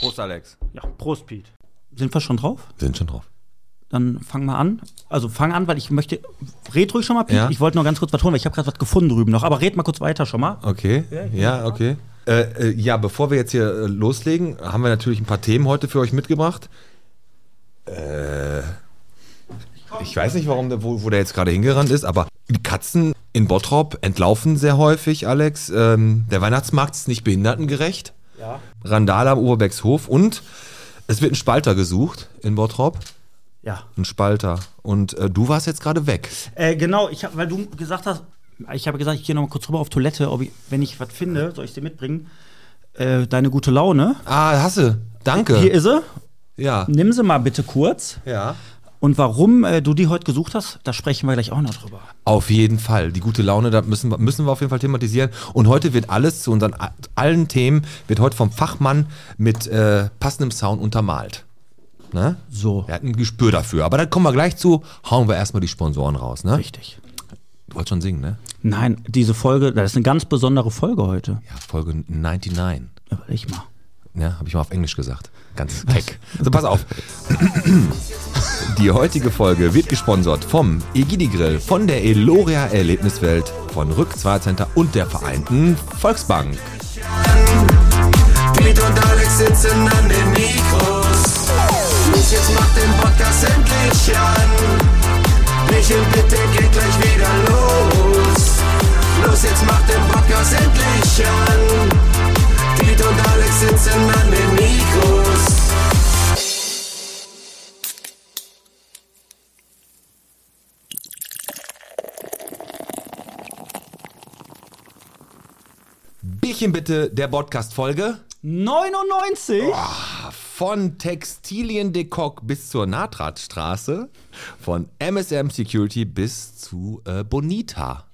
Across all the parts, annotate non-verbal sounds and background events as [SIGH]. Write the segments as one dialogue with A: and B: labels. A: Prost, Alex.
B: Ja, Prost, Piet. Sind wir schon drauf?
C: Sind schon drauf.
B: Dann fang mal an. Also fang an, weil ich möchte. Red ruhig schon mal, Piet.
C: Ja.
B: Ich wollte noch ganz kurz was holen, weil ich habe gerade was gefunden drüben noch. Aber red mal kurz weiter schon mal.
C: Okay. Ja, okay. Äh, äh, ja, bevor wir jetzt hier äh, loslegen, haben wir natürlich ein paar Themen heute für euch mitgebracht. Äh, ich weiß nicht, warum der, wo, wo der jetzt gerade hingerannt ist, aber die Katzen in Bottrop entlaufen sehr häufig, Alex. Ähm, der Weihnachtsmarkt ist nicht behindertengerecht.
B: Ja.
C: Randale am Oberbeckshof und es wird ein Spalter gesucht in Bottrop.
B: Ja.
C: Ein Spalter. Und äh, du warst jetzt gerade weg.
B: Äh, genau, ich hab, weil du gesagt hast, ich habe gesagt, ich gehe noch mal kurz rüber auf Toilette, ob ich, wenn ich was finde, soll ich dir mitbringen. Äh, deine gute Laune.
C: Ah, hasse. Danke.
B: Hier ist sie.
C: ja.
B: Nimm sie mal bitte kurz.
C: Ja.
B: Und warum äh, du die heute gesucht hast, da sprechen wir gleich auch noch drüber.
C: Auf jeden Fall. Die gute Laune, da müssen, wir- müssen wir auf jeden Fall thematisieren. Und heute wird alles zu unseren a- allen Themen, wird heute vom Fachmann mit äh, passendem Sound untermalt. Ne?
B: So.
C: Er hat ein Gespür dafür. Aber da kommen wir gleich zu. Hauen wir erstmal die Sponsoren raus. Ne?
B: Richtig.
C: Du wolltest schon singen, ne?
B: Nein, diese Folge, das ist eine ganz besondere Folge heute.
C: Ja, Folge 99.
B: Überleg mal.
C: Ja, habe ich mal auf Englisch gesagt. Ganz keck. Also pass [LAUGHS] auf. Die heutige Folge wird gesponsert vom Egidi Grill, von der Eloria Erlebniswelt, von Rück 2 Center und der Vereinten Volksbank.
D: Piet und Alex sitzen an den Mikros. Los, jetzt macht den Podcast endlich an. Michel, bitte geht gleich wieder los. Los, jetzt macht den Podcast endlich an. Piet und Alex sitzen an den Mikros.
C: Bierchen bitte der Podcast-Folge.
B: 99?
C: Oh. Von Textilien de Kock bis zur Natratstraße, von MSM Security bis zu äh, Bonita.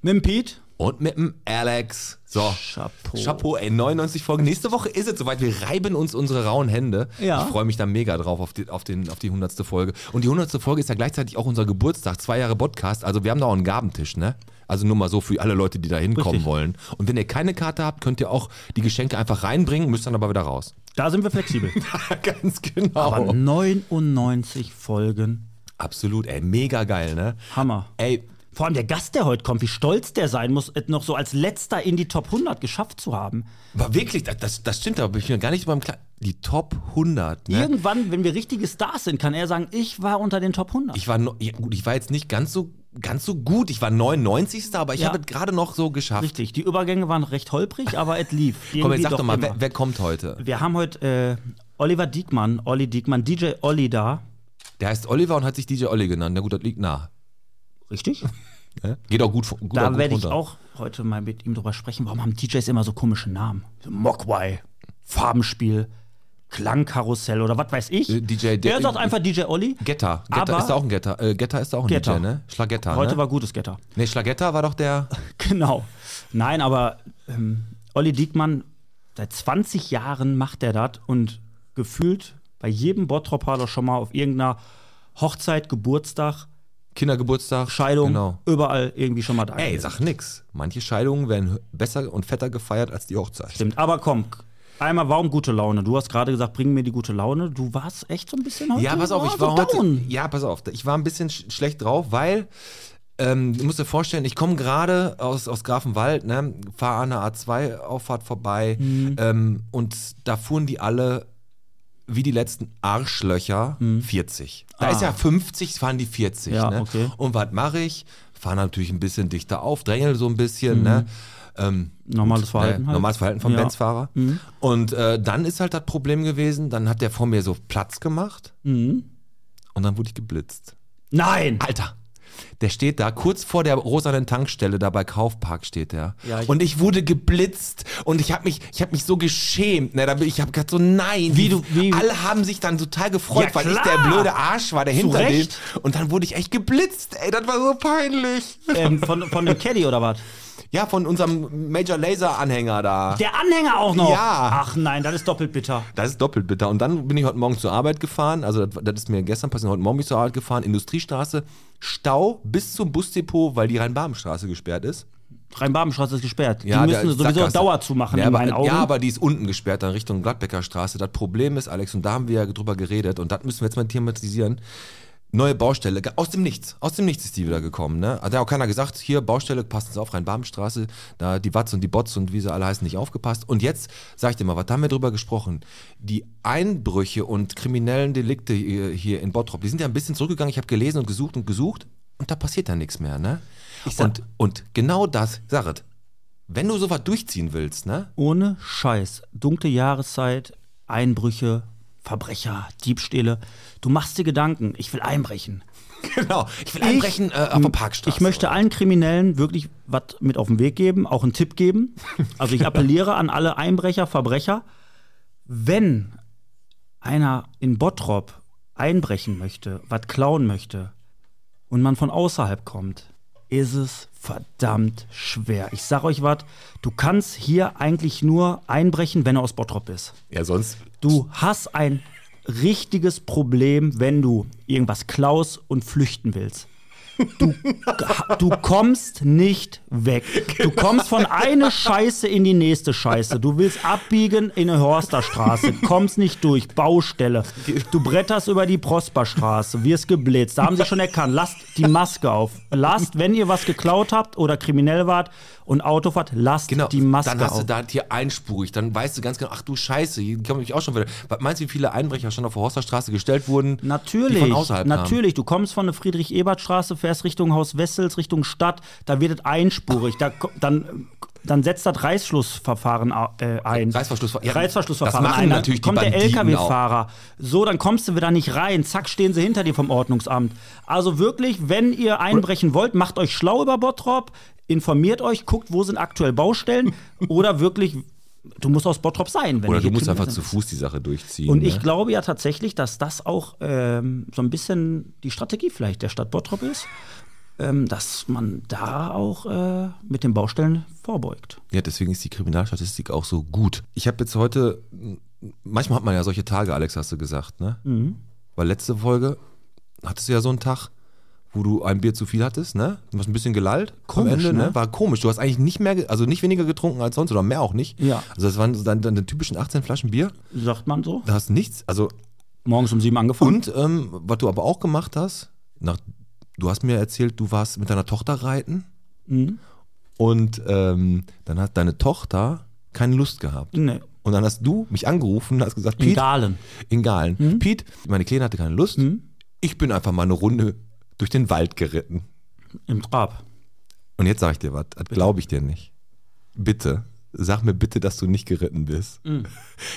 B: Mit dem Pete?
C: Und mit dem Alex. So.
B: Chapeau.
C: Chapeau, ey, 99 Folgen. Nächste Woche ist es soweit. Wir reiben uns unsere rauen Hände.
B: Ja.
C: Ich freue mich da mega drauf auf die, auf, den, auf die 100. Folge. Und die 100. Folge ist ja gleichzeitig auch unser Geburtstag. Zwei Jahre Podcast. Also wir haben da auch einen Gabentisch, ne? Also nur mal so für alle Leute, die da hinkommen
B: Richtig.
C: wollen. Und wenn ihr keine Karte habt, könnt ihr auch die Geschenke einfach reinbringen, müsst dann aber wieder raus. [LAUGHS]
B: Da sind wir flexibel.
C: Ganz genau.
B: Aber 99 Oh. Folgen.
C: Absolut, ey, mega geil, ne?
B: Hammer.
C: Ey,
B: Vor allem der Gast, der heute kommt, wie stolz der sein muss, es noch so als letzter in die Top 100 geschafft zu haben.
C: war wirklich, das- das, das stimmt, da bin ich mir gar nicht beim Klar. Die Top 100, ne?
B: Irgendwann, wenn wir richtige Stars sind, kann er sagen, ich war unter den Top 100.
C: Ich war, no, ja, gut, ich war jetzt nicht ganz so, ganz so gut. Ich war 99. Aber ich
B: Ja.
C: habe es gerade noch so geschafft.
B: Richtig, die Übergänge waren recht holprig, aber es lief.
C: [LAUGHS] Komm,
B: Irgendwie
C: jetzt sag doch mal,
B: immer.
C: wer, wer kommt heute?
B: wir haben heute äh, Oliver Diekmann, Olli Diekmann, DJ Olli da.
C: Der heißt Oliver und hat sich DJ Olli genannt. Na gut, das liegt nah.
B: Richtig?
C: Ne? Geht auch gut, fu- gut, auch
B: Da
C: gut
B: werde ich
C: runter.
B: auch heute mal mit ihm drüber sprechen. Warum haben DJs immer so komische Namen? So Mogwai, Farbenspiel, Klangkarussell oder was weiß ich.
C: Äh, DJ
B: Der
C: De-
B: sagt einfach DJ Olli.
C: Getter. Getter
B: Aber-
C: ist da auch ein Getter. Äh, Getter ist da auch ein
B: Getter.
C: DJ, ne? Schlagetter.
B: Heute
C: ne?
B: war gutes Getter. [LAUGHS]
C: nee, Schlagetter war doch der.
B: Genau. Nein, aber ähm, Olli Diekmann, seit 20 Jahren macht er das und gefühlt bei jedem Bottrop hat er schon mal auf irgendeiner Hochzeit, Geburtstag,
C: Kindergeburtstag.
B: Scheidung,
C: Genau.
B: überall irgendwie schon mal da.
C: Ey,
B: gewesen.
C: sag nix. Manche Scheidungen werden hö- besser und fetter gefeiert als die Hochzeit.
B: Stimmt, aber komm. Einmal, warum gute Laune? Du hast gerade gesagt, bring mir die gute Laune. Du warst echt so ein bisschen heute.
C: Ja, pass auf,
B: so
C: ich war heute.
B: down.
C: Ja, pass auf, ich war ein bisschen sch schlecht drauf, weil ähm, du musst dir vorstellen, ich komme gerade aus, aus Grafenwald, ne, fahre an einer A2-Auffahrt vorbei
B: Mhm.
C: ähm, und da fuhren die alle wie die letzten Arschlöcher 40. Da ist ja 50, fahren die 40.
B: Mhm. Ah. Ja,
C: ne?
B: okay.
C: Und was mache ich? Fahre natürlich ein bisschen dichter auf, drängel so ein bisschen,
B: Mhm.
C: ne? Ähm,
B: Normales
C: gut,
B: Verhalten
C: ne,
B: halt.
C: Normales Verhalten vom
B: Ja. Mhm.
C: Benzfahrer. Und äh, dann ist halt das Problem gewesen, dann hat der vor mir so Platz gemacht
B: Mhm.
C: und dann wurde ich geblitzt.
B: Nein!
C: Alter! Der steht da, kurz vor der rosanen Tankstelle, da bei Kaufpark steht der.
B: Ja, ich-
C: und ich wurde geblitzt und ich habe mich, ich hab mich so geschämt. Ne, da bin, ich habe gerade so, nein.
B: Wie du- wie-
C: alle haben sich dann total gefreut,
B: Ja,
C: weil ich
B: klar.
C: der blöde Arsch war, der hinter dem.
B: Recht.
C: Und dann wurde ich echt geblitzt. Ey, das war so peinlich.
B: Ähm, von, von dem Caddy oder was?
C: Ja, von unserem Major Laser-Anhänger da.
B: Der Anhänger auch noch.
C: Ja.
B: Ach nein, das ist doppelt bitter.
C: Das ist doppelt bitter. Und dann bin ich heute Morgen zur Arbeit gefahren. Also, das, das ist mir gestern passiert. Heute Morgen bin ich zur Arbeit gefahren. Industriestraße, Stau bis zum Busdepot, weil die Rhein-Baben-Straße gesperrt ist.
B: Rhein-Baben-Straße ist gesperrt.
C: Ja,
B: die
C: der
B: müssen sowieso
C: Sackgasse.
B: Dauer zumachen
C: ja,
B: in
C: aber,
B: meinen Augen.
C: Ja, aber die ist unten gesperrt, dann Richtung Gladbecker Straße. Das Problem ist, Alex, und da haben wir ja drüber geredet, und das müssen wir jetzt mal thematisieren. Neue Baustelle, ge- aus dem Nichts, aus dem Nichts ist die wieder gekommen, ne? Da hat ja auch keiner gesagt, hier Baustelle, passt uns auf, Rhein-Baben-Straße, da die Watz und die Bots und wie sie alle heißen, nicht aufgepasst. Und jetzt, sag ich dir mal, was haben wir drüber gesprochen? Die Einbrüche und kriminellen Delikte hier hier in Bottrop, die sind ja ein bisschen zurückgegangen. Ich habe gelesen und gesucht und gesucht und da passiert dann nichts mehr, ne?
B: sag-
C: und, und genau das, sag es, wenn du sowas durchziehen willst, ne? [LAUGHS]
B: Ohne Scheiß. Dunkle Jahreszeit, Einbrüche, Verbrecher, Diebstähle. Du machst dir Gedanken, ich will einbrechen.
C: Genau. Ich will einbrechen äh, auf der Parkstraße.
B: Ich möchte allen Kriminellen wirklich was mit auf den Weg geben, auch einen Tipp geben.
C: [LAUGHS]
B: Also ich appelliere an alle Einbrecher, Verbrecher, wenn einer in Bottrop einbrechen möchte, was klauen möchte und man von außerhalb kommt, ist es verdammt schwer. Ich sag euch was, du kannst hier eigentlich nur einbrechen, wenn du aus Bottrop bist.
C: Ja, sonst.
B: Du hast ein richtiges Problem, wenn du irgendwas klaust und flüchten willst. Du, du kommst nicht weg. Du kommst von einer Scheiße in die nächste Scheiße. Du willst abbiegen in eine Horsterstraße, kommst nicht durch, Baustelle. Du bretterst über die Prosperstraße, wirst geblitzt. Da haben sie schon erkannt. Lasst die Maske auf. Lasst, wenn ihr was geklaut habt oder kriminell wart und Auto fahrt, lasst
C: Genau,
B: die Maske
C: dann hast
B: auf.
C: du da hier einspurig, dann weißt du ganz genau, ach du Scheiße, hier komme ich auch schon wieder. Was meinst du, wie viele Einbrecher schon auf der Horsterstraße gestellt wurden? Die
B: Natürlich,
C: von außerhalb Kamen?
B: natürlich. Du kommst von der Friedrich-Ebert-Straße, fährst Richtung Haus Wessels, Richtung Stadt, da wird es einspurig. Da, ko- dann, dann setzt das Reißschlussverfahren a- äh, ein.
C: Reißverschlussver- ja,
B: Reißverschlussverfahren.
C: das machen
B: ein. Dann
C: natürlich die
B: kommt der
C: Banditen
B: LKW-Fahrer. So, dann kommst du wieder nicht rein. Zack, stehen sie hinter dir vom Ordnungsamt. Also wirklich, wenn ihr einbrechen wollt, macht euch schlau über Bottrop, informiert euch, guckt, wo sind
C: [LAUGHS]
B: aktuell Baustellen oder wirklich. Du musst aus Bottrop sein, wenn
C: Oder
B: hier
C: du musst
B: kriminell
C: einfach zu
B: sein
C: Fuß die Sache durchziehen.
B: und ich
C: ne?
B: glaube ja tatsächlich, dass das auch ähm, so ein bisschen die Strategie vielleicht der Stadt Bottrop ist, ähm, dass man da auch äh, mit den Baustellen vorbeugt.
C: Ja, deswegen ist die Kriminalstatistik auch so gut. Ich habe jetzt heute, m- manchmal hat man ja solche Tage, Alex, hast du gesagt, ne?
B: Mhm.
C: Weil letzte Folge hattest du ja so einen Tag, wo du ein Bier zu viel hattest, ne? Du hast ein bisschen gelallt.
B: Komisch,
C: am Ende, ne?
B: ne?
C: War komisch. Du hast eigentlich nicht mehr, ge- also nicht weniger getrunken als sonst oder mehr auch nicht.
B: Ja.
C: Also das waren so dann, dann die typischen 18 Flaschen Bier.
B: Sagt man so?
C: Da hast du nichts. Also,
B: Morgens um sieben angefangen.
C: und ähm, was du aber auch gemacht hast, nach, du hast mir erzählt, du warst mit deiner Tochter reiten und ähm, dann hat deine Tochter keine Lust gehabt.
B: Nee.
C: Und dann hast du mich angerufen und hast gesagt,
B: In
C: Piet,
B: Dahlen.
C: in Galen. Piet, meine Kleine hatte keine Lust. Ich bin einfach mal eine Runde durch den Wald geritten.
B: Im Trab.
C: Und jetzt sage ich dir was, das glaube ich dir nicht. Bitte, sag mir bitte, dass du nicht geritten bist.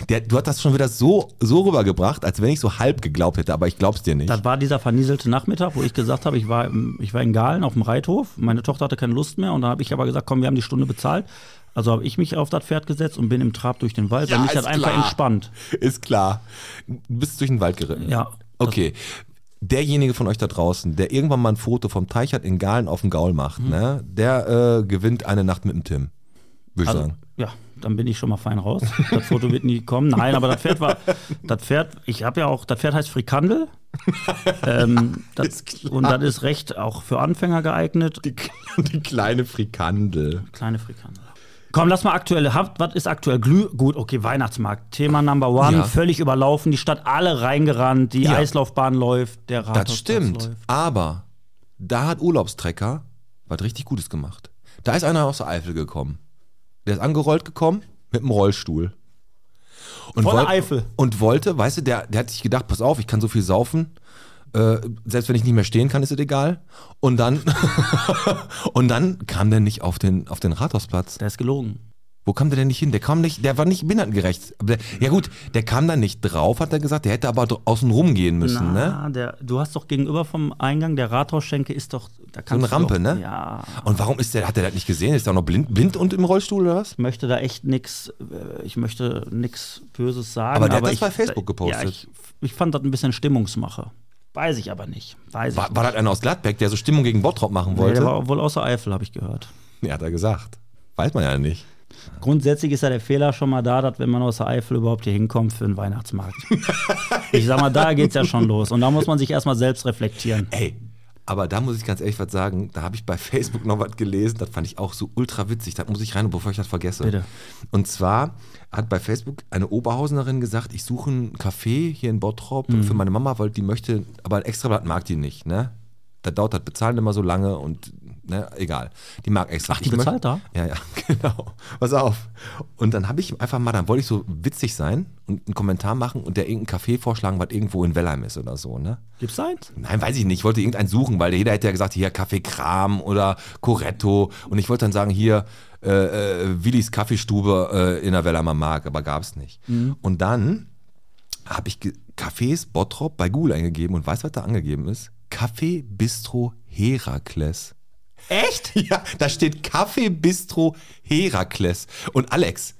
C: Der, du hast das schon wieder so, so rübergebracht, als wenn ich so halb geglaubt hätte, aber ich glaub's dir nicht.
B: Das war dieser vernieselte Nachmittag, wo ich gesagt habe, ich war, im, ich war in Galen auf dem Reithof. Meine Tochter hatte keine Lust mehr und da habe ich aber gesagt, komm, wir haben die Stunde bezahlt. Also habe ich mich auf das Pferd gesetzt und bin im Trab durch den Wald,
C: Ja,
B: weil mich
C: ist
B: das einfach
C: klar.
B: entspannt.
C: [LAUGHS] Ist klar. Du bist durch den Wald geritten.
B: Ja.
C: Okay. Derjenige von euch da draußen, der irgendwann mal ein Foto vom Teichert in Galen auf dem Gaul macht, ne, der äh, gewinnt eine Nacht mit dem Tim. Würde ich
B: Also,
C: sagen.
B: ja, dann bin ich schon mal fein raus. Das Foto wird nie kommen. Nein, aber das Pferd war, das Pferd, ich habe ja auch, das Pferd heißt Frikandel.
C: [LAUGHS]
B: ähm, das, und das ist recht auch für Anfänger geeignet.
C: Die, [LAUGHS] die kleine Frikandel.
B: Kleine Frikandel. Komm, lass mal aktuelle Haft. Was ist aktuell Glüh? Gut, okay, Weihnachtsmarkt. Thema Number One.
C: Ja.
B: Völlig überlaufen. Die Stadt alle reingerannt. Die
C: Ja.
B: Eislaufbahn läuft. Der Rathausplatz
C: Das stimmt.
B: läuft.
C: Aber da hat Urlaubstrecker was richtig Gutes gemacht. Da ist einer aus der Eifel gekommen. Der ist angerollt gekommen mit dem Rollstuhl. Und
B: Von der
C: woll-
B: Eifel.
C: Und wollte, weißt du, der, der hat sich gedacht, pass auf, ich kann so viel saufen. Äh, selbst wenn ich nicht mehr stehen kann, ist es egal. Und dann, [LAUGHS] und dann kam der nicht auf den, auf den Rathausplatz.
B: Der ist gelogen.
C: Wo kam der denn nicht hin? Der kam nicht, der war nicht behindertengerecht. Aber der, ja gut, der kam da nicht drauf, hat er gesagt. Der hätte aber dr- außen rum gehen müssen, ne?
B: Na, der, du hast doch gegenüber vom Eingang der Rathausschenke ist doch. Da kannst
C: eine
B: du
C: Rampe,
B: doch,
C: ne?
B: Ja.
C: Und warum ist der, hat der das nicht gesehen? Ist der auch noch blind, blind und im Rollstuhl oder was?
B: möchte da echt nichts, ich möchte nichts Böses sagen.
C: Aber der hat das
B: ich,
C: bei Facebook gepostet.
B: Ja, ich, ich fand das ein bisschen Stimmungsmache. Weiß ich aber nicht. Weiß ich
C: War, war das einer aus Gladbeck, der so Stimmung gegen Bottrop machen
B: nicht. Nee,
C: wollte?
B: der war wohl außer Eifel, habe ich gehört.
C: Ja, hat er gesagt. Weiß man ja nicht.
B: Grundsätzlich ist ja der Fehler schon mal da, dass wenn man aus der Eifel überhaupt hier hinkommt für
C: [LAUGHS]
B: einen Weihnachtsmarkt. ich sag mal, da geht's ja schon los. Und da muss man sich erstmal selbst reflektieren.
C: Ey, Aber da muss ich ganz ehrlich was sagen, da habe ich bei Facebook noch was gelesen, das fand ich auch so ultra witzig. Da muss ich rein, bevor ich das vergesse.
B: Bitte.
C: Und zwar hat bei Facebook eine Oberhausenerin gesagt, ich suche ein Café hier in Bottrop
B: Mhm.
C: für meine Mama, weil die möchte, aber ein Extrablatt mag die nicht, ne? Da dauert das Bezahlen immer so lange und ne, egal. Die mag extra.
B: Ach, die
C: Ich möchte-
B: bezahlt da?
C: ja, [LAUGHS] ja, genau. Pass auf. Und dann habe ich einfach mal, dann wollte ich so witzig sein und einen Kommentar machen und der irgendein Café vorschlagen, was irgendwo in Wellheim ist oder so, ne?
B: Gibt's da eins?
C: Nein, weiß ich nicht. Ich wollte irgendeinen suchen, weil jeder hätte ja gesagt, hier Kaffee Kram oder Coretto. Und ich wollte dann sagen, hier äh, äh, Willis Kaffeestube äh, in der Wellheimer Mark, aber gab es nicht.
B: Mhm.
C: Und dann habe ich ge- Cafés Bottrop bei Google eingegeben und weißt was da angegeben ist? Kaffee Bistro Herakles. [LAUGHS] Echt? Ja, da steht Kaffee Bistro Herakles. Und Alex,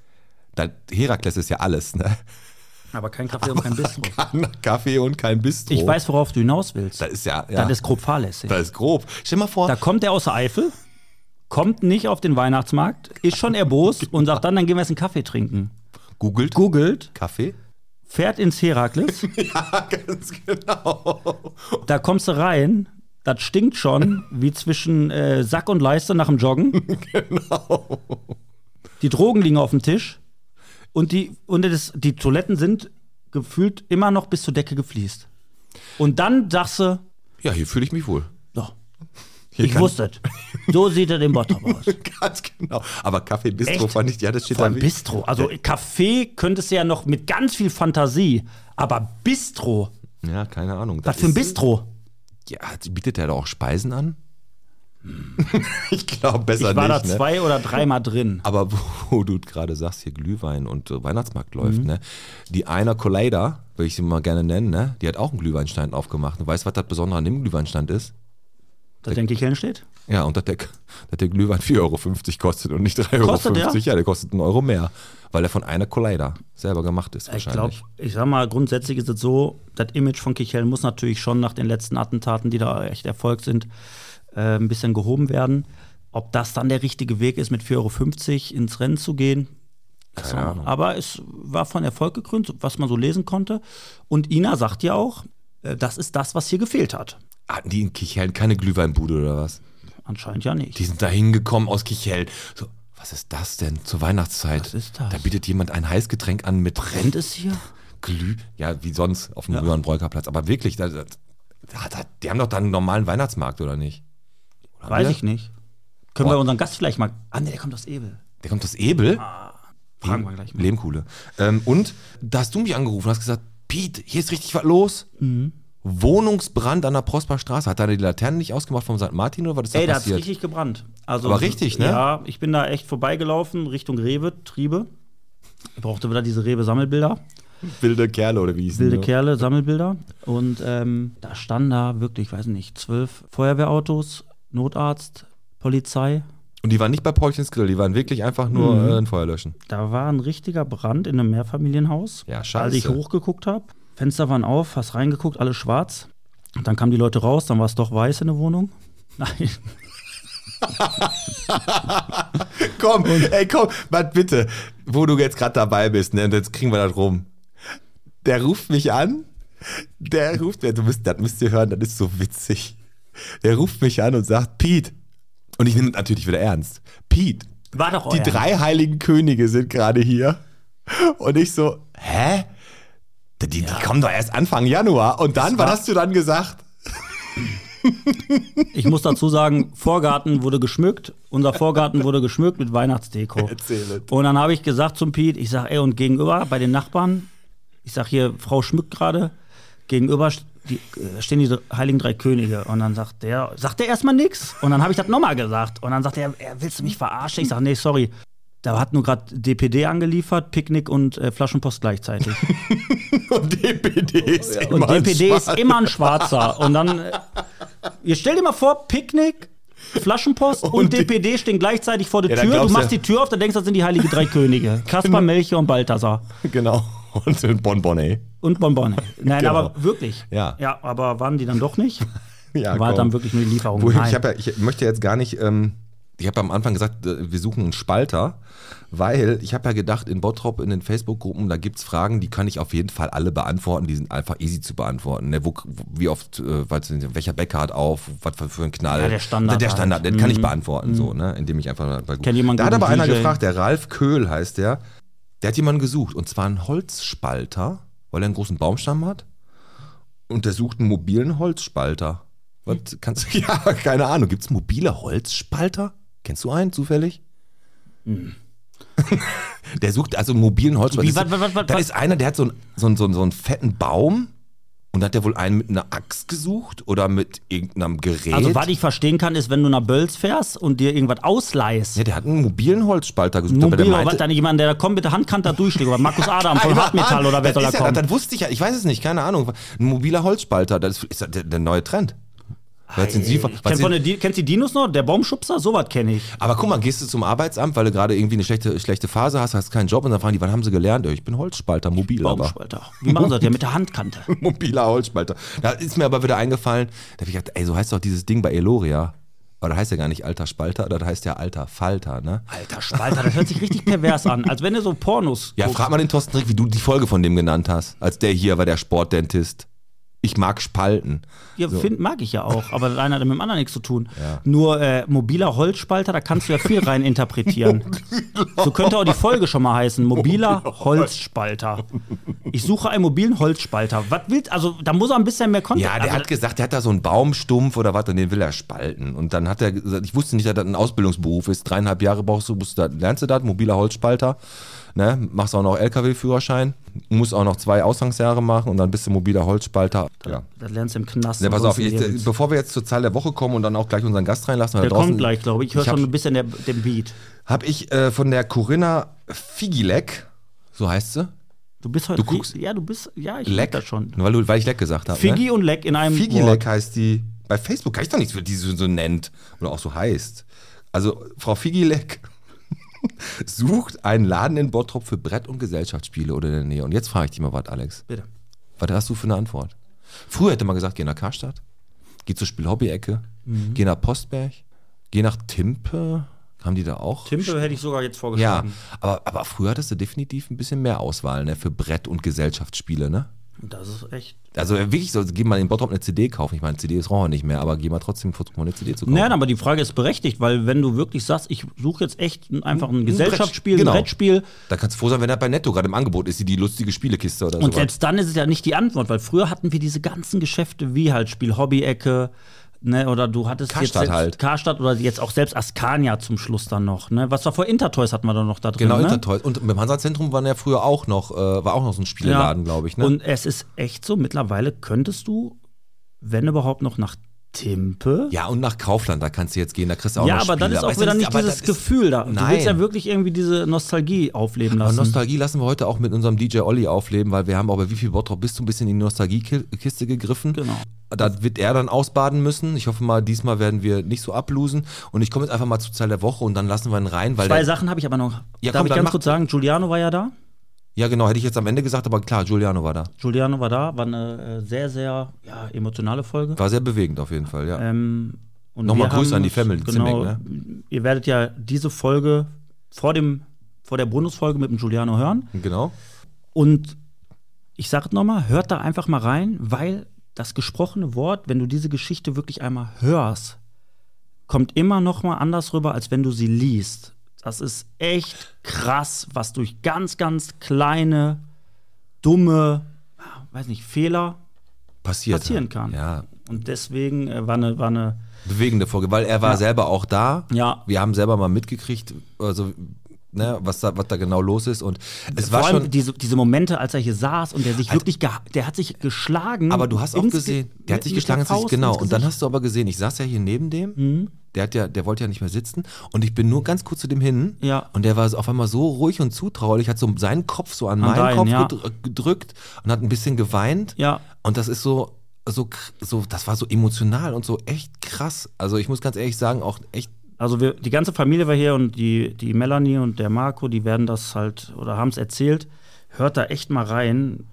C: da, Herakles ist ja alles,
B: [LAUGHS]
C: ne?
B: Aber kein Kaffee und kein Bistro.
C: Kaffee und kein Bistro.
B: Ich weiß, worauf du hinaus willst.
C: Das ist ja, ja.
B: Das ist grob fahrlässig.
C: Das ist grob. Stell mal vor,
B: Da kommt er aus der Eifel, kommt nicht auf den Weihnachtsmarkt, ist schon erbost und sagt dann, dann gehen wir jetzt einen Kaffee trinken.
C: googelt
B: Googelt,
C: Kaffee.
B: fährt ins Herakles,
C: Ja, ganz genau.
B: da kommst du rein, das stinkt schon, wie zwischen äh, Sack und Leiste nach dem Joggen. Genau. Die Drogen liegen auf dem Tisch und die, und das, die Toiletten sind gefühlt immer noch bis zur Decke gefliest. Und dann sagst du,
C: Ja, hier fühle ich mich wohl.
B: so,
C: Hier
B: ich
C: kann-
B: wusste es. So sieht er den Bottrop aus.
C: [LAUGHS] Ganz genau. Aber Kaffee Bistro
B: Echt?
C: fand ich, ja, das steht
B: Vor allem
C: da.
B: Bistro. Also Kaffee könntest du ja noch mit ganz viel Fantasie, aber Bistro,
C: Ja, keine Ahnung.
B: was
C: Das
B: für ein
C: ist- Äh,
B: Bistro?
C: Ja, bietet er da auch Speisen an? [LAUGHS] ich glaube besser
B: Ich war
C: nicht.
B: da
C: ne?
B: zwei oder dreimal drin.
C: Aber wo, wo du gerade sagst, hier Glühwein und äh, Weihnachtsmarkt läuft, ne? Die einer Collider, würde ich sie mal gerne nennen, ne? Die hat auch einen Glühweinstand aufgemacht. Und weißt du, was das Besondere an dem Glühweinstand ist?
B: Da
C: Äh,
B: denke ich, Helen steht.
C: Ja, und dass der, dass der Glühwein 4,50 Euro kostet und nicht 3,50 Euro.
B: Kostet der?
C: Ja, der kostet einen Euro mehr, weil der von einer Collider selber gemacht ist
B: Ich glaube,
C: wahrscheinlich.
B: ich sag mal, grundsätzlich ist es so, das Image von Kichel muss natürlich schon nach den letzten Attentaten, die da echt Erfolg sind, äh, ein bisschen gehoben werden. Ob das dann der richtige Weg ist, mit 4,50 Euro ins Rennen zu gehen,
C: Keine Ahnung.
B: Aber es war von Erfolg gekrönt, was man so lesen konnte. Und Ina sagt ja auch, äh, das ist das, was hier gefehlt hat.
C: Hatten die in Kichellen keine Glühweinbude oder was?
B: Anscheinend ja nicht.
C: Die sind da hingekommen aus Kichellen. So, was ist das denn zur Weihnachtszeit?
B: Was ist das?
C: Da bietet jemand ein Heißgetränk an mit
B: Brennt es hier?
C: Glüh. Ja, wie sonst auf dem höheren Breukerplatz. Aber wirklich, da, da, da, da, die haben doch da einen normalen Weihnachtsmarkt, oder nicht? Oder
B: Weiß
C: wir?
B: ich nicht. Können
C: Boah.
B: wir unseren Gast vielleicht mal. Ah, nee, der kommt aus Ebel.
C: Der kommt aus Ebel.
B: Ah, Fragen wir gleich mal.
C: Lehmkuhle. Ähm, und da hast du mich angerufen und hast gesagt, Piet, hier ist richtig was los.
B: Mhm.
C: Wohnungsbrand an der Prosperstraße. Hat da die Laternen nicht ausgemacht vom St. Martin oder was ist da
B: Ey, da hat
C: passiert?
B: richtig gebrannt. Also,
C: Aber richtig, ne?
B: Ja, ich bin da echt vorbeigelaufen Richtung Rewe, Triebe. Ich brauchte wieder diese Rewe-Sammelbilder.
C: wilde Kerle oder wie hieß
B: Wilde Kerle, Sammelbilder. Und ähm, da standen da wirklich, ich weiß nicht, zwölf Feuerwehrautos, Notarzt, Polizei.
C: Und die waren nicht bei Paulchens Grill, die waren wirklich einfach nur
B: Mhm.
C: äh, ein Feuer löschen.
B: Da war ein richtiger Brand in einem Mehrfamilienhaus.
C: Ja, scheiße.
B: Als ich hochgeguckt habe, Fenster waren auf, hast reingeguckt, alles schwarz. Und dann kamen die Leute raus, dann war es doch weiß in der Wohnung. [LAUGHS] Nein,
C: Komm, ey, komm, was bitte, wo du jetzt gerade dabei bist, ne, und jetzt kriegen wir das rum. Der ruft mich an, der ruft mir, du müsst, das müsst ihr hören, das ist so witzig. Der ruft mich an und sagt, Pete, und ich nehme das natürlich wieder ernst, Pete,
B: war doch
C: die
B: euer.
C: drei heiligen Könige sind gerade hier. Und ich so, hä? Die, die kommen doch erst Anfang Januar. Und dann, was
B: war-
C: hast du dann gesagt? [LAUGHS]
B: Ich muss dazu sagen, Vorgarten wurde geschmückt. Unser Vorgarten wurde geschmückt mit Weihnachtsdeko.
C: Erzähl es.
B: Und dann habe ich gesagt zum Piet, ich sage, ey, und gegenüber bei den Nachbarn, ich sage hier, Frau schmückt gerade, gegenüber st- die, äh, stehen die Heiligen Drei Könige. Und dann sagt der, sagt der erstmal nichts. Und dann habe ich das nochmal gesagt. Und dann sagt er, "Ey, willst du mich verarschen? Ich sage, nee, sorry. Da hat nur gerade DPD angeliefert, Picknick und äh, Flaschenpost gleichzeitig.
C: Und DPD ist
B: Oh, Und
C: immer ein
B: DPD ist
C: Schwan.
B: immer ein Schwarzer. Und dann, äh, ihr stellt dir mal vor, Picknick, Flaschenpost
C: [LAUGHS]
B: und,
C: Und die-
B: DPD stehen gleichzeitig vor der
C: Ja, dann
B: Tür. Du
C: glaubst Genau.
B: machst
C: ja-
B: die Tür auf, dann denkst du, das sind die Heiligen
C: [LAUGHS]
B: Drei Könige. Kaspar, Melchior und Balthasar.
C: Genau. [LAUGHS] Und ein Bonbon, ey.
B: Und Bonbonne. Nein,
C: Genau.
B: aber wirklich.
C: Ja.
B: Ja,
C: [LAUGHS]
B: aber waren die dann doch nicht?
C: Ja,
B: War
C: komm.
B: dann wirklich nur die Lieferung.
C: Wo ich,
B: Nein.
C: ich, hab ja, ich möchte jetzt gar nicht ähm,
D: Ich habe am Anfang gesagt, äh, wir suchen einen Spalter, weil ich habe ja gedacht, in Bottrop, in den Facebook-Gruppen, da gibt es Fragen, die kann ich auf jeden Fall alle beantworten, die sind einfach easy zu beantworten. Ne? Wo, wie oft, äh, was- welcher Bäcker hat auf, was für- für ein Knall.
B: Ja, der Standard
D: Der Standard,
B: halt.
D: den kann ich
B: Mhm.
D: beantworten, so, ne? indem ich einfach bei
B: Kennt jemand
D: Da hat
B: guten
D: aber einer
B: DJ?
D: gefragt, der Ralf Köhl heißt der, der hat jemanden gesucht, und zwar einen Holzspalter, weil er einen großen Baumstamm hat. Und der sucht einen mobilen Holzspalter. Was?
B: Hm.
D: Kannst du, [LAUGHS] ja, keine Ahnung. Gibt es mobile Holzspalter? Kennst du einen zufällig? [LAUGHS] der sucht also einen mobilen
B: Hm.
D: Holzspalter.
B: Wie,
D: Das
B: wat,
D: ist-
B: wat, wat, wat,
D: das
B: wat?
D: ist einer, der hat so einen, so, einen, so, einen, so einen fetten Baum und hat der wohl einen mit einer Axt gesucht oder mit irgendeinem Gerät.
B: Also, was ich verstehen kann, ist, wenn du nach Bölz fährst und dir irgendwas ausleihst.
D: ja, der hat einen mobilen Holzspalter gesucht. aber der
B: Mobil,
D: meinte-
B: was dann jemand, der da kommt mit der Handkante da durchschlägt,
C: [LAUGHS]
B: oder Markus Adam von
D: Keine
B: Hartmetall
D: Ahnung.
B: oder wer soll
D: das
B: da
D: ist ja,
B: kommen?
D: Dann wusste ich ja, ich weiß es nicht, keine Ahnung. Ein mobiler Holzspalter, das ist der, der neue Trend. Was sind Sie,
B: Ich
D: von-
B: kenn
D: was
B: von
D: sind,
B: der Di- Kennst du die Dinos noch? Der Baumschubser? Sowas kenne ich.
D: aber guck mal, gehst du zum Arbeitsamt, weil du gerade irgendwie eine schlechte, schlechte Phase hast, hast keinen Job und dann fragen die, wann haben sie gelernt? Ja, Ich bin Holzspalter, mobil aber.
B: Baumspalter. Wie machen sie das? Ja, mit der Handkante.
D: Oh, Mobiler Holzspalter. Da ist mir aber wieder eingefallen, da habe ich gedacht, ey, so heißt doch dieses Ding bei Eloria. Aber da heißt ja gar nicht alter Spalter, oder da heißt ja alter Falter, ne?
B: Alter Spalter, das hört sich richtig pervers an. Als wenn du so Pornos.
D: Ja,
B: guckst.
D: frag mal den Thorsten Rick, wie du die Folge von dem genannt hast, als der hier war, der Sportdentist. Ich mag Spalten.
B: Ja, find, mag ich ja auch, aber das eine hat mit dem anderen nichts zu tun. Nur äh, mobiler Holzspalter, da kannst du ja viel rein interpretieren. so könnte auch die Folge schon mal heißen: mobiler Holzspalter. Ich suche einen mobilen Holzspalter. Was willst Also, da muss er ein bisschen mehr Content.
D: Ja, der
B: also,
D: hat gesagt, der hat da so einen Baumstumpf oder was und den will er spalten. Und dann hat er gesagt, ich wusste nicht, dass das ein Ausbildungsberuf ist. Dreieinhalb Jahre brauchst du, musst du da, lernst du das, mobiler Holzspalter. Ne? Machst auch noch LKW-Führerschein, musst auch noch zwei Ausgangsjahre machen und dann bist du mobiler Holzspalter. Ja.
B: Das lernst du im Knast.
D: Ne, pass auf,
B: ansonsten
D: ich,
B: nirgends.
D: bevor wir jetzt zur Zahl der Woche kommen und dann auch gleich unseren Gast reinlassen, weil
B: der
D: da draußen-
B: kommt gleich, glaube ich. Ich höre
D: ich hab-
B: schon ein bisschen der, den Beat.
D: Hab ich äh, von der Corinna Figilek, so heißt sie,
B: Du bist heute.
D: Du guckst-
B: ja, du bist. Ja, ich
D: Leck, Ne?
B: das schon.
D: Weil, du, weil ich Leck gesagt ne? habe.
B: Figgy und Leck in einem. Wort.
D: Figileck heißt die. Bei Facebook kann ich doch nichts, wie die so, so nennt oder auch so heißt. Also Frau Figileck [LAUGHS] sucht einen Laden in Bottrop für Brett- und Gesellschaftsspiele oder in der Nähe. Und jetzt frage ich dich mal was, Alex.
B: Bitte.
D: Was hast du für eine Antwort? Früher hätte man gesagt, geh nach Karstadt, geh zur Spielhobby-Ecke,
B: Mhm.
D: geh nach Postberg, geh nach Timpe. Haben die da auch?
B: Timpe hätte ich sogar jetzt
D: Ja,
B: vorgeschlagen.
D: aber, aber früher hattest du definitiv ein bisschen mehr Auswahl ne, für Brett- und Gesellschaftsspiele, ne?
B: Ja. Das ist echt.
D: Also wirklich so, geh mal in Bottrop eine CD kaufen. Ich meine, CD ist Rohr nicht mehr, aber geh mal trotzdem versuch mal eine CD zu kaufen.
B: Nein, aber die Frage ist berechtigt, weil wenn du wirklich sagst, ich suche jetzt echt n- einfach ein Gesellschaftsspiel,
D: Genau.
B: ein Brettspiel,
D: Da kannst du froh sein, wenn er bei Netto gerade im Angebot ist, die, die lustige Spielekiste oder so.
B: und selbst dann ist es ja nicht die Antwort, weil früher hatten wir diese ganzen Geschäfte wie halt Spiel Hobby-Ecke, ne, oder du hattest
D: Karstadt
B: jetzt selbst
D: halt.
B: Karstadt oder jetzt auch selbst Askania zum Schluss dann noch, ne? Was war vor Intertoys hatten wir dann noch da drin,
D: Genau,
B: ne?
D: Intertoys. Und im Hansa-Zentrum waren ja früher auch noch, äh, war auch noch so ein Spieleladen, glaube ich. Ne?
B: Und es ist echt so, mittlerweile könntest du, wenn überhaupt noch nach Timpe,
D: ja, und nach Kaufland, da kannst du jetzt gehen, da kriegst du auch
B: Ja,
D: noch
B: aber dann
D: Spiele.
B: ist auch
D: es
B: wieder nicht
D: aber
B: dieses
D: das ist-
B: Gefühl da. Du
D: Nein.
B: willst ja wirklich irgendwie diese Nostalgie aufleben
D: Aber
B: lassen.
D: Nostalgie lassen wir heute auch mit unserem DJ Olli aufleben, weil wir haben auch bei Wie viel Bottrop bist du ein bisschen in die Nostalgiekiste gegriffen.
B: Genau.
D: Da wird er dann ausbaden müssen. Ich hoffe mal, diesmal werden wir nicht so ablosen. Und ich komme jetzt einfach mal zur Zahl der Woche und dann lassen wir ihn rein, weil
B: Zwei
D: der,
B: Sachen habe ich aber noch.
D: äh, Ja,
B: Darf
D: komm,
B: ich
D: dann
B: ganz
D: mach-
B: kurz sagen, Giuliano war ja da.
D: Ja, genau, hätte ich jetzt am Ende gesagt, aber klar, Giuliano war da.
B: Giuliano war da, war eine äh, sehr, sehr ja, emotionale Folge.
D: War sehr bewegend auf jeden Fall, ja.
B: Ähm, und
D: Nochmal
B: wir haben
D: Grüße an die ne?
B: uns-
D: Family,
B: Genau,
D: Zimmeck,
B: Ihr werdet ja diese Folge vor, dem, vor der Bonusfolge mit dem Giuliano hören.
D: Genau.
B: Und ich sage nochmal, hört da einfach mal rein, weil das gesprochene Wort, wenn du diese Geschichte wirklich einmal hörst, kommt immer noch mal anders rüber, als wenn du sie liest. Das ist echt krass, was durch ganz, ganz kleine, dumme, weiß nicht, Fehler
D: Passiert.
B: passieren kann.
D: Ja.
B: Und deswegen äh, war eine, war eine
D: Bewegende Folge, weil er war selber auch da.
B: Ja.
D: Wir haben selber mal mitgekriegt, also, ne, was da, was da genau los ist. Und es war
B: vor allem
D: schon.
B: diese, diese Momente, als er hier saß und der sich wirklich, geha- der hat sich geschlagen.
D: Äh, Aber du hast auch
B: ins Ge-
D: gesehen, der hat sich
B: mit
D: geschlagen, hat
B: der
D: sich,
B: Faust
D: genau.
B: ins
D: Und dann
B: Gesicht. Mhm.
D: hast du aber gesehen, ich saß ja hier neben dem, der, hat ja, der wollte ja nicht mehr sitzen. Und ich bin nur ganz kurz zu dem hin.
B: Ja.
D: Und der war so auf einmal so ruhig und zutraulich, hat so seinen Kopf so an, meinen
B: deinen,
D: Kopf
B: ja.
D: gedr- gedrückt und hat ein bisschen geweint.
B: Ja.
D: Und das ist so, so, kr- so, das war so emotional und so echt krass. Also ich muss ganz ehrlich sagen, auch echt
B: Also wir, die ganze Familie war hier und die, die Melanie und der Marco, die werden das halt oder haben es erzählt. Hört da echt mal rein.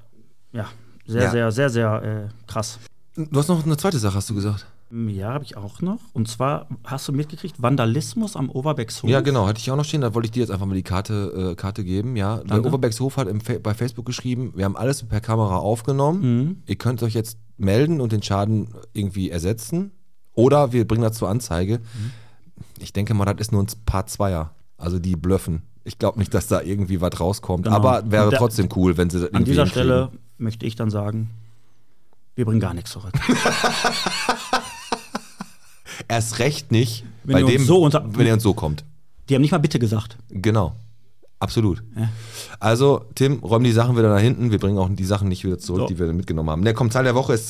B: Ja, sehr,
D: Ja.
B: sehr, sehr, sehr äh, krass.
D: Du hast noch eine zweite Sache, hast du gesagt.
B: Ja, habe ich auch noch. Und zwar hast du mitgekriegt, Vandalismus am Overbeckshof.
C: Ja, genau, hatte ich auch noch stehen. Da wollte ich dir jetzt einfach mal die Karte, äh, Karte geben. Ja, der
B: Danke.
C: Overbeckshof hat im Fa bei Facebook geschrieben, wir haben alles per Kamera aufgenommen.
D: Mhm.
C: Ihr könnt euch jetzt melden und den Schaden irgendwie ersetzen. Oder wir bringen das zur Anzeige.
D: Mhm.
C: Ich denke mal, das ist nur ein paar Zweier. Also die blöffen. Ich glaube nicht, dass da irgendwie was rauskommt.
B: Genau.
C: Aber wäre
B: Und da-
C: trotzdem cool, wenn sie das
B: An
C: irgendwie
B: dieser
C: hinkriegen.
B: Stelle möchte ich dann sagen, wir bringen gar nichts zurück.
C: Erst recht nicht,
B: Wenn
C: bei
B: ihr uns
C: dem,
B: so unter-
C: wenn er uns so kommt.
B: Die haben nicht mal bitte gesagt.
C: Genau. Absolut. Also, Tim, räum die Sachen wieder nach hinten. Wir bringen auch die Sachen nicht wieder zurück,
B: So.
C: die wir mitgenommen haben. Der Kommentar der Woche ist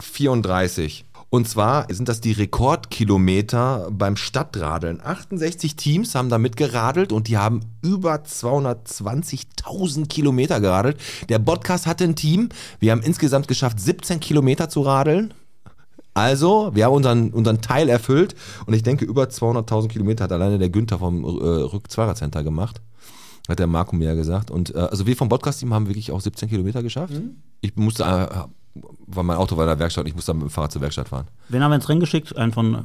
C: 222.034. Und zwar sind das die Rekordkilometer beim Stadtradeln. 68 Teams haben da mitgeradelt und die haben über 220.000 Kilometer geradelt. Der Podcast hatte ein Team. Wir haben insgesamt geschafft, 17 Kilometer zu radeln. Also, wir haben unseren, unseren Teil erfüllt und ich denke, über 200.000 Kilometer hat alleine der Günther vom äh, Rück-Zwarer-Center gemacht. Hat der Marco mir ja gesagt. Und äh, also wir vom Podcast-Team haben wirklich auch 17 Kilometer geschafft. Ich musste, äh, weil mein Auto war in der Werkstatt und ich musste dann mit dem Fahrrad zur Werkstatt fahren.
B: Wen haben wir ins Rennen geschickt? Einen von, äh,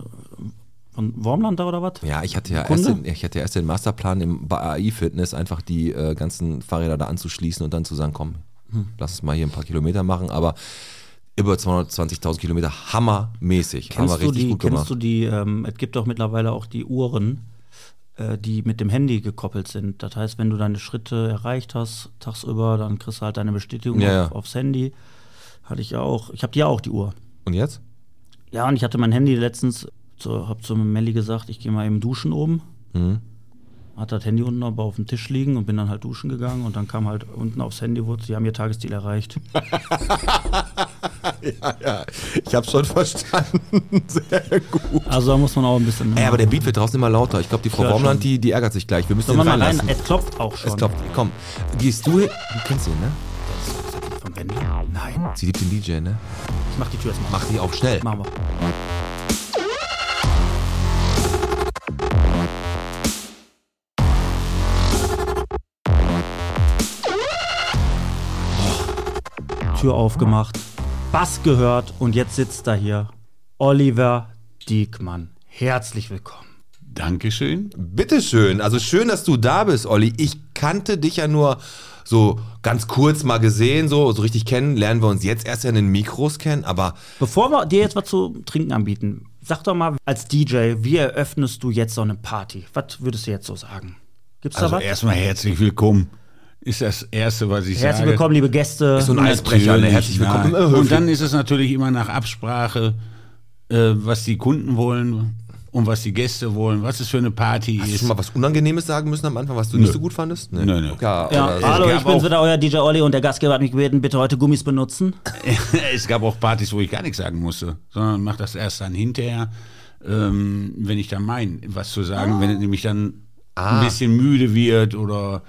B: von Wormland da oder was?
C: Ja, ich hatte ja, erst
B: Kunde?
C: den, ich hatte ja erst den Masterplan im, bei AI-Fitness, einfach die äh, ganzen Fahrräder da anzuschließen und dann zu sagen, komm, lass es mal hier ein paar Kilometer machen. Aber über 220.000 Kilometer, hammermäßig. haben
B: Kennst
C: wir
B: du
C: richtig
B: die,
C: gut
B: kennst
C: gemacht.
B: du die, ähm, es gibt doch mittlerweile auch die Uhren, äh, die mit dem Handy gekoppelt sind. Das heißt, wenn du deine Schritte erreicht hast, tagsüber, dann kriegst du halt deine Bestätigung
C: Ja,
B: auf,
C: ja.
B: aufs Handy. Hatte ich ja auch. Ich habe die ja auch, die Uhr.
C: und jetzt?
B: Ja, und ich hatte mein Handy letztens, zu, hab zu Melli gesagt, ich gehe mal eben duschen oben.
C: Mhm.
B: Hat das Handy unten aber auf dem Tisch liegen und bin dann halt duschen gegangen und dann kam halt unten aufs Handy, wurde, sie haben ihr Tagesziel erreicht.
C: [LAUGHS] Ja, ja, ich habe schon verstanden. [LAUGHS] Sehr gut.
B: Also da muss man auch ein bisschen.
C: Ey, aber der Beat wird draußen immer lauter. Ich glaube, die Frau
B: Ja,
C: Baumland,
B: schon.
C: die, die ärgert sich gleich. Wir müssen
B: Soll
C: ihn
B: man mal rein?
C: reinlassen.
B: Es klopft auch schon.
C: Es klopft. Komm, gehst du hin? Du kennst ihn, ne?
B: Von Wendler? Nein.
C: Sie liebt den DJ, ne?
B: Ich mach die Tür jetzt mal.
C: Mach die auch schnell.
B: Machen wir. Tür aufgemacht, Bass gehört und jetzt sitzt da hier Oliver Diekmann. Herzlich willkommen.
A: Dankeschön.
C: Bitteschön. Also schön, dass du da bist, Olli. Ich kannte dich ja nur so ganz kurz mal gesehen, so, so richtig kennen. Lernen wir uns jetzt erst ja in den Mikros kennen, aber
B: Bevor wir dir jetzt was zu trinken anbieten, sag doch mal als DJ, wie eröffnest du jetzt so eine Party? Was würdest du jetzt so sagen? Gibt's
A: Also
B: da was?
A: erstmal herzlich willkommen. Ist das Erste, was ich
B: Herzlich
A: sage.
B: willkommen, liebe Gäste.
C: so ein Eisbrecher, ne?
A: Natürlich,
C: Herzlich willkommen.
A: nein.
C: Immer höflich.
A: Und dann ist es natürlich immer nach Absprache, äh, was die Kunden wollen und was die Gäste wollen, was es für eine Party
C: Hast du
A: ist.
C: schon
A: [LAUGHS]
C: mal was Unangenehmes sagen müssen am Anfang, was du nicht so gut fandest? Nee.
A: Nö, nö.
C: Ja,
B: Ja,
C: aber-
B: hallo,
A: gab
B: ich bin's
A: auch-
B: wieder, euer DJ Olli und der Gastgeber hat mich gebeten, bitte heute Gummis benutzen.
A: es gab auch Partys, wo ich gar nichts sagen musste, sondern mach das erst dann hinterher, ähm, wenn ich dann mein, was zu sagen, wenn es nämlich dann ein bisschen müde wird oder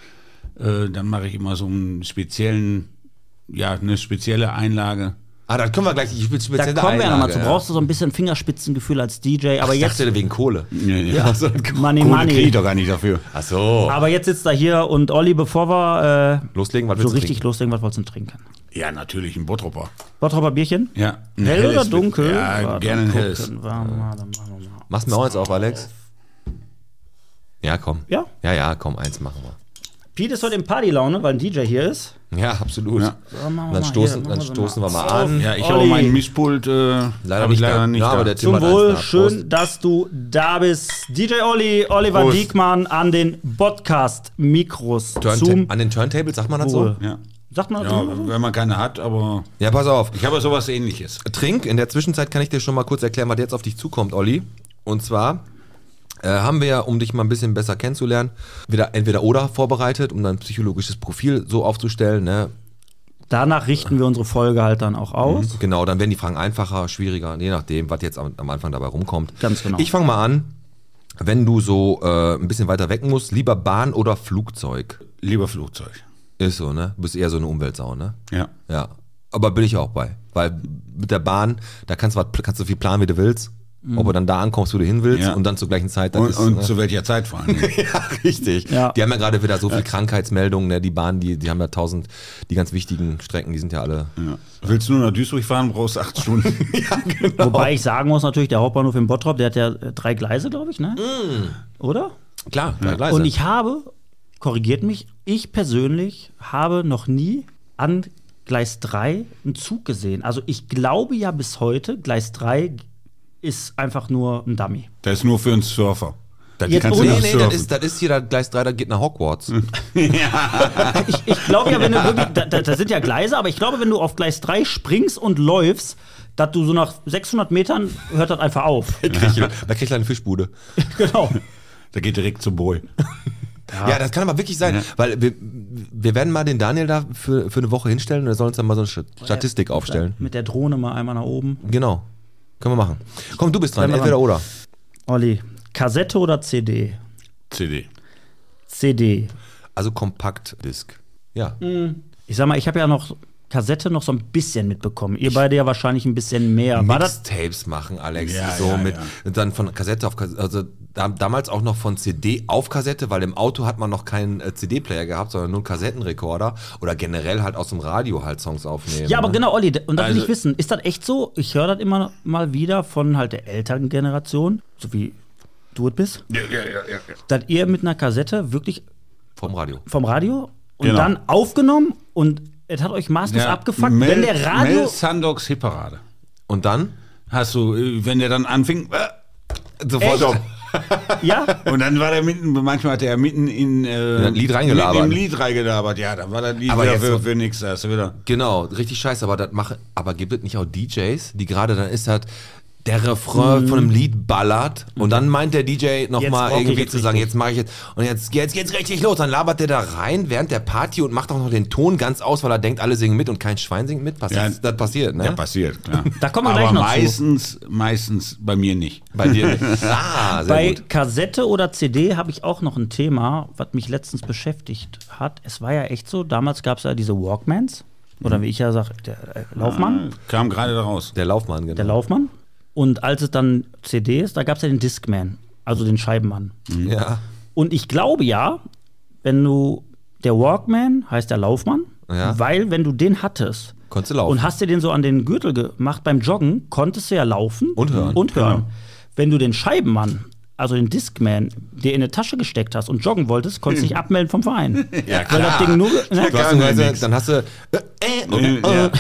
A: äh, dann mache ich immer so einen speziellen, ja, eine spezielle Einlage.
C: Ah, da können wir gleich die spe-
B: Da
C: spezielle
B: kommen wir ja nochmal zu.
C: Einlage,
B: Brauchst du so ein bisschen Fingerspitzengefühl als DJ, aber
C: Ich
B: jetzt,
C: dachte wegen Kohle.
A: Ja.
C: Also,
B: Money,
A: Kohle kriege ich
B: Money.
A: doch gar nicht dafür.
C: Ach so.
B: Aber jetzt sitzt er hier und Olli, bevor wir
C: Loslegen, was
B: äh, so
C: willst du
B: richtig
C: trinken?
B: loslegen, was wolltest du denn trinken?
A: Ja, natürlich ein Bottropper.
B: Bottroper Bierchen?
A: Ja. ein
B: Hell
A: helles
B: oder
A: mit-
B: dunkel?
A: Ja,
B: Warte,
A: gerne ein
B: gucken
A: helles.
B: wir mal, dann machen wir mal.
C: Mach's mir auch jetzt auf, Alex. Ja, komm.
B: Ja.
C: Ja, ja, komm, eins machen wir.
B: Pete ist heute in Partylaune, weil ein DJ hier ist.
C: Ja, absolut.
A: Ja.
B: So, machen wir
C: Dann
B: mal
C: stoßen,
B: hier,
C: dann
B: machen wir
C: stoßen wir mal
B: auf.
C: an.
A: Ja, ich
B: Olli.
A: habe mein Mischpult äh,
C: Leider
A: hab
C: nicht
A: ich leider
C: da.
A: nicht
C: Ja,
A: da.
C: aber der Tim
B: Zum
C: hat
B: Wohl,
C: eins da.
B: schön,
C: Prost.
B: dass du da bist. DJ Olli, Oliver
A: Prost.
B: Diekmann an den Podcast-Mikros.
C: Turnta
B: Zum
C: an den Turntables, sagt man das so?
B: Wohl.
A: ja.
B: Sagt man das so?
A: ja, wenn man keine hat, aber
C: Ja, pass auf.
A: ich habe sowas ähnliches.
C: Trink. In der Zwischenzeit kann ich dir schon mal kurz erklären, was jetzt auf dich zukommt, Olli. Und zwar äh, haben wir ja, um dich mal ein bisschen besser kennenzulernen, wieder entweder oder vorbereitet, um dein psychologisches Profil so aufzustellen. Ne?
B: Danach richten wir unsere Folge halt dann auch
C: [LAUGHS]
B: aus.
C: Genau, dann werden die Fragen einfacher, schwieriger, je nachdem, was jetzt am, am Anfang dabei rumkommt.
B: Ganz genau.
C: Ich fange mal an. Wenn du so äh, ein bisschen weiter weg musst, lieber Bahn oder Flugzeug.
A: Lieber Flugzeug.
C: Ist so, ne? Du bist eher so eine Umweltsau, ne?
A: Ja.
C: Ja, aber bin ich auch bei. Weil mit der Bahn, da kannst du, was, kannst du viel planen, wie du willst.
B: Mhm.
C: Ob du dann da ankommst, wo du hin willst
A: Ja.
C: und dann zur gleichen Zeit. Dann
A: Und,
C: ist,
A: und
C: ne?
A: zu welcher Zeit vor allem?
C: [LAUGHS] ja, richtig.
B: Ja.
C: Die haben ja gerade wieder so viele Krankheitsmeldungen. Ne? Die Bahn, die, die haben ja tausend, die ganz wichtigen Strecken, die sind ja alle.
A: [LAUGHS] ja. Willst du nur nach Duisburg fahren, brauchst acht Stunden. [LAUGHS]
B: Wobei ich sagen muss natürlich, der Hauptbahnhof in Bottrop, der hat ja äh, drei Gleise, glaube ich, ne? Oder?
C: Klar, ja. Gleise.
B: Und ich habe, korrigiert mich, ich persönlich habe noch nie an Gleis 3 einen Zug gesehen. Also ich glaube ja bis heute, Gleis 3 ist einfach nur ein Dummy.
A: Das ist nur für einen Surfer. Da
B: Jetzt
A: kannst du
B: ohne-
C: Oh, nee, nee,
A: nicht
C: das
A: [LAUGHS] surfen.
C: ist, das ist hier das Gleis 3, da geht nach Hogwarts.
B: Ich, ich glaube ja, wenn du wirklich, da, da, da sind ja Gleise, aber ich glaube, wenn du auf Gleis 3 springst und läufst, dass du so nach 600 Metern hört das einfach auf.
C: Griechenland. Bei Griechenland eine Fischbude.
B: Genau.
A: Da geht direkt zum Boy.
C: Ja, das kann aber wirklich sein, weil wir, wir werden mal den Daniel da für, für eine Woche hinstellen und er soll uns dann mal so eine Sta- Statistik aufstellen.
B: Mit der Drohne mal einmal nach oben.
C: Genau. Können wir machen. Komm, du bist dran,
B: Bleib mal
C: entweder oder.
B: dran. Olli, Kassette oder CD?
A: CD.
B: CD.
C: Also Kompaktdisk. Ja.
B: Mhm. Ich sag mal, ich habe ja noch Kassette noch so ein bisschen mitbekommen. Ihr beide ja wahrscheinlich ein bisschen mehr. War das?
C: Mixtapes machen, Alex.
A: Ja,
C: so
A: ja,
C: mit
A: ja.
C: und dann von Kassette auf Kassette, also da, damals auch noch von CD auf Kassette, weil im Auto hat man noch keinen äh, CD-Player gehabt, sondern nur einen Kassettenrekorder oder generell halt aus dem Radio halt Songs aufnehmen.
B: Ja, aber
C: ne?
B: genau, Olli, d- und das will
A: Also-
B: ich wissen. Ist das echt so? Ich höre das immer mal wieder von halt der älteren Generation, so wie du es bist,
A: Ja, ja, ja, ja.
B: dass ihr mit einer Kassette wirklich
C: vom Radio.
B: vom Radio und
A: Genau.
B: dann aufgenommen und es hat euch maßlos abgefuckt,
A: Mel-
B: wenn der Radio.
A: Mel Sandogs Hitparade.
C: Und dann
A: Hast du, äh, wenn der dann anfing, äh,
C: sofort
A: Echt? [LAUGHS]
B: ja?
A: und dann war der mitten, manchmal hat er im- in, äh,
C: ein Lied reingelabert.
A: In, in Lied reingelabert, ja, dann war das Lied
C: Aber
A: wieder
C: jetzt
A: für,
C: noch-
A: für nix, da hast du wieder.
C: Genau, richtig scheiße, aber das mache, aber gibt es nicht auch DJs, die gerade dann ist halt der Refrain von einem Lied ballert und dann meint der DJ
B: Mhm. Jetzt
C: nochmal
B: rock ich
C: irgendwie
B: jetzt
C: zu sagen, jetzt
B: richtig.
C: mache ich jetzt und jetzt, jetzt geht's richtig los. Dann labert der da rein während der Party und macht auch noch den Ton ganz aus, weil er denkt, alle singen mit und kein Schwein singt mit. Passiert,
A: Ja.
C: das passiert, ne?
A: Ja,
C: [LAUGHS]
A: passiert, klar.
B: Da kommen wir
A: Aber
B: gleich noch zu.
A: meistens, meistens bei mir nicht.
C: Bei dir
B: [LAUGHS]
C: nicht. Ah, sehr
B: Bei
C: gut.
B: Kassette oder CD habe ich auch noch ein Thema, was mich letztens beschäftigt hat. Es war ja echt so, damals gab es ja diese Walkmans.
C: Mhm.
B: Oder wie ich ja sage, der äh,
C: Ah.
B: Laufmann.
A: [LAUGHS] Kam gerade da raus.
C: Der Laufmann, genau.
B: Der Laufmann. Und als es dann CD ist, da gab es ja den Discman, also den Scheibenmann.
C: ja.
B: Und ich glaube ja, wenn du der Walkman heißt der Laufmann,
C: Ja.
B: weil wenn du den hattest
C: Konntest du laufen.
B: und hast dir den so an den Gürtel gemacht beim Joggen, konntest du ja laufen
C: Und hören. Genau.
B: Und hören. Wenn du den Scheibenmann, also den Discman, dir in eine Tasche gesteckt hast und joggen wolltest, konntest
C: Hm.
B: du dich abmelden
C: [LAUGHS]
B: vom Verein.
A: Ja,
B: Weil das Ding nur, ne,
C: du hast
A: kann
C: dann,
A: ja
C: dann hast du äh, äh,
A: Äh, ja.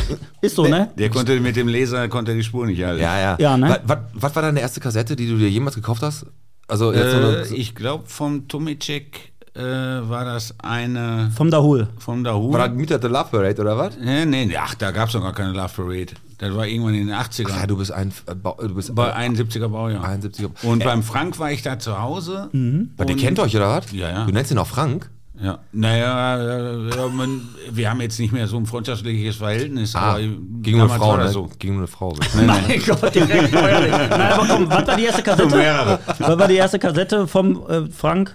B: ist so, ne?
A: Der konnte mit dem Laser konnte die Spur nicht halten.
C: Ja, ja.
B: Ja, ne?
C: was, was war deine erste Kassette, die du dir jemals gekauft hast? Also jetzt so eine-
A: Äh, ich glaube, vom Tomicek äh, war das eine
B: Vom Dahul.
A: vom Dahul.
C: War das Mieter the Love Parade oder was?
A: Nee, nee, nee, ach, da gab es noch gar keine Love Parade. Das war irgendwann in den 80ern.
C: Ja, du bist ein äh, Bau- du bist
A: bei 71er Baujahr.
C: 71er.
A: Und beim Frank war ich da zu Hause.
C: Weil der kennt euch oder was?
A: Ja, ja.
C: Du nennst ihn auch Frank?
A: Ja. Naja, äh, ja, man, wir haben jetzt nicht mehr so ein freundschaftliches Verhältnis.
C: Ah, gegen eine
A: damals
C: Frau,
A: war das
C: ne?
A: so.
C: Gegen eine [LAUGHS] Frau.
B: Mein Gott, direkt neuerlich. Nein, aber komm, was war
C: [LAUGHS]
B: die erste Kassette?
A: Mehrere.
B: Was war die erste Kassette vom äh, Frank?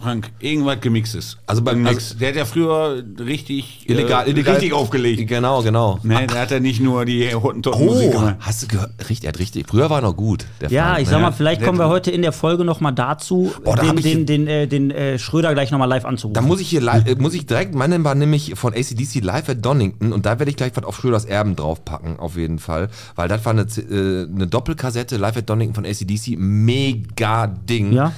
A: Frank, irgendwas gemixtes.
C: Also beim-
A: Gemix. der hat ja früher richtig
C: illegal,
A: äh,
C: illegal. Oh.
A: richtig aufgelegt.
C: Genau, genau.
A: Ne, da hat er nicht nur die Hottentottenmusik gemacht.
C: hast du gehört? Richtig, er hat richtig. Früher war er noch gut. Der
B: Ja,
C: Frank.
B: ich
C: ne?
B: sag mal,
A: Ja,
B: vielleicht
A: der-
B: kommen wir heute in der Folge noch mal dazu,
C: Boah, da
B: den,
C: hab ich-
B: den, den, äh, den äh, Schröder gleich noch mal live anzurufen.
C: Da muss ich hier li- äh, muss ich direkt, meine war nämlich von ACDC live at Donington und da werde ich gleich was auf Schröders Erben draufpacken, auf jeden Fall. Weil das war eine, Z- äh, eine Doppelkassette live at Donington von ACDC, mega Ding.
B: Ja.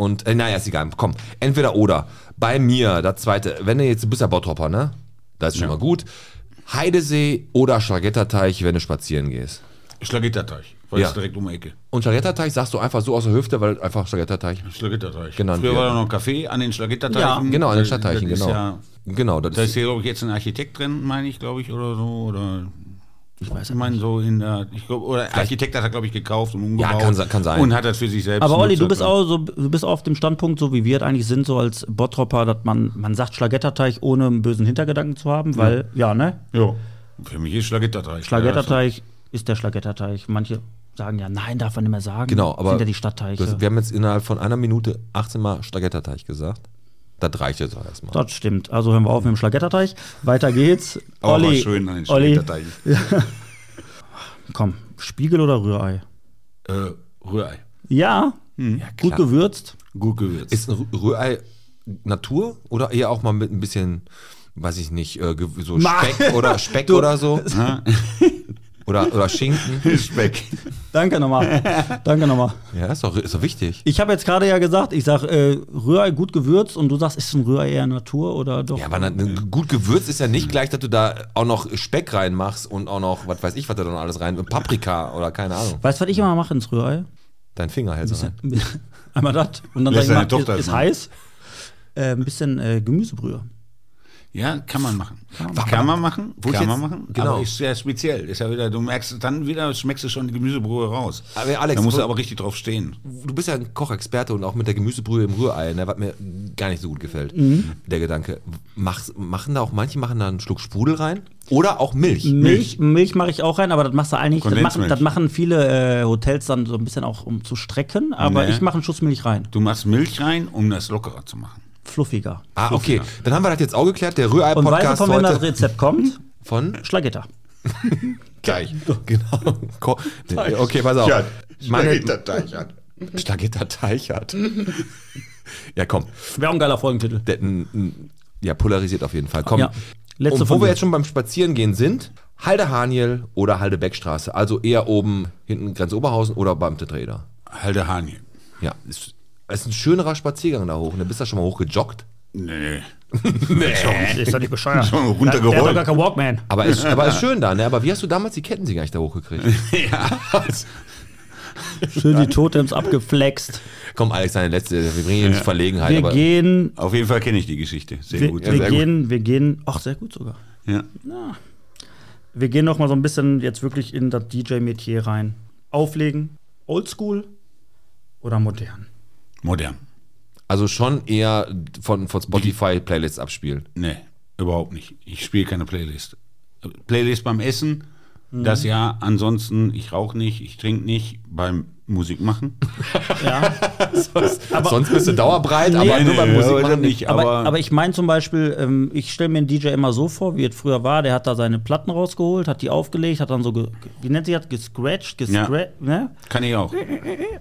C: Und, äh, naja, ist egal, komm, entweder oder. Bei mir, das zweite, wenn du jetzt, du bist ja Bottropper, ne? Das ist schon mal gut. Heidesee oder Schlagetterteich, wenn du spazieren gehst.
A: Schlagitterteich. Weil
C: Ja.
A: es direkt um die Ecke.
C: Und Schlagetterteich sagst du einfach so aus der Hüfte, weil einfach Schlagetterteich.
A: Mhm. Schlagitterteich.
C: Genannt
A: Früher
C: wird.
A: war da noch ein Café an den Schlagitterteichen.
B: Ja,
C: Genau, an den
A: Das-
C: Stadtteichen,
A: das ist
C: genau.
A: Ja,
C: genau, das
A: da
C: ist
A: ist hier, glaube ich, jetzt ein Architekt drin, meine ich, glaube ich, oder so. Oder ich weiß ich meine, so in der. Ich glaub, oder Architekt hat er, glaube ich, gekauft und umgebaut.
C: kann se- kann sein.
A: Und hat das für sich selbst.
B: aber Olli,
A: genutzt,
B: du bist
A: hat er.
B: auch so, du bist auf dem Standpunkt, so wie wir es eigentlich sind, so als Bottropper, dass man, man sagt Schlagetterteig, ohne einen bösen Hintergedanken zu haben, weil, ja, ne?
A: Ja. Für mich ist Schlagitterteich.
B: Schlagetterteig ist der Schlagetterteig. Manche sagen ja, nein, darf man nicht mehr sagen.
C: Genau, aber
B: Sind ja die
C: du
B: Stadtteiche.
C: hast- wir haben jetzt innerhalb von einer Minute 18 Mal Stagetterteig gesagt. Das reicht jetzt auch erstmal.
B: Das stimmt. Also hören wir auf mit dem Schlagetterteig.
C: [LAUGHS]
B: Weiter geht's.
A: also, Aber mal
B: Olli,
A: schön an den
B: Olli,
A: Schlagetterteich.
B: komm, Spiegel oder Rührei?
A: Äh, Rührei.
B: Ja,
C: Hm.
B: gut gewürzt.
A: Gut gewürzt. [LAUGHS]
C: Ist ein Rü- Rührei Natur oder eher auch mal mit ein bisschen, weiß ich nicht, äh, gew- so
B: Ma-
C: Speck
B: [LAUGHS]
C: oder Speck oder so? [LAUGHS] oder, oder Schinken?
A: Speck.
B: Danke
A: [LAUGHS]
B: nochmal. Danke nochmal.
C: Ja, ist doch, ist doch wichtig.
B: Ich habe jetzt gerade ja gesagt, ich sage äh, Rührei gut gewürzt und du sagst, ist ein Rührei eher Natur oder doch?
C: Ja, aber na- gut gewürzt ist ja nicht gleich, dass du da auch noch Speck reinmachst und auch noch, was weiß ich, was da dann alles rein, Paprika oder keine Ahnung,
B: weißt du, was ich immer mache ins
A: [LAUGHS]
B: Rührei?
C: dein Finger hältst du rein.
B: Einmal das und dann
A: Lässt
B: sage
A: deine
B: ich mal, ist,
A: Tochter das
B: ist
A: machen.
B: heiß. Äh, ein bisschen äh, Gemüsebrühe.
A: Ja, kann man machen. Kann man machen,
C: Wo ich
A: kann man
C: jetzt-
A: machen.
C: genau.
A: Aber ist sehr speziell. Ist ja wieder, du merkst, dann wieder schmeckst du schon die Gemüsebrühe raus.
C: Aber Alex,
A: da musst
C: wo-
A: du aber richtig drauf stehen.
C: du bist ja ein Kochexperte und auch mit der Gemüsebrühe im Rührei, ne, was mir gar nicht so gut gefällt,
B: Mhm.
C: der Gedanke. Mach's, machen da auch, manche machen da einen Schluck Sprudel rein oder auch Milch.
B: Milch, Milch mache ich auch rein, aber das machst du eigentlich. Das machen,
A: Kondensmilch.
B: das machen viele äh, Hotels dann so ein bisschen auch, um zu strecken, aber
A: Nee.
B: ich mache einen Schuss Milch rein.
A: Du machst Milch rein, um das lockerer zu machen.
B: Fluffiger.
C: Ah, okay. Dann haben wir das jetzt auch geklärt. Der Rührei-Podcast
B: Und weißt du, von wem das
C: heute
B: Rezept kommt?
A: Hm?
C: von
B: Schlagetter.
C: Teich. Genau. Ko- Okay, pass auf. Meine Stagetter Teichert. Ja, komm.
B: Wäre auch ein geiler Folgentitel.
C: Der, n- n- ja, polarisiert auf jeden Fall. Komm.
B: Ja. Letzte
C: Und wo
B: von
C: wir
B: mir.
C: jetzt schon beim Spazierengehen sind, Halde Haniel oder Halde Beckstraße. Also eher oben hinten Grenz Oberhausen oder beim Tetraeder.
A: Halde Hanje.
C: Ja, ist, ist ein schönerer Spaziergang da hoch. Ne? Bist du schon mal hochgejoggt?
A: Nee.
B: Ist doch nicht bescheuert.
A: [LAUGHS] Schon
B: Der, der hat doch
A: runtergerollt.
B: gar kein Walkman.
C: Aber ist, aber ist schön da, ne? Aber wie hast du damals die Kettensäge eigentlich da hochgekriegt?
B: [LAUGHS] Schön die Totems abgeflext.
C: Komm, Alex, deine letzte. Wir bringen ihn in Verlegenheit.
B: Wir
C: aber
B: gehen,
A: Auf jeden Fall kenne ich die Geschichte. Sehr
B: wir,
A: gut.
B: wir
A: sehr
B: gehen, wir gehen, ach, sehr gut sogar.
A: gut. Ja.
B: Wir gehen noch mal so ein bisschen jetzt wirklich in das DJ-Metier rein. Auflegen, oldschool oder modern?
A: Modern.
C: also schon eher von, von Spotify Playlists abspielen.
A: Nee, überhaupt nicht. Ich spiele keine Playlist. Playlist beim Essen, das ja. Ansonsten, ich rauche nicht, ich trinke nicht beim Musik machen.
C: Sonst bist du dauerbreit, aber
B: Nee,
C: nur beim
A: nee,
C: Musik
A: heute
C: machen nicht.
A: nicht.
B: Aber, aber,
A: aber-
B: ich meine zum Beispiel, ähm, ich stelle mir einen DJ immer so vor, wie es früher war, der hat da seine Platten rausgeholt, hat die aufgelegt, hat dann so, ge, wie nennt sich das, gescratcht, gescratcht, ne?
A: Kann ich auch.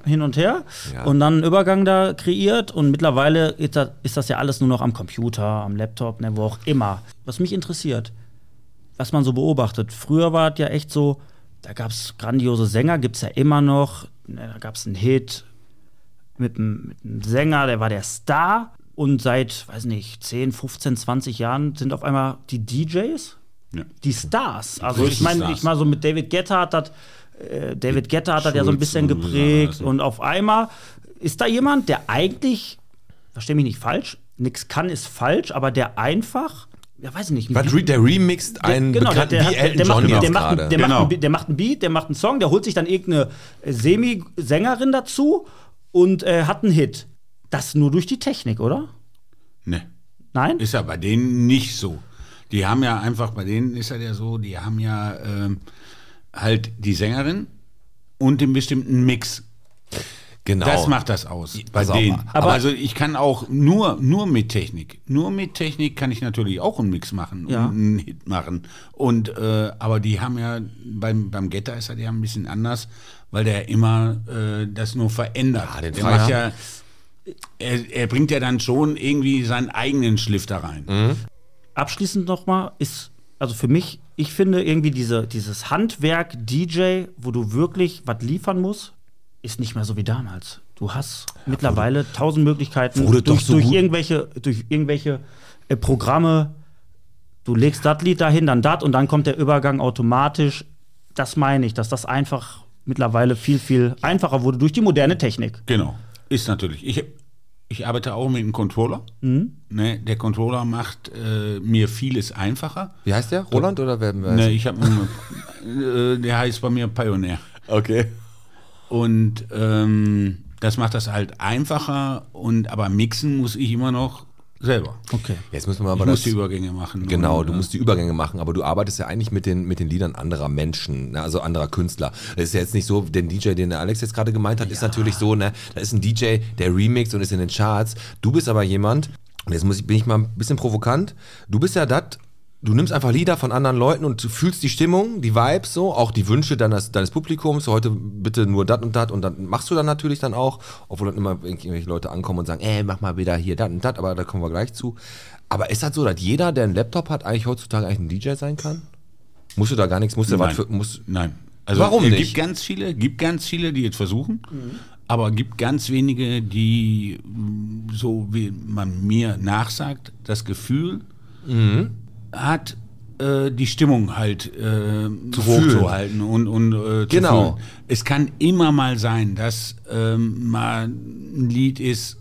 B: hin und her
C: Ja.
B: und dann einen Übergang da kreiert und mittlerweile ist das, ist das ja alles nur noch am Computer, am Laptop, ne, wo auch immer. Was mich interessiert, was man so beobachtet, früher war es ja echt so, da gab es grandiose Sänger, gibt es ja immer noch, ne, da gab es einen Hit mit einem, mit einem Sänger, der war der Star und seit, weiß nicht, 10, 15, 20 Jahren sind auf einmal die DJs
A: Ja.
B: die Stars. Also ich
A: Richtig
B: meine,
A: Stars.
B: ich mal so mit David Guetta hat das, äh, David Guetta hat das ja so ein
A: Schulz
B: bisschen
A: und so
B: geprägt
A: alles,
C: also.
A: ne?
B: und auf einmal ist da jemand, der eigentlich, verstehe mich nicht falsch, nix kann ist falsch, aber der einfach, ja weiß ich nicht,
C: Was, re- der remixt einen
B: genau, der,
C: bekannten
B: der,
C: wie
B: der,
C: Elton
B: der, macht,
C: John
B: einen-
C: jetzt
B: der, macht, einen-
C: gerade.
B: der, macht,
A: Genau.
B: einen Beat- der macht einen Beat, der macht einen Song, der holt sich dann irgendeine äh, Semi-Sängerin dazu und äh, hat einen Hit. Das nur durch die Technik, oder?
A: Nee.
B: Nein?
A: Ist ja bei denen nicht so. Die haben ja einfach, bei denen ist das ja so, die haben ja ähm, halt die Sängerin und den bestimmten Mix.
C: Genau.
A: Das macht das aus. Bei
C: pass auf.
A: denen.
B: Aber-
A: Aber, also ich kann auch nur, nur mit Technik. Nur mit Technik kann ich natürlich auch einen Mix machen
B: Ja.
A: und einen Hit machen. Und äh, aber die haben ja beim, beim Getter ist er ja ein bisschen anders, weil der immer äh, das nur verändert.
C: Ja, den
A: der
C: Freier.
A: macht ja, er, er bringt ja dann schon irgendwie seinen eigenen Schliff da rein.
C: Mhm.
B: abschließend nochmal ist, also für mich, ich finde irgendwie diese, dieses Handwerk DJ, wo du wirklich was liefern musst, ist nicht mehr so wie damals. Du hast mittlerweile tausend Möglichkeiten
C: Wurde doch
B: durch,
C: so
B: durch
C: gut-
B: irgendwelche, durch irgendwelche äh, Programme. Du legst das Lied dahin, dann das und dann kommt der Übergang automatisch. Das meine ich, dass das einfach mittlerweile viel, viel einfacher wurde durch die moderne Technik.
A: Genau. Ist natürlich. Ich, ich arbeite auch mit einem Controller. Ne, der Controller macht äh, mir vieles einfacher.
C: Wie heißt der? Roland oder werden wir?
A: Ne, ich habe
C: [LAUGHS]
A: äh, der heißt bei mir Pioneer.
C: Okay.
A: Und ähm, das macht das halt einfacher und aber mixen muss ich immer noch selber.
B: Okay.
C: Jetzt müssen wir
A: Ich
C: mal
A: muss
C: das.
A: die Übergänge machen.
C: Genau,
A: und,
C: du
A: äh,
C: musst die Übergänge machen, aber du arbeitest ja eigentlich mit den, mit den Liedern anderer Menschen, ne, also anderer Künstler. Das ist ja jetzt nicht so, den DJ, den der Alex jetzt gerade gemeint hat, ist natürlich so, ne, da ist ein DJ, der remixt und ist in den Charts. Du bist aber jemand, und jetzt muss ich, bin ich mal ein bisschen provokant, du bist ja das du nimmst einfach Lieder von anderen Leuten und du fühlst die Stimmung, die Vibes so, auch die Wünsche deines, deines Publikums, heute bitte nur das und das und dann machst du dann natürlich dann auch, obwohl dann immer irgendwelche Leute ankommen und sagen, ey, mach mal wieder hier das und das, aber da kommen wir gleich zu. Aber ist das so, dass jeder, der einen Laptop hat, eigentlich heutzutage eigentlich ein DJ sein kann? Musst du da gar nichts, musst du was
A: Nein.
C: für, musst,
A: Nein. Also,
C: Warum
A: es
C: nicht?
A: Gibt ganz viele, gibt ganz viele, die jetzt versuchen, aber gibt ganz wenige, die mh, so wie man mir nachsagt, das Gefühl
C: Mhm.
A: hat, äh, die Stimmung halt äh, zu
C: fühlen.
A: zu halten und, und äh, zu
C: Genau.
A: fühlen. Es kann immer mal sein, dass ähm, mal ein Lied ist,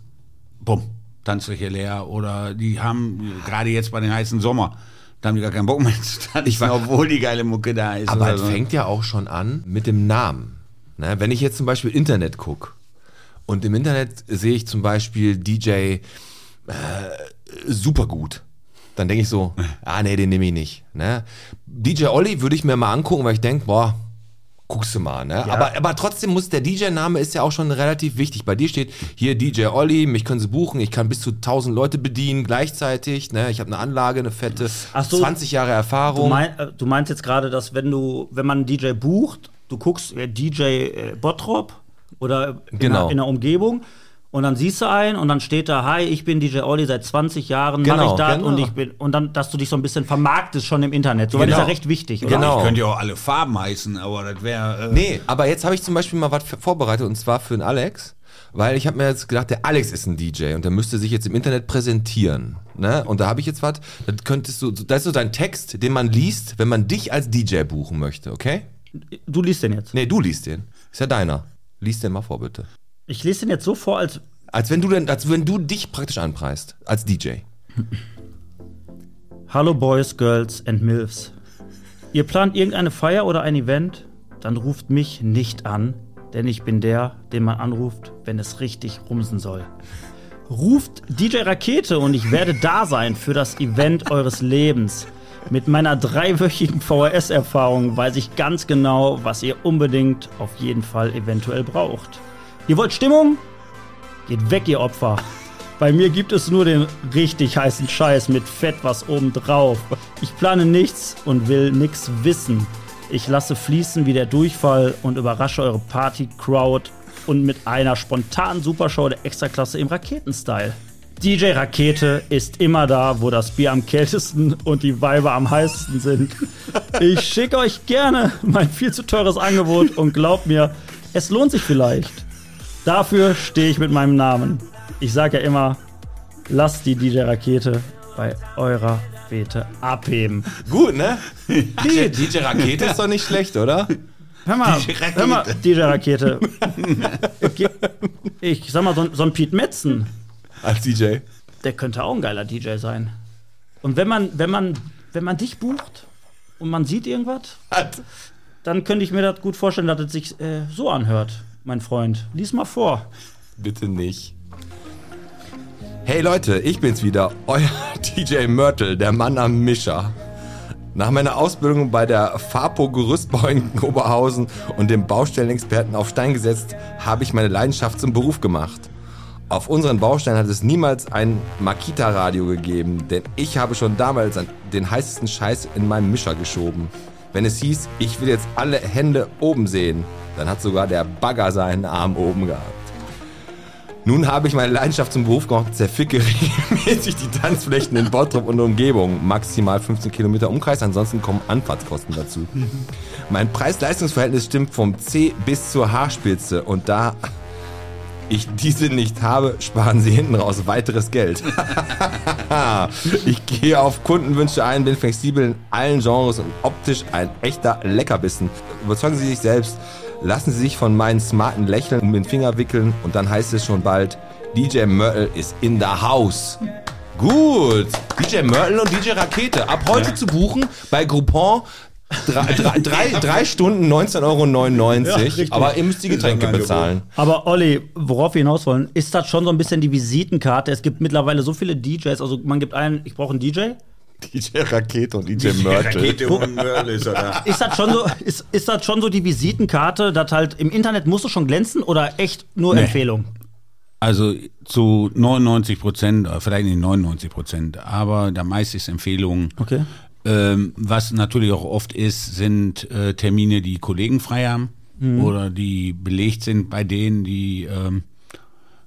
A: bumm, Tanzfläche leer oder die haben gerade jetzt bei den heißen Sommer, da haben die gar keinen Bock mehr [LAUGHS] zu tanzen,
C: Ich war-
A: obwohl die geile Mucke da ist. also
C: Aber
A: oder
C: es
A: so.
C: fängt ja auch schon an mit dem Namen. Ne? Wenn ich jetzt zum Beispiel Internet gucke und im Internet sehe ich zum Beispiel DJ äh, supergut, dann denke ich so, ah nee, den nehme ich nicht. Ne? DJ Olli würde ich mir mal angucken, weil ich denke, boah, guckst du mal. Ne? Aber, aber trotzdem muss der DJ-Name ist ja auch schon relativ wichtig. Bei dir steht hier DJ Olli, mich können sie buchen, ich kann bis zu 1000 Leute bedienen gleichzeitig. Ne? Ich habe eine Anlage, eine fette,
B: Ach so.
C: 20 Jahre
B: Du,
C: Erfahrung.
B: mein, äh, du meinst jetzt gerade, dass wenn du, wenn man einen DJ bucht, du guckst äh, DJ äh, Bottrop oder in,
C: Genau.
B: der, in der Umgebung und dann siehst du einen und dann steht da, hi, ich bin DJ Olli, seit 20 Jahren mache
C: Genau,
B: ich das
C: genau.
B: und ich bin und dann, dass du dich so ein bisschen vermarktest schon im Internet. So, weil das ist
C: Genau.
B: ja recht wichtig, oder?
C: Genau.
A: Ich könnte ja auch alle Farben heißen, aber das wäre. Äh,
C: Nee, aber jetzt habe ich zum Beispiel mal was für- vorbereitet und zwar für den Alex, weil ich habe mir jetzt gedacht, der Alex ist ein DJ und der müsste sich jetzt im Internet präsentieren. Ne? Und da habe ich jetzt was, das könntest du, das ist so dein Text, den man liest, wenn man dich als DJ buchen möchte, okay?
B: Du liest den jetzt.
C: Nee, du liest den. Ist ja deiner. Lies den mal vor, bitte.
B: Ich lese den jetzt so vor, als
C: Als wenn du denn, als wenn du dich praktisch anpreist, als DJ.
B: Hallo Boys, Girls and Milfs. Ihr plant irgendeine Feier oder ein Event? Dann ruft mich nicht an, denn ich bin der, den man anruft, wenn es richtig rumsen soll. Ruft DJ Rakete und ich werde da sein für das Event eures Lebens. Mit meiner dreiwöchigen VHS-Erfahrung weiß ich ganz genau, was ihr unbedingt auf jeden Fall eventuell braucht. Ihr wollt Stimmung? Geht weg, ihr Opfer. Bei mir gibt es nur den richtig heißen Scheiß mit Fett was obendrauf. Ich plane nichts und will nichts wissen. Ich lasse fließen wie der Durchfall und überrasche eure Party-Crowd und mit einer spontanen Supershow der Extraklasse im Raketenstyle. DJ Rakete ist immer da, wo das Bier am kältesten und die Weiber am heißesten sind. Ich schicke euch gerne mein viel zu teures Angebot und glaubt mir, es lohnt sich vielleicht. Dafür stehe ich mit meinem Namen. Ich sage ja immer, lasst die DJ-Rakete bei eurer Fete abheben.
C: Gut, ne?
A: [LAUGHS]
C: DJ, DJ Rakete ist doch nicht schlecht, oder?
B: [LAUGHS] Hör mal,
A: DJ-Rakete.
B: hör mal [LAUGHS] DJ-Rakete. Ge- ich sag mal, so, ein- so ein Pete Metzen,
C: Als DJ.
B: der könnte auch ein geiler DJ sein. Und wenn man, wenn man, wenn man dich bucht und man sieht irgendwas,
C: Hat.
B: dann könnte ich mir das gut vorstellen, dass es sich äh, so anhört, mein Freund. Lies mal vor.
C: Bitte nicht. Hey Leute, ich bin's wieder, euer [LAUGHS] DJ Mörtel, der Mann am Mischer. Nach meiner Ausbildung bei der FAPO Gerüstbau in Oberhausen und dem Baustellenexperten auf Stein gesetzt, habe ich meine Leidenschaft zum Beruf gemacht. Auf unseren Baustellen hat es niemals ein Makita-Radio gegeben, denn ich habe schon damals an- den heißesten Scheiß in meinen Mischer geschoben. Wenn es hieß, ich will jetzt alle Hände oben sehen, dann hat sogar der Bagger seinen Arm oben gehabt. Nun habe ich meine Leidenschaft zum Beruf gemacht, zerficke [LAUGHS] regelmäßig die Tanzflächen in Bottrop und Umgebung. Maximal 15 Kilometer Umkreis, ansonsten kommen Anfahrtskosten dazu. Mein Preis-Leistungs-Verhältnis stimmt vom C bis zur Haarspitze und da ich diese nicht habe, sparen sie hinten raus weiteres
B: [LAUGHS]
C: Geld. ich gehe auf Kundenwünsche ein, bin flexibel in allen Genres und optisch ein echter Leckerbissen. Überzeugen Sie sich selbst, lassen Sie sich von meinen smarten Lächeln um den Finger wickeln und dann heißt es schon bald, DJ Mörtel ist in der House. Gut, DJ Mörtel und DJ Rakete. Ab heute zu buchen bei Groupon. Drei, drei, drei, drei Stunden 19,99
B: Ja,
C: Euro.
B: richtig.
C: aber ihr müsst die Getränke
A: Angebot.
C: bezahlen.
B: Aber Olli, worauf wir hinaus wollen, ist das schon so ein bisschen die Visitenkarte? Es gibt mittlerweile so viele DJs, also man gibt einen, ich brauche einen DJ.
C: [LAUGHS] DJ Rakete und DJ Mörtel.
A: Rakete und Mörtel ist er da.
B: Ist das schon so, ist, ist das schon so die Visitenkarte, dass halt im Internet musst du schon glänzen oder echt nur
A: Nee.
B: Empfehlung?
A: Also zu äh, 99 Prozent, vielleicht nicht 99 Prozent, aber da meist ist Empfehlung.
B: Okay.
A: Ähm, was natürlich auch oft ist, sind äh, Termine, die Kollegen frei haben oder die belegt sind bei denen, die ähm,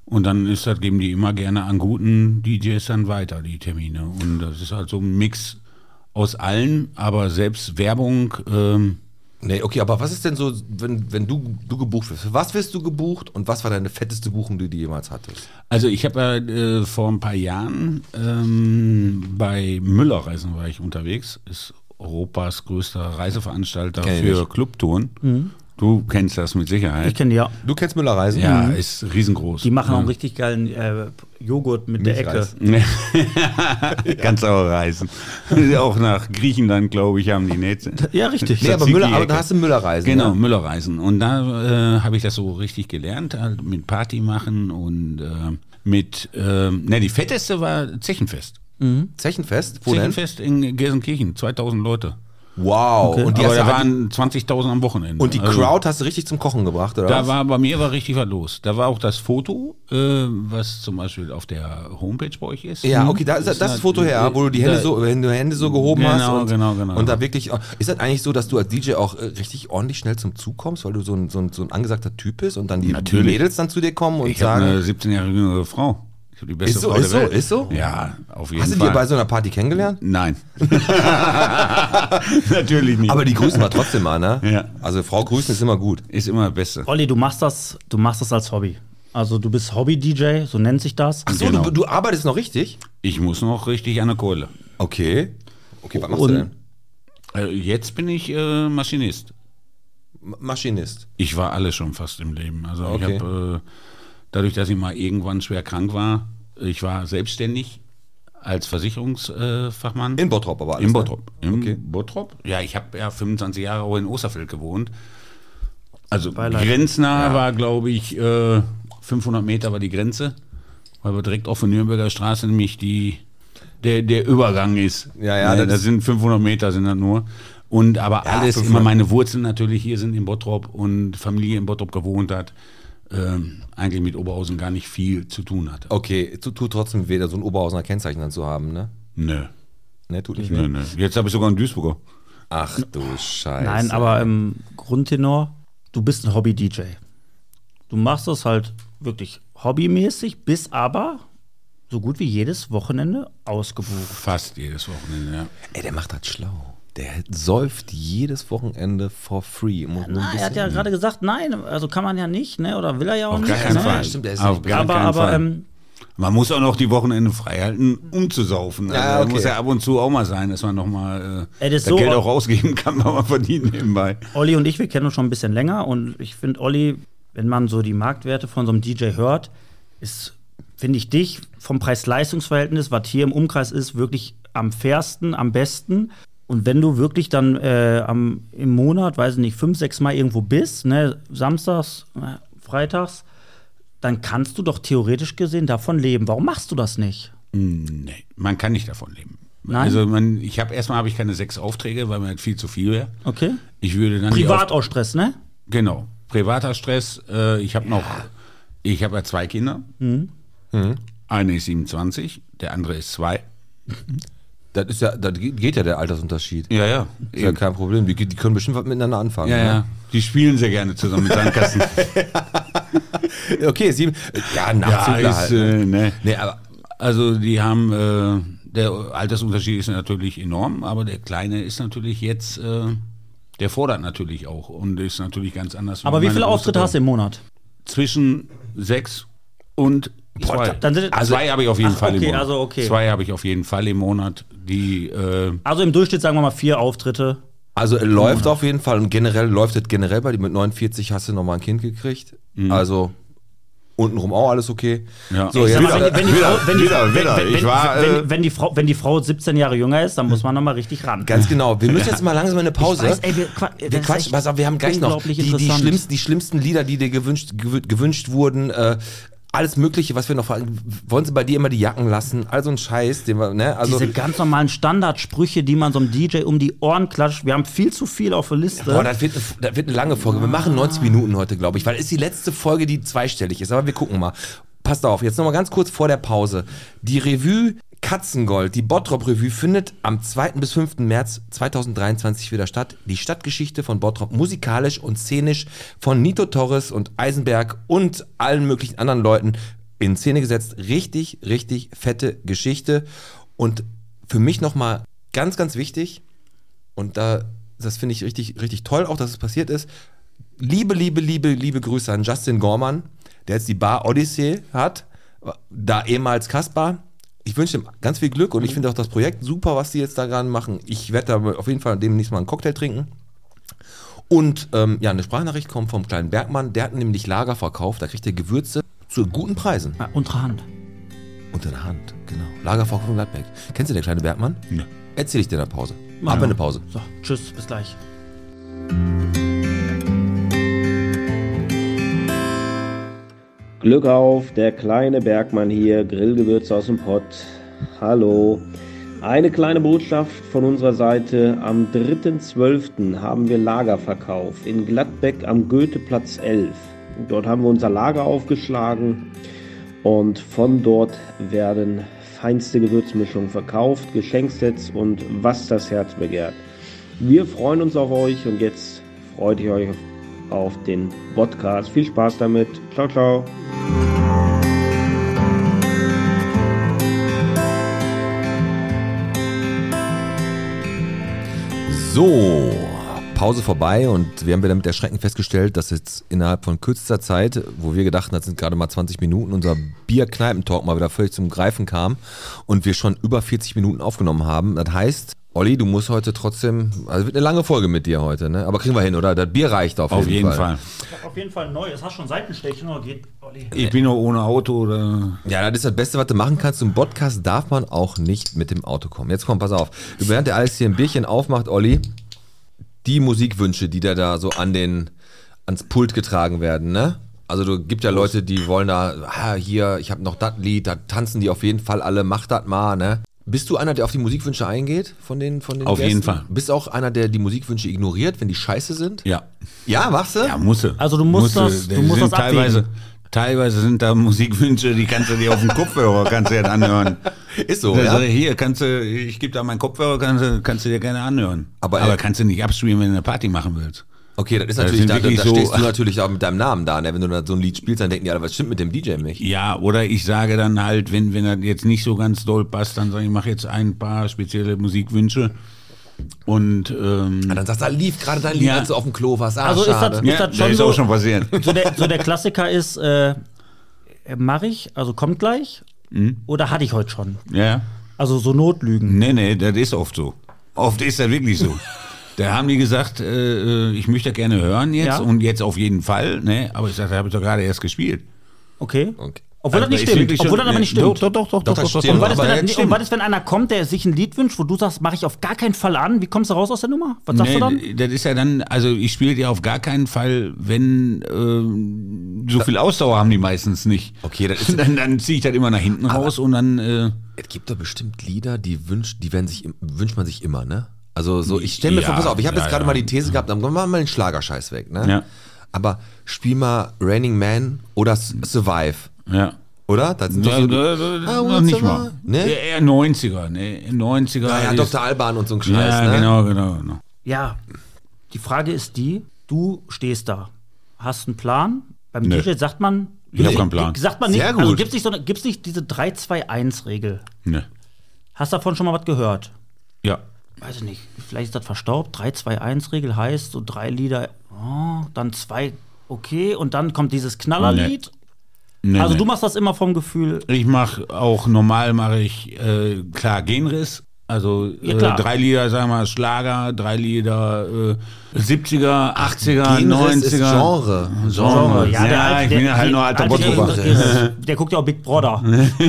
A: und dann ist das, geben die immer gerne an guten DJs dann weiter, die Termine. Und das ist halt so ein Mix aus allen, aber selbst Werbung, ähm,
C: [LAUGHS] Nee, okay, aber was ist denn so, wenn, wenn du, du gebucht wirst? Für was wirst du gebucht und was war deine fetteste Buchung, die du jemals hattest?
A: Also ich habe ja äh, vor ein paar Jahren ähm, bei Müller-Reisen war ich unterwegs. Ist Europas größter Reiseveranstalter
C: Kenn ich
A: für
C: nicht.
A: Clubtouren. Du kennst das mit
B: Mhm. Ich
A: Sicherheit.
B: kenne die ja.
C: Du kennst Müller Reisen? Mhm.
A: Ja, ist riesengroß. [LAUGHS]
B: Die machen auch
A: ja.
B: einen richtig geilen äh, Joghurt mit der Ecke.
C: Hm. Milchreis.
A: Ganz auch Reisen. [LAUGHS] auch nach Griechenland, glaube ich, haben die Netze.
B: Ja, richtig.
C: Nee, aber
A: Tzatziki
C: Müller, aber
A: Ecke.
C: da hast du Müller Reisen.
A: Genau,
C: Ne?
A: Müllerreisen. Und da äh, habe ich das so richtig gelernt, halt mit Party machen und äh, mit, äh, ne, die fetteste war Zechenfest.
C: Zechenfest? Wo denn?
A: Zechenfest in Gelsenkirchen, 2000 Leute.
C: Wow. Und die,
A: Aber
C: hast du
A: da
C: halt-
A: waren 20.000 am Wochenende.
C: und die
A: Also,
C: Crowd hast du richtig zum Kochen gebracht, oder
A: Da
C: was?
A: war bei mir war richtig was los. Da war auch das Foto, äh, was zum Beispiel auf der Homepage bei euch ist. Hm?
C: Ja, okay, da ist das, das ist das Foto her, wo du die Hände
A: äh, Da-
C: so, wenn du Hände so gehoben
A: Genau,
C: hast und,
A: genau, genau.
C: und da wirklich. Ist das eigentlich so, dass du als DJ auch äh, richtig ordentlich schnell zum Zug kommst, weil du so ein, so ein, so ein angesagter Typ bist und dann die, die
A: Natürlich.
C: Mädels dann zu dir kommen und
A: Ich habe
C: sagen,
A: eine 17 Jahre jüngere Frau. Ich habe die beste
C: Ist so,
A: Frau der
C: ist so,
A: Welt.
C: ist so?
A: Ja, auf jeden
C: hast du
A: Fall.
C: dir bei so einer Party kennengelernt? [LAUGHS]
A: Nein. Natürlich nicht.
C: Aber die grüßen wir trotzdem mal, ne?
A: Ja.
C: Also Frau grüßen ist immer gut.
A: ist immer das Beste.
B: Olli, du machst das, du machst das als Hobby. Also du bist Hobby-DJ, so nennt sich das.
C: Ach so,
A: Genau.
C: du, du arbeitest noch richtig?
A: Ich muss noch richtig an der Kohle.
C: Okay. Okay, was machst
B: Und-
C: du denn?
A: Äh, jetzt bin ich äh, Maschinist.
C: Ma- Maschinist.
A: Ich war alles schon fast im Leben. Also
C: Okay.
A: ich habe, äh, dadurch, dass ich mal irgendwann schwer krank war, ich war selbstständig als Versicherungsfachmann. Äh, Fachmann.
C: In Bottrop aber alles. ne?
A: In Bottrop. In
C: Okay.
A: Bottrop? Ja, ich habe ja 25 Jahre auch in Osterfeld gewohnt. Also
B: Beileid.
A: grenznah war, glaube ich, äh, 500 Meter war die Grenze, weil wir direkt auf der Nürnberger Straße nämlich die, der, der Übergang ist.
C: Ja, ja,
A: Ne,
C: das
A: das,
C: ist-
A: sind 500 Meter, sind das nur. Und aber alles,
C: 500.
A: immer meine Wurzeln natürlich hier sind in Bottrop und Familie in Bottrop gewohnt hat, ähm, eigentlich mit Oberhausen gar nicht viel zu tun hatte.
C: Okay, tu- tut trotzdem weh, da so ein Oberhausener Kennzeichen dann zu haben, ne?
A: Nö,
C: Ne, tut nicht weh.
A: nö, nö. Jetzt habe ich sogar einen Duisburger.
C: Ach du Scheiße.
B: Nein, aber im Grundtenor, du bist ein Hobby-DJ. Du machst das halt wirklich hobbymäßig, bist aber so gut wie jedes Wochenende ausgebucht.
A: Fast jedes Wochenende, ja.
C: Ey, der macht das schlau. Der säuft jedes Wochenende for free. Muss
A: Ne,
C: nur ein
B: Na, Ah, er hat
C: bisschen-
B: ja gerade gesagt, nein, also kann man ja nicht, ne? Oder will er ja auch
A: Auf
B: nicht.
A: gar keinen
B: ne?
A: Fall.
C: stimmt, der ist
A: Auf
C: nicht-
A: gar
B: Aber,
A: keinen
B: aber
A: Fall.
B: ähm,
A: man muss auch noch die Wochenende freihalten, um zu saufen. Also
C: Ja, okay.
A: das Muss ja ab und zu auch mal sein, dass man nochmal äh,
B: Ey, das
A: das,
B: ist so-
A: Geld auch ausgeben kann, [LAUGHS] weil man verdient nebenbei.
B: Olli und ich, wir kennen uns schon ein bisschen länger und ich finde, Olli, wenn man so die Marktwerte von so einem DJ hört, ist, finde ich dich vom Preis-Leistungs-Verhältnis, was hier im Umkreis ist, wirklich am fairsten, am besten. Und wenn du wirklich dann äh, am, im Monat, weiß ich nicht, fünf, sechs Mal irgendwo bist, ne, samstags, äh, freitags, dann kannst du doch theoretisch gesehen davon leben. Warum machst du das nicht?
A: Nee, man kann nicht davon leben.
B: Nein?
A: Also man, ich habe erstmal habe ich keine sechs Aufträge, weil mir das viel zu viel wäre.
B: Okay?
A: Ich würde dann die
B: Privat auch Stress, ne?
A: Genau. Privater Stress. Äh, ich habe noch, ich habe ja zwei Kinder. Mhm. Eine ist 27, der andere ist zwei.
C: Das, ist ja, das geht geht ja der Altersunterschied.
A: Ja, ja.
C: Ist ja kein Problem. Die, die können bestimmt was miteinander anfangen. ne?
A: Ja, ja. Die spielen sehr gerne zusammen mit [LAUGHS] Sandkasten.
C: ja. Okay, sieben. Ja,
A: ja,
C: Nachzügler
A: ist,
C: halt. ne?
A: äh, ne.
C: nee, aber
A: Also die haben, äh, der Altersunterschied ist natürlich enorm, aber der Kleine ist natürlich jetzt, äh, der fordert natürlich auch und ist natürlich ganz anders.
B: Aber wie viele Auftritte hast du im Monat?
A: Zwischen sechs und zwei.
B: dann sind-
A: also, zwei habe ich auf jeden
B: Ach,
A: Fall im
B: okay,
A: Monat.
B: also okay.
A: Zwei habe ich auf jeden Fall im Monat, die äh,
B: Also im Durchschnitt sagen wir mal vier Auftritte.
C: Also äh, läuft auf jeden Fall und generell läuft es generell bei dir. Mit 49 hast du nochmal ein Kind gekriegt.
B: Mhm.
C: Also untenrum auch alles okay.
A: Ja.
C: So,
A: Ich
C: jetzt
B: Sag mal,
C: wieder,
B: wenn, wenn die
C: wieder,
B: Frau, wenn die,
C: wieder, wieder.
B: Wenn, wenn,
C: Ich war,
B: wenn,
C: äh,
B: wenn, die Frau, wenn die Frau 17 Jahre jünger ist, dann muss man nochmal richtig ran.
C: Ganz genau. Wir müssen jetzt mal langsam in eine Pause.
B: weiß, ey, wir qua- das
C: wir
B: ist
C: quatschen,
B: echt
C: pass auf, wir haben gleich noch die,
B: unglaublich
C: die,
B: interessant.
C: schlimmsten, die schlimmsten Lieder, die dir gewünscht, gewü- gewünscht wurden. Äh, alles Mögliche, was wir noch fragen. Wollen sie bei dir immer die Jacken lassen? All so ein Scheiß, den wir, ne? Also,
B: Diese ganz normalen Standardsprüche, die man so einem DJ um die Ohren klatscht. Wir haben viel zu viel auf der Liste.
C: boah, das wird, eine- das wird eine lange Folge. Wir machen 90 Minuten heute, glaube ich, weil ist die letzte Folge, die zweistellig ist. Aber wir gucken mal. Passt auf, jetzt nochmal ganz kurz vor der Pause. Die Revue Katzengold. Die Bottrop Revue findet am 2. bis 5. März 2023 wieder statt. Die Stadtgeschichte von Bottrop musikalisch und szenisch von Nito Torres und Eisenberg und allen möglichen anderen Leuten in Szene gesetzt. Richtig, richtig fette Geschichte. Und für mich nochmal ganz, ganz wichtig, und da, das finde ich richtig, richtig toll auch, dass es passiert ist. Liebe, liebe, liebe, liebe Grüße an Justin Gorman, der jetzt die Bar Odyssey hat, da ehemals Kaspar. Ich wünsche ihm ganz viel Glück und ich finde auch das Projekt super, was die jetzt da gerade machen. Ich werde da auf jeden Fall demnächst mal einen Cocktail trinken. Und ähm, ja, eine Sprachnachricht kommt vom kleinen Bergmann, der hat nämlich Lager verkauft, da kriegt er Gewürze zu guten Preisen.
B: Ah, untere Hand.
C: Unter der Hand, genau. Lagerverkauf von Gladbeck. Kennst du den kleinen Bergmann?
A: Ja.
C: Erzähl ich dir in der Pause.
B: Mach
C: Ab in
B: mal.
C: eine Pause.
B: So, tschüss, bis gleich.
E: Glück auf, der kleine Bergmann hier, Grillgewürze aus dem Pott. Hallo. Eine kleine Botschaft von unserer Seite. Am 3.12. haben wir Lagerverkauf in Gladbeck am Goetheplatz 11. Dort haben wir unser Lager aufgeschlagen und von dort werden feinste Gewürzmischungen verkauft, Geschenksets und was das Herz begehrt. Wir freuen uns auf euch und jetzt freut ihr euch auf den Podcast. Viel Spaß damit. Ciao, ciao.
C: So, Pause vorbei und wir haben wieder mit Erschrecken festgestellt, dass jetzt innerhalb von kürzester Zeit, wo wir gedacht haben, das sind gerade mal 20 Minuten, unser Bier-Kneipentalk mal wieder völlig zum Greifen kam und wir schon über 40 Minuten aufgenommen haben. Das heißt, Olli, du musst heute trotzdem, also wird eine lange Folge mit dir heute, ne? Aber kriegen wir hin, oder? Das Bier reicht auf,
A: Auf jeden, Fall.
B: Ich hab auf jeden Fall neu. Es hast schon Seitenstechen, oder geht? Olli.
A: Ich bin noch ohne Auto oder.
C: Ja, das ist das Beste, was du machen kannst. Zum Podcast darf man auch nicht mit dem Auto kommen. Jetzt komm, pass auf. Während der alles hier ein Bierchen aufmacht, Olli, die Musikwünsche, die da da so an den, ans Pult getragen werden, ne? Also du gibt ja Leute, die wollen da, ah, hier, ich habe noch das Lied, da tanzen die auf jeden Fall alle, mach das mal, ne? Bist du einer, der auf die Musikwünsche eingeht von den von den
A: Auf jeden Fall.
C: Bist auch einer, der die Musikwünsche ignoriert, wenn die scheiße sind?
A: Ja.
C: Ja, machst du?
A: Ja, musste.
B: Also du musst das- du musst das abwägen.
A: teilweise, teilweise sind da Musikwünsche, die kannst du dir auf den Kopfhörer kannst du dir dann [LAUGHS] anhören.
C: Ist so,
A: Da
C: ja?
A: sag ich, Hier kannst du, ich gebe da meinen Kopfhörer, kannst, du- kannst du dir gerne anhören.
C: Aber, äh,
A: kannst du nicht abspielen, wenn du eine Party machen willst.
C: Okay, das ist
A: Das
C: natürlich,
A: sind
C: da, da,
A: wirklich
C: da
A: so-
C: stehst du natürlich auch mit deinem Namen da, ne? Wenn du da so ein Lied spielst, dann denken die alle, was stimmt mit dem DJ nicht?
A: Ja, oder ich sage dann halt, wenn, wenn das jetzt nicht so ganz doll passt, dann sage ich, ich mache jetzt ein paar spezielle Musikwünsche. Und ähm,
C: Ah, dann sagst du, ah, lief gerade dein Lied,
A: Ja.
C: als du auf dem Klo warst. Ah,
B: Also ist das-
C: schade.
A: ja,
B: das
A: das
B: schon
A: ist
B: so-
A: auch schon passiert.
B: [LAUGHS] So der, so der Klassiker ist, äh, mach ich, also kommt gleich.
C: Mhm.
B: Oder hatte ich heute schon?
A: ja.
B: Also so Notlügen.
A: Nee, nee, das ist oft so. Oft ist das
C: [LAUGHS]
A: wirklich so. Da haben die gesagt, äh, äh, ich möchte das gerne hören jetzt
B: Ja.
A: und jetzt auf jeden Fall. Ne? Aber ich sagte, habe ich doch gerade erst gespielt.
B: Okay.
C: Okay.
B: Obwohl
A: Also
B: das nicht
A: ist
B: stimmt.
A: wirklich schon-
B: Obwohl das aber nicht
A: Nee,
B: stimmt.
A: Doch, doch, doch, doch.
C: das
A: doch, doch,
C: stimmt.
B: Und
A: doch,
B: was, ist,
C: Aber
B: wenn
C: jetzt
B: das, und
C: stimmt.
B: was ist, wenn einer kommt, der sich ein Lied wünscht, wo du sagst, mache ich auf gar keinen Fall an? Wie kommst du raus aus der Nummer? Was sagst du dann?
A: Nee, das ist ja dann, also ich spiele ja auf gar keinen Fall, wenn ähm, so viel Ausdauer haben die meistens nicht.
C: Okay, das ist-
A: [LAUGHS]
C: Ah.
A: dann, dann ziehe ich das immer nach hinten raus und dann äh,
C: Es gibt doch bestimmt Lieder, die wünscht, die werden sich, im- wünscht man sich immer, ne? Also so, ich stelle mir
A: Ja,
C: vor, pass auf, ich habe
A: ja,
C: jetzt gerade
A: ja.
C: mal die These gehabt, dann machen wir mal den Schlagerscheiß weg, ne?
A: Ja.
C: Aber spiel mal Raining Man oder S- Survive,
A: ja.
C: oder? Das sind doch
A: Ja,
C: so-
A: da- da-
C: Ah,
A: noch nicht mal.
C: Ne?
A: Ja, Eher 90er, ne? 90er.
C: Ah, ja,
A: ist-
C: Dr. Alban und so ein Scheiß,
A: ja,
C: ne?
A: genau, genau, genau.
B: Ja, die Frage ist die, du stehst da, hast einen Plan. Beim
A: Nö.
B: DJ sagt man,
A: Ich hab keinen Plan.
B: Sagt man nicht,
C: Sehr
B: also
C: gut.
B: gibt es nicht, so eine- gibt's nicht diese 3-2-1-Regel.
A: Ne.
B: Hast davon schon mal was gehört?
A: Ja.
B: Weiß ich nicht, vielleicht ist das verstaubt. 3-2-1-Regel heißt so drei Lieder, oh, dann zwei, okay, und dann kommt dieses Knallerlied.
A: Ne,
B: also
A: ne.
B: du machst das immer vom Gefühl,
A: Ich mache auch normal mache ich äh, klar Genres. Also
B: Ja, klar.
A: Äh, drei Lieder, sagen wir mal, Schlager, drei Lieder äh, 70er, 80er,
C: Genres
A: 90er.
C: ist Genre.
A: Genre. Ja,
B: Alte-
A: ich bin ja halt nur alter
B: alte-
A: Bottrop.
B: der- der- Der guckt ja auch Big
A: [LAUGHS]
B: Brother.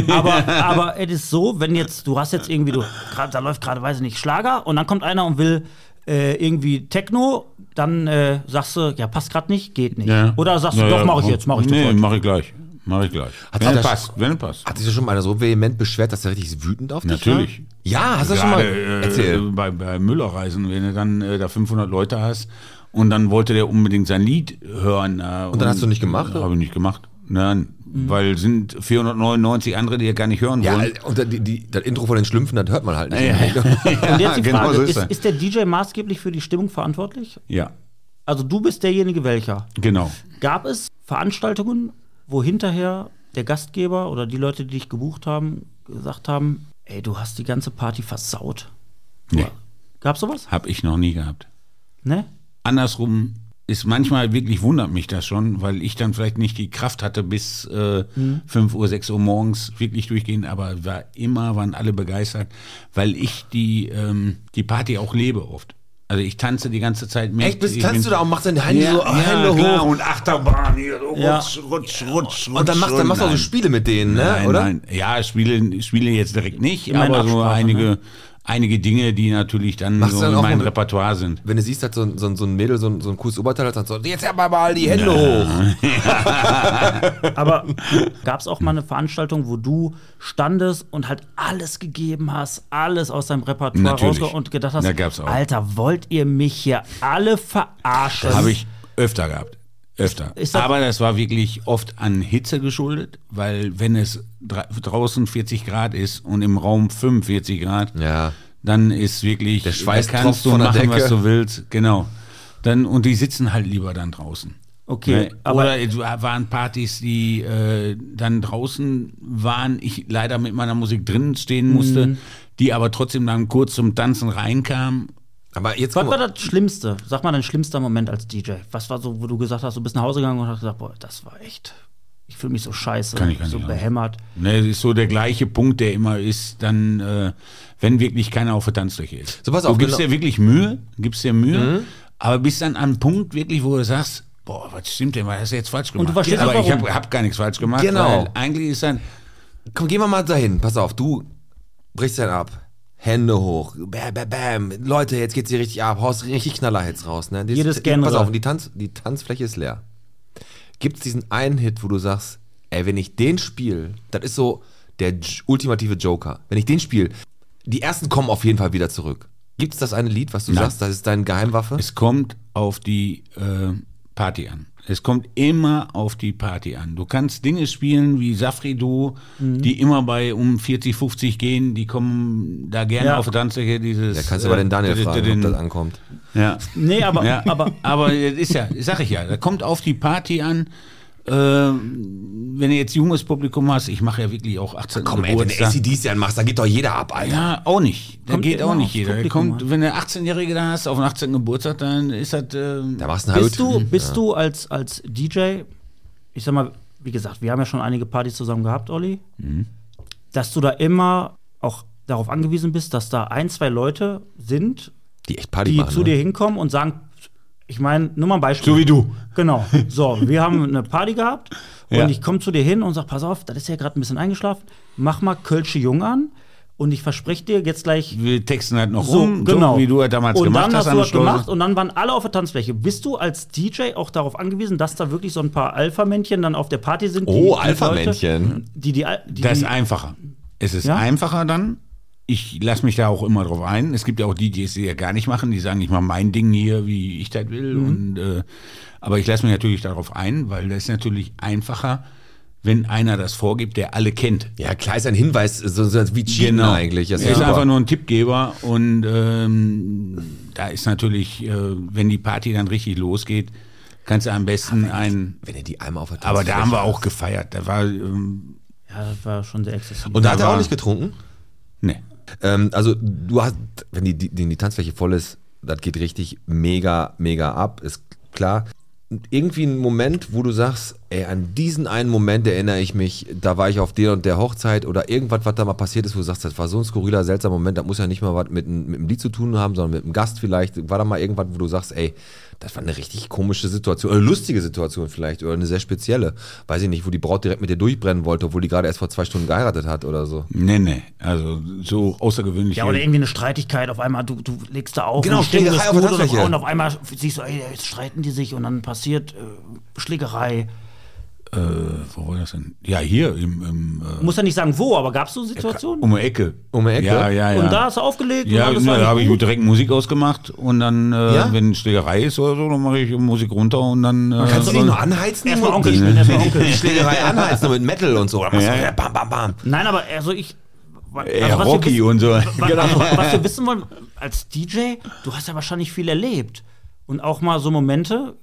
B: aber, aber es ist so, wenn jetzt, du hast jetzt irgendwie, du, grad, da läuft gerade, weiß ich nicht, Schlager und dann kommt einer und will äh, irgendwie Techno, dann äh, sagst du, ja, passt gerade nicht, geht nicht.
A: Ja.
B: Oder sagst du,
A: Ja,
B: doch,
A: ja.
B: mach ich jetzt, mach ich
A: Nee,
B: sofort.
A: mach ich gleich. Mach ich gleich.
C: Hat
A: wenn
C: sich
A: es
C: das-
A: passt, wenn es passt.
C: Hat sich das schon mal einer so vehement beschwert, dass er richtig wütend auf dich
A: Natürlich.
C: war? Ja, hast du das schon mal?
A: Gerade, äh,
C: Erzähl.
A: bei, bei Müllerreisen, wenn du dann äh, da 500 Leute hast und dann wollte der unbedingt sein Lied hören. Äh, und
C: dann hast du nicht gemacht, oder?
A: Habe ich nicht gemacht. Nein, Weil sind 499 andere, die ja gar nicht hören
C: Ja, äh,
A: wollen.
C: und die, die, das Intro von den Schlümpfen, das hört man halt nicht.
A: [LAUGHS] ja.
B: Und jetzt die
A: genau
B: Frage,
A: so
B: ist,
A: ist er.
B: ist der DJ maßgeblich für die Stimmung verantwortlich?
A: Ja,
B: Also du bist derjenige welcher?
A: genau.
B: Gab es Veranstaltungen, wo hinterher der Gastgeber oder die Leute, die dich gebucht haben, gesagt haben, ey, du hast die ganze Party versaut?
A: Nee,
B: Gab sowas?
A: habe ich noch nie gehabt.
B: Ne?
A: andersrum ist manchmal wirklich wundert mich das schon, weil ich dann vielleicht nicht die Kraft hatte, bis äh,
C: Mhm.
A: 5 Uhr, 6 Uhr morgens wirklich durchgehen, aber war immer, waren alle begeistert, weil ich die, ähm, die Party auch lebe oft. Also ich tanze die ganze Zeit mit.
C: Echt, bist,
A: Ich
C: tanzt du
A: bin-
C: da und machst deine Hände
A: ja,
C: so oh,
A: ja,
C: Hände
A: klar,
C: hoch.
A: und Achterbahn hier, so
B: Ja.
A: rutsch, rutsch, rutsch, rutsch.
C: Und dann machst, dann machst du auch so
A: nein.
C: Spiele mit denen, ne?
A: Nein,
C: oder?
A: nein. Ja, spiele, spiele jetzt direkt nicht,
B: meiner
A: aber so
B: Absprache,
A: einige, einige Dinge, die natürlich dann
C: ne? Machst
A: so
C: du dann
A: in
C: auch
A: meinem
C: mal-
A: Repertoire sind.
C: Wenn du siehst, dass so ein, so ein, so ein Mädel so ein, so ein cooles Oberteil hat, dann so, jetzt aber mal die Hände hoch.
B: Aber [LAUGHS] gab es auch mal eine Veranstaltung, wo du standest und halt alles gegeben hast, alles aus deinem Repertoire
A: Natürlich.
B: rausge- und gedacht hast,
A: Da gab's auch.
B: Alter, wollt ihr mich hier alle verarschen?
A: Habe ich öfter gehabt. Öfter.
B: Ist das-
A: Aber das war wirklich oft an Hitze geschuldet, weil wenn es dra draußen 40 Grad ist und im Raum 45 Grad,
C: Ja.
A: dann ist wirklich, der
C: Schweiß tropft
A: kannst du
C: von der
A: machen, was
C: Decke.
A: du willst. Genau. Dann, und die sitzen halt lieber dann draußen.
B: Okay,
A: Ne?
B: aber-
A: Oder es wa- waren Partys, die äh, dann draußen waren, ich leider mit meiner Musik drinnen stehen musste,
B: Mhm.
A: die aber trotzdem dann kurz zum Tanzen reinkamen.
C: Aber jetzt
B: Was
C: guck
B: war
C: mal,
B: das Schlimmste? Sag mal dein schlimmster Moment als DJ. Was war so, wo du gesagt hast, du bist nach Hause gegangen und hast gesagt, boah, das war echt, ich fühle mich so scheiße,
A: Kann ich gar
B: so
A: nicht
B: behämmert.
A: Ne, es ist so der gleiche Punkt, der immer ist, dann, äh, wenn wirklich keiner auf der Tanzfläche ist.
C: So, pass auf,
A: du gibst
C: genau. Mhm.
A: dir wirklich Mühe, gibst dir Mühe, aber bist dann an einem Punkt wirklich, wo du sagst, boah, was stimmt denn, was hast du jetzt falsch gemacht?
B: verstehst auch
A: aber ich
B: warum.
A: habe hab gar nichts falsch gemacht,
C: Genau.
A: weil eigentlich ist dann,
C: komm, gehen wir mal dahin. Pass auf, du brichst dann ab. Hände hoch, bam, bam, bam. Leute, jetzt geht's hier richtig ab. Haust richtig Knallerhits raus. Ne? Die-
B: Jedes
C: die-
B: Genre.
C: Pass auf, die, Tanz, die Tanzfläche ist leer. Gibt's diesen einen Hit, wo du sagst, ey, wenn ich den spiele, das ist so der J- ultimative Joker. Wenn ich den spiele, die ersten kommen auf jeden Fall wieder zurück. Gibt's das eine Lied, was du
A: Nein.
C: sagst, das ist deine Geheimwaffe?
A: es kommt auf die äh, Party an. Es kommt immer auf die Party an. Du kannst Dinge spielen wie Safrido,
C: Mhm.
A: die immer bei um 40, 50 gehen, die kommen da gerne
B: Ja.
A: auf der Tanzfläche. Dieses,
C: Da kannst du mal den Daniel
A: äh,
C: fragen, ob das ankommt.
A: Ja.
B: Nee, aber,
A: Ja,
B: aber
A: [LAUGHS] aber, aber es ist ja, sag ich ja, da kommt auf die Party an. Ähm, wenn du jetzt junges Publikum hast, ich mache ja wirklich auch 18.
C: Komm, ey, wenn du
A: Geburtstag.
C: ACDs dann machst, dann geht doch jeder ab, Alter.
A: ja, auch nicht. Da
B: Kommt
A: geht auch
B: immer
A: nicht
B: aufs
A: jeder. Da
B: Publikum
A: Kommt,
B: an.
A: wenn du 18-Jährige da hast, auf den 18. Geburtstag, dann ist das. ähm,
C: Da machst du einen
B: bist du,
C: Haut.
B: bist du als, als DJ, ich sag mal, wie gesagt, wir haben ja schon einige Partys zusammen gehabt, Olli,
A: Mhm.
B: dass du da immer auch darauf angewiesen bist, dass da ein, zwei Leute sind,
C: die echt Party
B: die
C: machen.
B: zu
C: ne?
B: dir hinkommen und sagen, ich meine, nur mal ein Beispiel.
A: so wie du.
B: Genau. So, wir haben eine Party gehabt und
A: Ja.
B: ich komme zu dir hin und sag, pass auf, das ist ja gerade ein bisschen eingeschlafen. Mach mal Kölsche Jung an und ich verspreche dir jetzt gleich.
A: Wir texten halt noch
B: So,
A: rum,
B: genau.
A: so wie du halt damals
B: und
A: gemacht
B: dann hast
A: hast, an
B: du
A: der
B: das gemacht
A: Schleuse.
B: und dann waren alle auf der Tanzfläche. Bist du als DJ auch darauf angewiesen, dass da wirklich so ein paar Alpha-Männchen dann auf der Party sind? die- die
C: Oh,
B: Leute-
C: Alpha-Männchen.
B: Die, die, Al- die,
A: Das ist
B: die,
A: einfacher. Es ist
B: Ja?
A: einfacher dann. Ich lasse mich da auch immer drauf ein. Es gibt ja auch DJs, die ja gar nicht machen, die sagen, ich mache mein Ding hier, wie ich das will.
B: Mhm.
A: Und, äh, aber ich lasse mich natürlich darauf ein, weil das ist natürlich einfacher, wenn einer das vorgibt, der alle kennt.
C: Ja, klar ist ein Hinweis, so, so wie Cheaten eigentlich. Das
A: Das
C: ist
A: Genau. ist
C: super.
A: einfach nur ein Tippgeber und ähm, da ist natürlich, äh, wenn die Party dann richtig losgeht, kannst du am besten
C: Ah,
A: einen.
C: wenn ihr die einmal auf der
A: Aber da
C: Tanzfläche-
A: haben wir auch gefeiert. Da war, ähm,
B: ja, das war schon sehr exzessiv.
C: Und da hat
A: da
C: er auch
A: war-
C: nicht getrunken.
A: ne.
C: Ähm, also, du hast, wenn die, die, die Tanzfläche voll ist, das geht richtig mega, mega ab, ist klar. Und Irgendwie ein Moment, wo du sagst, ey, an diesen einen Moment erinnere ich mich, da war ich auf der und der Hochzeit oder irgendwas, was da mal passiert ist, wo du sagst, das war so ein skurriler, seltsamer Moment, das muss ja nicht mal was mit, einem- mit einem Lied zu tun haben, sondern mit einem Gast vielleicht. War da mal irgendwas, wo du sagst, ey, das war eine richtig komische Situation, oder lustige Situation vielleicht, oder eine sehr spezielle. Weiß ich nicht, wo die Braut direkt mit dir durchbrennen wollte, obwohl die gerade erst vor zwei Stunden geheiratet hat oder so.
A: Nee, nee. Also so außergewöhnlich.
B: Ja, oder irgendwie eine Streitigkeit, auf einmal, du, du legst da auf
C: Genau,
B: und Stimmung
C: Schlägerei
B: ist
C: auf der
B: gut und auf,
C: Tanzfläche.
B: und auf einmal siehst du, ey, jetzt streiten die sich und dann passiert äh, Schlägerei.
A: äh, wo war das denn? Ja, hier im, im äh,
B: Muss ja nicht sagen, wo, aber gab es so Situationen?
A: um die Ecke.
C: Um die Ecke?
A: Ja, ja, ja.
B: Und da hast du aufgelegt
A: ja,
B: und alles
A: na,
B: war
A: da
B: nicht
A: habe ich
B: gut?
A: direkt Musik ausgemacht und dann, äh,
C: Ja?
A: wenn Schlägerei ist oder so, dann mache ich Musik runter und dann. Äh,
C: Kannst du dich nur anheizen?
B: Erstmal
C: Nur-
B: Onkel spielen, erstmal Onkel.
C: Die Schlägerei anheizen, nur mit Metal und so. Da machst du
A: Ja, ja.
C: wieder bam, bam, bam.
B: Nein, aber also ich. wa-
A: äh,
B: also was wir
A: Rocky
B: wissen-
A: und so. Genau.
B: wa- also, wa- was wir wissen wollen, als DJ, du hast ja wahrscheinlich viel erlebt. Und auch mal so Momente,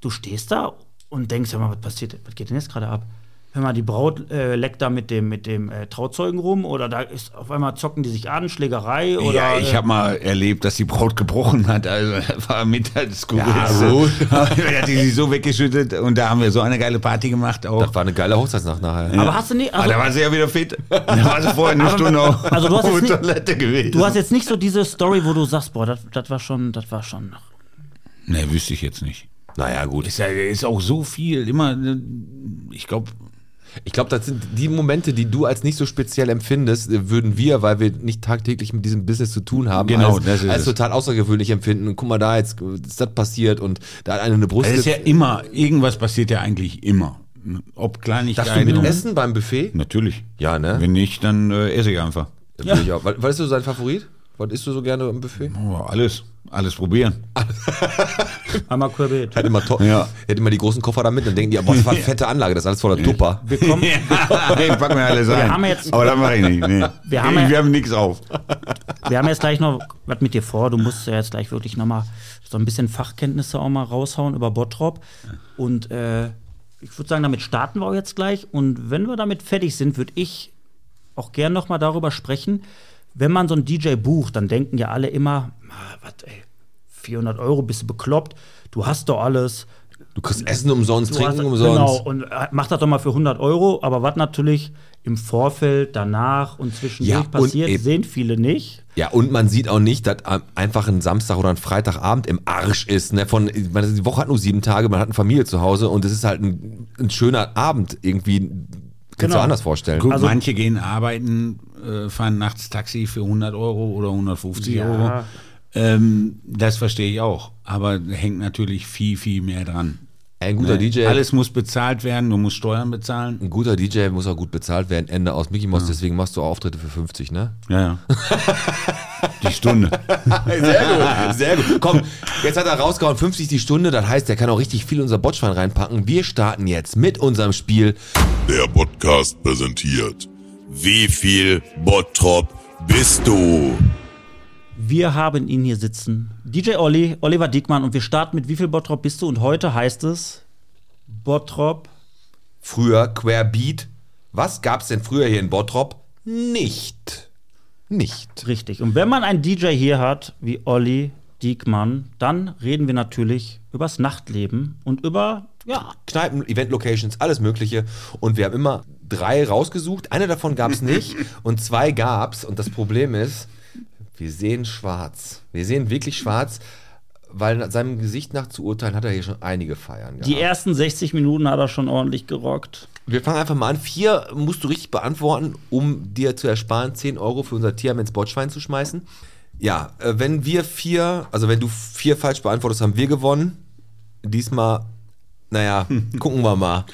B: du stehst da und denkst, hör mal, was passiert, was geht denn jetzt gerade ab? Hör mal, die Braut äh, leckt da mit dem, mit dem äh, Trauzeugen rum oder da ist auf einmal zocken die sich an, Schlägerei oder.
A: ja, ich
B: äh,
A: habe mal erlebt, dass die Braut gebrochen hat. Also [LAUGHS] das war mit das [LAUGHS]
C: Ja,
A: Skurrilste.
C: gut.
A: da hat die sich so weggeschüttet und da haben wir so eine geile Party gemacht auch.
C: Das war eine geile Hochzeitsnacht nachher.
B: aber hast du nicht.
A: Ah,
B: Also,
A: da war sie ja wieder fit. Da war sie vorher eine Stunde auf
B: also du hast
A: [LAUGHS] auf
B: jetzt
A: der
B: nicht-
A: Toilette gewesen.
B: du hast jetzt nicht so diese Story, wo du sagst, boah, das das war schon, das war schon.
A: nee, wüsste ich jetzt nicht.
C: Naja, gut.
A: Ist, ja, ist auch so viel. Immer, äh, ich glaube,
C: Ich glaube, das sind die Momente, die du als nicht so speziell empfindest, äh, würden wir, weil wir nicht tagtäglich mit diesem Business zu tun haben,
A: Genau,
C: als,
A: das ist
C: als
A: es.
C: total außergewöhnlich empfinden. Und guck mal, da jetzt ist das passiert und da hat einer eine Brust.
A: es ist ja
C: ge-
A: immer, irgendwas passiert ja eigentlich immer. Ob Kleinigkeiten.
C: Darfst du mit
A: oder-
C: essen beim Buffet?
A: Natürlich.
C: Ja, ne?
A: Wenn nicht, dann äh, esse ich einfach.
C: Will ich auch. Was was ist so dein Favorit? Was isst du so gerne im Buffet?
A: Oh, alles.
C: [LAUGHS]
A: Alles probieren.
B: Einmal querbeet.
C: Hat immer, to-
A: Ja.
C: hat immer die großen Koffer da mit und denken die, oh, boah, das war eine fette Anlage, das ist alles voller Tupper.
B: Wir kommen,
A: Den packen wir alles ein.
B: haben jetzt-
A: Aber das mache ich nicht. Nee.
B: Wir haben
A: ich,
B: ja-
A: wir haben nichts auf.
B: Wir haben jetzt gleich noch was mit dir vor. Du musst ja jetzt gleich wirklich nochmal so ein bisschen Fachkenntnisse auch mal raushauen über Bottrop. Und äh, ich würde sagen, damit starten wir auch jetzt gleich. Und wenn wir damit fertig sind, würde ich auch gern nochmal darüber sprechen. Wenn man so einen DJ bucht, dann denken ja alle immer, "Ah, was, ey, 400 Euro, bist du bekloppt? Du hast doch alles.
C: Du kriegst Essen umsonst,
B: Du
C: Trinken
B: hast-
C: umsonst.
B: Genau, und äh, mach das doch mal für 100 Euro. Aber was natürlich im Vorfeld, danach und zwischendurch
C: Ja, und
B: passiert,
C: eben-
B: sehen viele nicht.
C: Ja, und man sieht auch nicht, dass am- einfach ein Samstag oder ein Freitagabend im Arsch ist. Ne? Von, ich meine, die Woche hat nur sieben Tage, man hat eine Familie zu Hause und es ist halt ein, ein schöner Abend irgendwie. Kannst du
B: Genau.
C: dir anders vorstellen.
A: Guck,
B: Also-
A: manche gehen arbeiten, äh, fahren nachts Taxi für 100 Euro oder 150
B: Ja.
A: Euro. Ähm, das verstehe ich auch. Aber hängt natürlich viel, viel mehr dran.
C: Ein guter
A: Nee.
C: DJ.
A: Ne? Alles muss bezahlt werden, du musst Steuern bezahlen.
C: Ein guter DJ muss auch gut bezahlt werden, Ende aus Mickey Mouse, deswegen machst du auch Auftritte für 50, ne?
A: Ja, ja. Die Stunde.
C: [LAUGHS] Sehr gut, sehr gut. Komm, jetzt hat er rausgehauen 50 die Stunde, das heißt, der kann auch richtig viel in unser Botschwein reinpacken. Wir starten jetzt mit unserem Spiel
F: Der Podcast präsentiert. Wie viel Bottrop bist du?
B: Wir haben ihn hier sitzen. DJ Olli, Oliver Diekmann und wir starten mit Wie viel Bottrop bist du? Und heute heißt es Bottrop.
C: Früher Querbeat. Was gab's denn früher hier in Bottrop? Nicht. Nicht.
B: Richtig. Und wenn man einen DJ hier hat, wie Olli Diekmann, dann reden wir natürlich übers Nachtleben und über, ja,
C: Kneipen, Event-Locations, alles Mögliche. Und wir haben immer drei rausgesucht. Eine davon
B: [LAUGHS]
C: gab's nicht und zwei gab's. Und das Problem ist, wir sehen schwarz. Wir sehen wirklich schwarz, weil nach seinem Gesicht nach zu urteilen hat er hier schon einige Feiern
B: die
C: gehabt.
B: ersten 60 Minuten hat er schon ordentlich gerockt.
C: Wir fangen einfach mal an. Vier musst du richtig beantworten, um dir zu ersparen, 10 Euro für unser Tier ins Botschwein zu schmeißen. Ja, äh, wenn wir vier, also wenn du vier falsch beantwortest, haben wir gewonnen. Diesmal,
A: [LAUGHS]
C: naja, gucken wir mal.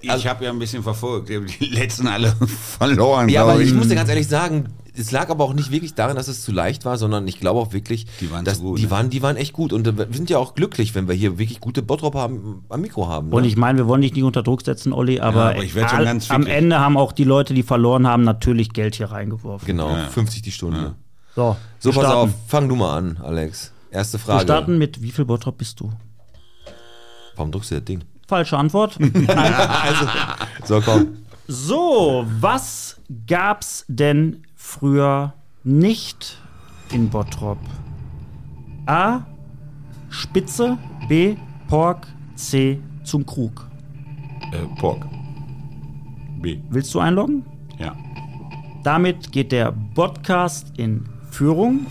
A: Ich habe ja ein bisschen verfolgt. Die haben die letzten alle [LAUGHS] verloren.
C: Ja,
A: glaub
C: aber ich muss dir ganz ehrlich sagen, es lag aber auch nicht wirklich daran, dass es zu leicht war, sondern ich glaube auch wirklich,
A: Die waren
C: dass
A: zu gut,
C: die,
A: ne?
C: waren, die waren echt gut. Und äh, wir sind ja auch glücklich, wenn wir hier wirklich gute Bottropper am, am Mikro haben.
B: Und
C: ne?
B: ich meine, wir wollen dich nicht unter Druck setzen, Olli, aber,
A: aber ich werd schon
B: all-
A: ganz
B: am
A: fickig.
B: Ende haben auch die Leute, die verloren haben, natürlich Geld hier reingeworfen.
C: genau, 50 die Stunde.
B: So,
C: So,
B: wir
C: pass
B: starten.
C: auf, fang du mal an, Alex. Erste
B: Wir
C: Frage.
B: starten mit Wie viel Bottrop bist du?
C: Warum drückst du das Ding?
B: Falsche Antwort.
C: Also,
A: [LAUGHS]
C: So, komm.
B: So, was gab's denn früher nicht in Bottrop? A. Spitze, B. Pork, C. Zum Krug.
A: Äh, Pork. B.
B: Willst du einloggen?
A: Ja.
B: Damit geht der Podcast in Führung.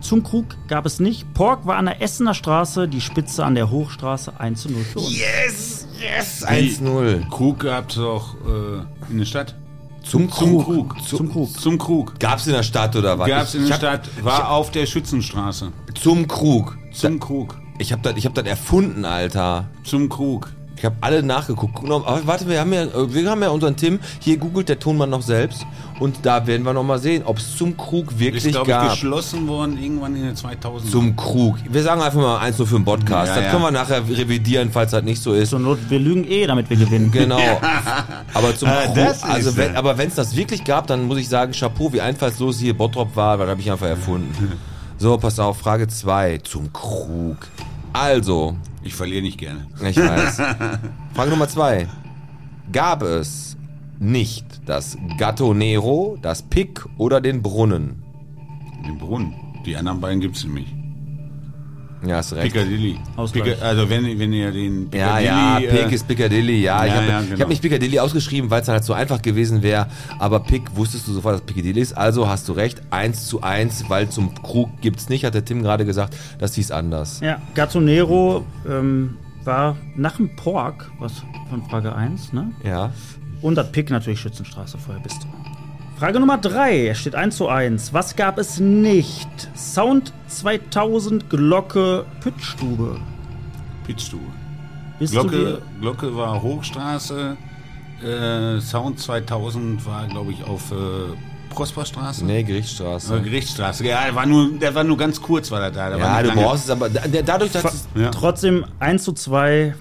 B: Zum Krug gab es nicht. Pork war an der Essener Straße, die Spitze an der Hochstraße 1 zu 0 für uns.
A: Yes, yes.
C: 1-0.
A: Krug gab's auch äh, in der Stadt.
C: Zum
A: Zum
C: Krug.
A: Krug.
B: Zum Krug.
A: Zum Krug.
C: Gab's in der Stadt oder was?
A: Gab's
C: Ich-
A: in
C: ich
A: der
C: hab-
A: Stadt, war auf der Schützenstraße.
C: Zum Krug.
A: Zum Krug.
C: Ich hab das, ich hab das erfunden, Alter.
A: Zum Krug.
C: Ich habe alle nachgeguckt. Genau, Aber warte, wir haben, ja, äh, wir haben ja unseren Tim. Hier googelt der Tonmann noch selbst. Und da werden wir noch mal sehen, ob es zum Krug
A: Ist,
C: wirklich
A: glaube ich,
C: gab.
A: geschlossen worden irgendwann in den 2000
C: Zum Krug. Wir sagen einfach mal 1 für den Podcast.
A: Ja,
C: das
A: ja.
C: können wir nachher revidieren, falls das nicht so ist.
B: Zur Not, wir lügen eh, damit wir gewinnen.
A: [LAUGHS]
C: Genau. Aber zum
A: Ah,
C: Krug.
A: das ist
C: also wenn,
A: er.
C: aber wenn es das wirklich gab, dann muss ich sagen, Chapeau, wie einfallslos hier Bottrop war, weil das habe ich einfach
A: [LAUGHS]
C: erfunden. So, pass auf, Frage 2 zum Krug. Also,
A: Ich verliere nicht gerne.
C: ich
A: [LAUGHS]
C: weiß. Frage Nummer 2. Gab es nicht das Gatto Nero, das Pick oder den Brunnen?
A: Den Brunnen. Die anderen beiden gibt es nämlich.
C: Ja, hast recht.
A: Piccadilly.
B: Ausgleich.
A: Picca- also wenn, wenn ihr den
C: Ja, ja,
A: äh,
C: Pick ist Piccadilly, ja. ich
A: ja,
C: habe
A: ja,
C: ich
A: genau.
C: hab nicht Piccadilly ausgeschrieben, weil es dann halt so einfach gewesen wäre. Aber Pick wusstest du sofort, dass Piccadilly ist. Also hast du recht, 1 zu 1, weil zum Krug gibt's nicht, hat der Tim gerade gesagt. Das hieß anders.
B: Ja, Gazzonero ähm, war nach dem Pork, was von Frage 1, ne?
C: Ja.
B: Und das Pick natürlich Schützenstraße, vorher bist du. Frage Nummer 3, es steht 1 zu 1. Was gab es nicht? Sound 2000 Glocke Püttstube.
A: Pittstube.
B: Bist
A: Glocke, Glocke war Hochstraße. Äh, Sound 2000 war, glaube ich, auf äh, Prosperstraße.
C: Nee,
A: Äh,
C: Gerichtsstraße.
A: Gerichtsstraße. Ja, der war nur, der war nur ganz kurz, war der da. Der war
C: Ja,
A: nicht
C: du
A: lange.
C: brauchst es aber. da- da- Dadurch, dass. es-
B: dir
A: Ja.
B: trotzdem 1 zu 2.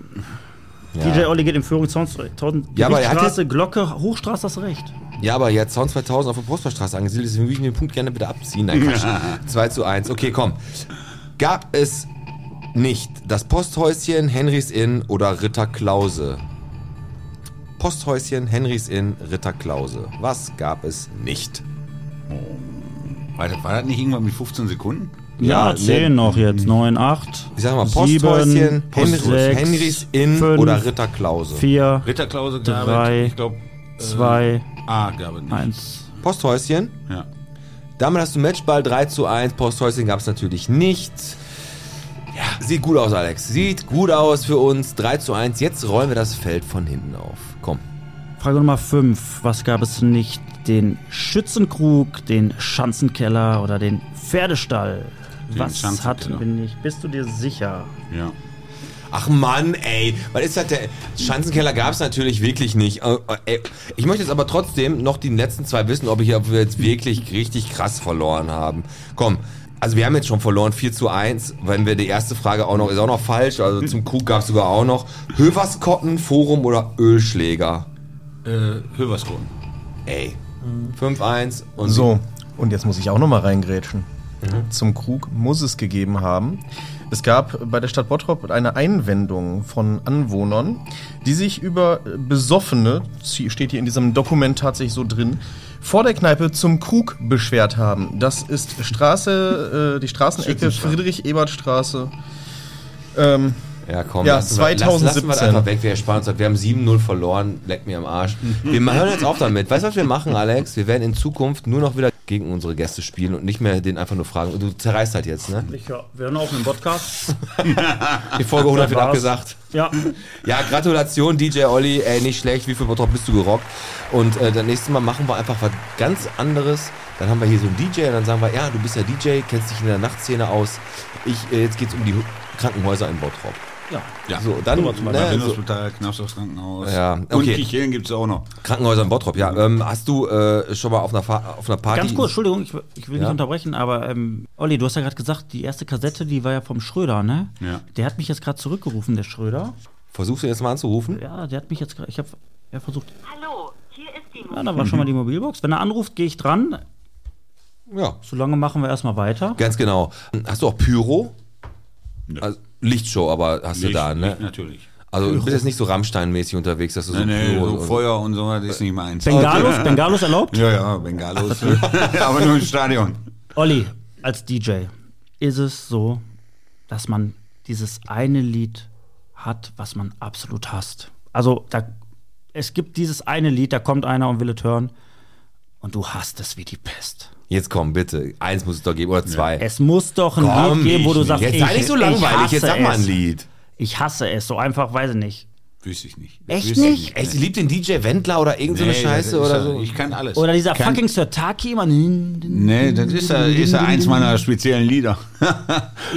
B: DJ
C: Ja.
B: Olli geht in Führung, Sound 2000
C: Ja, aber er hat
B: Gerichtsstraße, Glocke, Hochstraße, hast recht.
C: ja, aber jetzt Sound 2000 auf der Prosperstraße angesiedelt, deswegen würde ich den Punkt gerne bitte abziehen. Nein, Quatsch. [LAUGHS] 2 zu 1. Okay, komm. Gab es nicht das Posthäuschen, Henrys Inn oder Ritter Klause? Posthäuschen, Henrys Inn, Ritter Klause. Was gab es nicht?
A: War, das- war das nicht irgendwann mit 15 Sekunden?
B: Ja,
C: Ja, ne-
B: 10 noch jetzt, 9, 8.
C: Ich sag mal, Posthäuschen, Henrys, Henrys Inn oder Ritter Klause.
B: 4,
A: Ritterklause gab
B: Drei,
A: es. Ich glaube,
B: 2,
A: A gab es nicht.
B: 1.
C: Posthäuschen.
A: Ja.
C: Damit hast du Matchball 3 zu 1. Posthäuschen gab es natürlich nicht. Ja, sieht gut aus, Alex. Sieht gut aus für uns. 3 zu 1. Jetzt rollen wir das Feld von hinten auf. Komm.
B: Frage Nummer 5. Was gab es nicht? Den Schützenkrug, den Schanzenkeller oder den Pferdestall?
A: Den
B: Was hatten
A: Schanzenkeller.
B: wir nicht? Bist du dir sicher?
A: ja.
C: Ach Mann, ey. Was ist das der Schanzenkeller gab es natürlich wirklich nicht. Äh, äh, ey. Ich möchte jetzt aber trotzdem noch die letzten zwei wissen, ob, ich, ob wir jetzt wirklich richtig krass verloren haben. Komm. Also wir haben jetzt schon verloren 4 zu 1, wenn wir die erste Frage auch noch, ist auch noch falsch, also zum Krug gab es sogar auch noch. Höverskotten, Forum oder Ölschläger?
A: Äh, Höverskoten.
C: Ey. 5-1 und
G: So, und jetzt muss ich auch nochmal reingrätschen.
C: Mhm.
G: Zum Krug muss es gegeben haben. Es gab bei der Stadt Bottrop eine Einwendung von Anwohnern, die sich über Besoffene, sie- steht hier in diesem Dokument tatsächlich so drin, vor der Kneipe zum Krug beschwert haben. Das ist Straße, äh, die Straßenecke Friedrich-Ebert-Straße. Ähm,
C: Ja, komm.
G: Ja,
C: lassen wir-
G: 2017.
C: Lassen wir das einfach weg, wir ersparen uns das. Wir haben 7-0 verloren, leck mir am Arsch.
G: [LAUGHS]
C: Wir ma- hören jetzt auf damit. Weißt du, was wir machen, Alex? Wir werden in Zukunft nur noch wieder gegen unsere Gäste spielen und nicht mehr denen einfach nur fragen. Du zerreißt halt jetzt, ne?
B: Sicher. Wir hören auch einen Podcast.
C: Die Folge 100 wird
B: war's.
C: abgesagt.
B: Ja.
C: Ja, Gratulation, DJ Olli. Ey, nicht schlecht. Wie viel Bottrop bist du gerockt? Und äh, das nächste Mal machen wir einfach was ganz anderes. Dann haben wir hier so einen DJ und dann sagen wir, ja, du bist ja DJ, kennst dich in der Nachtszene aus. Ich, äh, jetzt geht's um die Hu- Krankenhäuser in Bottrop.
B: ja.
A: Ja.
C: So, dann, ne, so,
A: Hospital, Knapsdorfs Krankenhaus.
C: Ja,
A: Und
C: okay.
A: Kichellen gibt es auch noch.
C: Krankenhäuser in Bottrop, ja. Ähm, hast du äh, schon mal auf einer, Fa auf einer Party...
B: Ganz kurz, Entschuldigung, ich, ich will
C: Ja.
B: nicht unterbrechen, aber ähm, Olli, du hast ja gerade gesagt, die erste Kassette, die war ja vom Schröder, ne?
A: Ja.
B: Der hat mich jetzt gerade zurückgerufen, der Schröder.
C: Versuchst du jetzt mal anzurufen?
B: Ja, der hat mich jetzt gerade. Ich habe ja versucht.
H: Hallo, hier ist die
B: Ja, da
A: Mhm.
B: war schon mal die Mobilbox. Wenn er anruft, gehe ich dran.
C: Ja.
B: Solange machen wir erstmal weiter.
C: Ganz genau. Hast du auch Pyro?
A: Nö.
C: Also, Lichtshow, aber hast du
A: Licht-
C: da, ne?
A: Licht natürlich.
C: Also du bist jetzt nicht so Rammstein-mäßig unterwegs, dass du so
A: Nee, nee,
C: Pyro...
A: so
C: und-
A: Feuer und so, das ist nicht meins.
B: Bengalos, Bengalos erlaubt?
A: Ja, ja, Bengalos. [LAUGHS] Aber nur im Stadion.
B: Olli, als DJ, ist es so, dass man dieses eine Lied hat, was man absolut hasst? Also, da, es gibt dieses eine Lied, da kommt einer und will es hören und du hasst es wie die Pest.
C: Jetzt komm, bitte. Eins muss es doch geben oder zwei.
B: Es muss doch ein
C: Komm,
B: Lied geben, wo
C: ich
B: du
C: nicht.
B: sagst,
C: jetzt
B: ich,
C: sei nicht so
B: ich
C: langweilig,
B: hasse
C: jetzt sag mal ein
B: es.
C: Lied.
B: Ich hasse es, so einfach, weiß ich nicht.
A: Wüsste ich nicht.
B: Echt
A: Wüsste ich
B: nicht?
C: Ey, ich lieb den DJ Wendler oder irgend so eine
A: Nee,
C: Scheiße
A: das ist
C: oder
A: ja-
C: so.
A: Ich kann alles.
B: Oder dieser
A: Kann-
B: fucking Sirtaki, man.
A: Nee, das ist ja, ist ja eins meiner speziellen Lieder.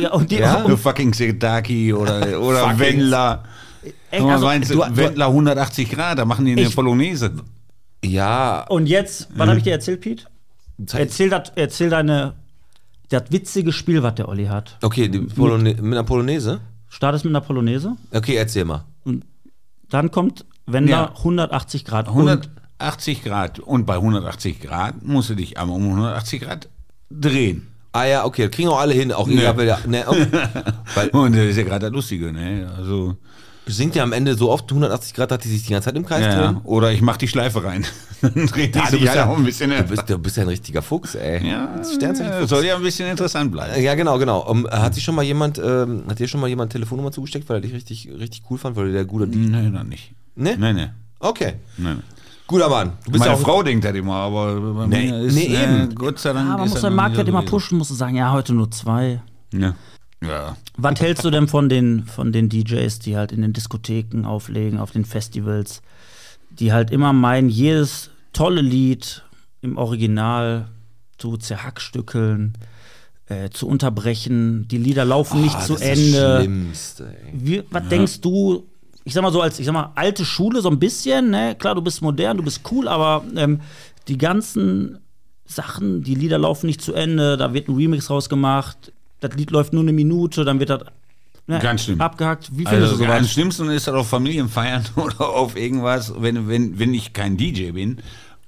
B: Ja, und die,
C: Ja?
A: [LAUGHS] Fucking Sedaki oder, oder
C: Fucking-
A: Wendler.
B: echt.
A: Guck mal,
B: Also,
A: meinst du,
C: du- du-
A: Wendler 180 Grad, da machen die eine
B: Ich-
A: Polonaise.
C: Ja,
B: und jetzt,
C: Hm.
B: was habe ich dir erzählt, Pete? Erzähl, dat, erzähl deine, das witzige Spiel, was der Olli hat.
C: okay, die Polone mit einer Polonaise?
B: Startest mit einer Polonaise,
C: Okay, erzähl mal.
B: dann kommt Wendler
A: Ja.
B: 180 Grad.
A: 180 Grad. Und bei 180 Grad musst du dich einmal um 180 Grad drehen.
C: Ah ja, okay, das kriegen auch alle hin. Auch
A: Nee.
C: ja, weil ja, ne, [LAUGHS] okay. Weil-
A: Und das ist ja gerade das Lustige, ne? Also,
C: Singt ja am Ende so oft 180 Grad, dass die sich die ganze Zeit im Kreis
A: ja, ja.
C: drehen.
A: Oder ich mach die Schleife rein. [LAUGHS] Dann dreht die
C: Ja,
A: sich halt auch ein bisschen.
C: du, bist, du bist ja ein richtiger Fuchs, ey.
A: ja,
C: Sternzeichen
A: soll ja ein bisschen interessant bleiben.
C: Ja, genau, genau. Ähm, hat sich schon mal jemand, ähm, hat dir schon mal jemand Telefonnummer zugesteckt, weil er dich richtig, richtig cool fand, weil du der gute.
A: Nee, dann nicht.
C: Ne?
A: Nee, nee.
C: Okay.
A: nee.
C: Guter Mann. Du bist
A: Meine
C: ja auch
A: Frau denkt das immer, aber bei
C: Nee,
A: mir ist,
C: nee,
A: äh,
C: eben.
A: Gott sei Dank
B: Aber
A: ist
B: Ah, muss
A: das
B: der
A: noch nie
B: Marktwert
A: so
B: immer
A: gewesen.
B: pushen, musst du sagen, ja, heute nur zwei.
A: Ja. ja. [LAUGHS]
B: Was hältst du denn von den, von den DJs, die halt in den Diskotheken auflegen, auf den Festivals, die halt immer meinen, jedes tolle Lied im Original zu zerhackstückeln, äh, zu unterbrechen, die Lieder laufen nicht
C: Ah,
B: zu
C: das Ist das
B: Ende.
C: Schlimmste, ey.
B: Wie, was denkst du, ich sag mal so als, ich sag mal, alte Schule so ein bisschen, ne? Klar, du bist modern, du bist cool, aber ähm, die ganzen Sachen, die Lieder laufen nicht zu Ende, da wird ein Remix rausgemacht, das Lied läuft nur eine Minute, dann wird das ne,
A: Ganz schlimm.
B: abgehackt. Wie findest
A: Also
B: du
A: am
B: sowas?
A: schlimmsten ist das auf Familienfeiern [LAUGHS] oder auf irgendwas, wenn, wenn, wenn ich kein DJ bin.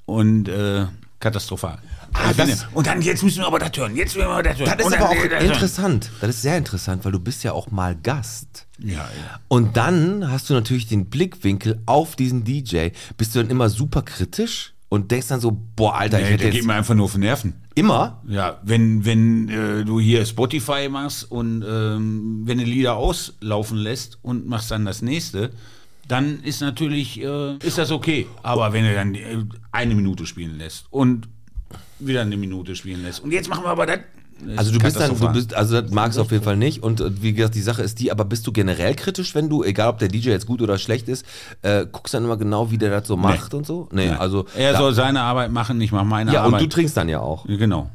A: Und äh, katastrophal. Also wenn-
C: das-
A: und dann jetzt müssen wir aber das hören. Jetzt müssen wir aber das hören.
C: Das ist
A: und
C: aber
A: dann,
C: auch
A: äh, das
C: interessant. Das ist sehr interessant, weil du bist ja auch mal Gast.
A: hören. Ja, ja.
C: Und dann hast du natürlich den Blickwinkel auf diesen DJ. Bist du dann immer super kritisch und denkst dann so, boah, Alter, ich
A: Ey,
C: hätte
A: der geht
C: jetzt
A: mir einfach nur auf den Nerven.
C: immer.
A: Ja, wenn, wenn äh, du hier Spotify machst und ähm, wenn du Lieder auslaufen lässt und machst dann das nächste, dann ist natürlich, äh, ist das okay. Aber wenn du dann äh, eine Minute spielen lässt und wieder eine Minute spielen lässt und jetzt machen wir aber das. das
C: Also du
A: ist
C: bist dann, du
A: katastrophal.
C: bist, also das magst du auf jeden Fall nicht. Und äh, wie gesagt, die Sache ist die, aber bist du generell kritisch, wenn du, egal ob der DJ jetzt gut oder schlecht ist, äh, guckst dann immer genau, wie der das so macht und so? Nee, also.
A: er
C: ja,
A: soll seine Arbeit machen, ich mache meine
C: ja, und
A: Arbeit.
C: du trinkst dann ja auch.
A: Genau.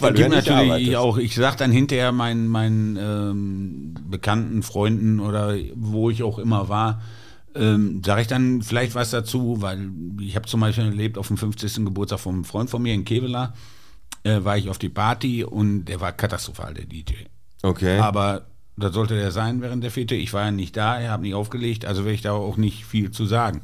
C: Weil
A: Gibt
C: ja nicht
A: natürlich
C: arbeitest.
A: auch, ich sag dann hinterher meinen, meinen ähm, Bekannten, Freunden oder wo ich auch immer war, ähm, sage ich dann vielleicht was dazu, weil ich habe zum Beispiel erlebt auf dem 50. Geburtstag vom Freund von mir in Kevela, äh, war ich auf die Party und der war katastrophal, der DJ.
C: Okay.
A: Aber da sollte der sein während der Fete. Ich war ja nicht da, er hat nicht aufgelegt, also werde ich da auch nicht viel zu sagen.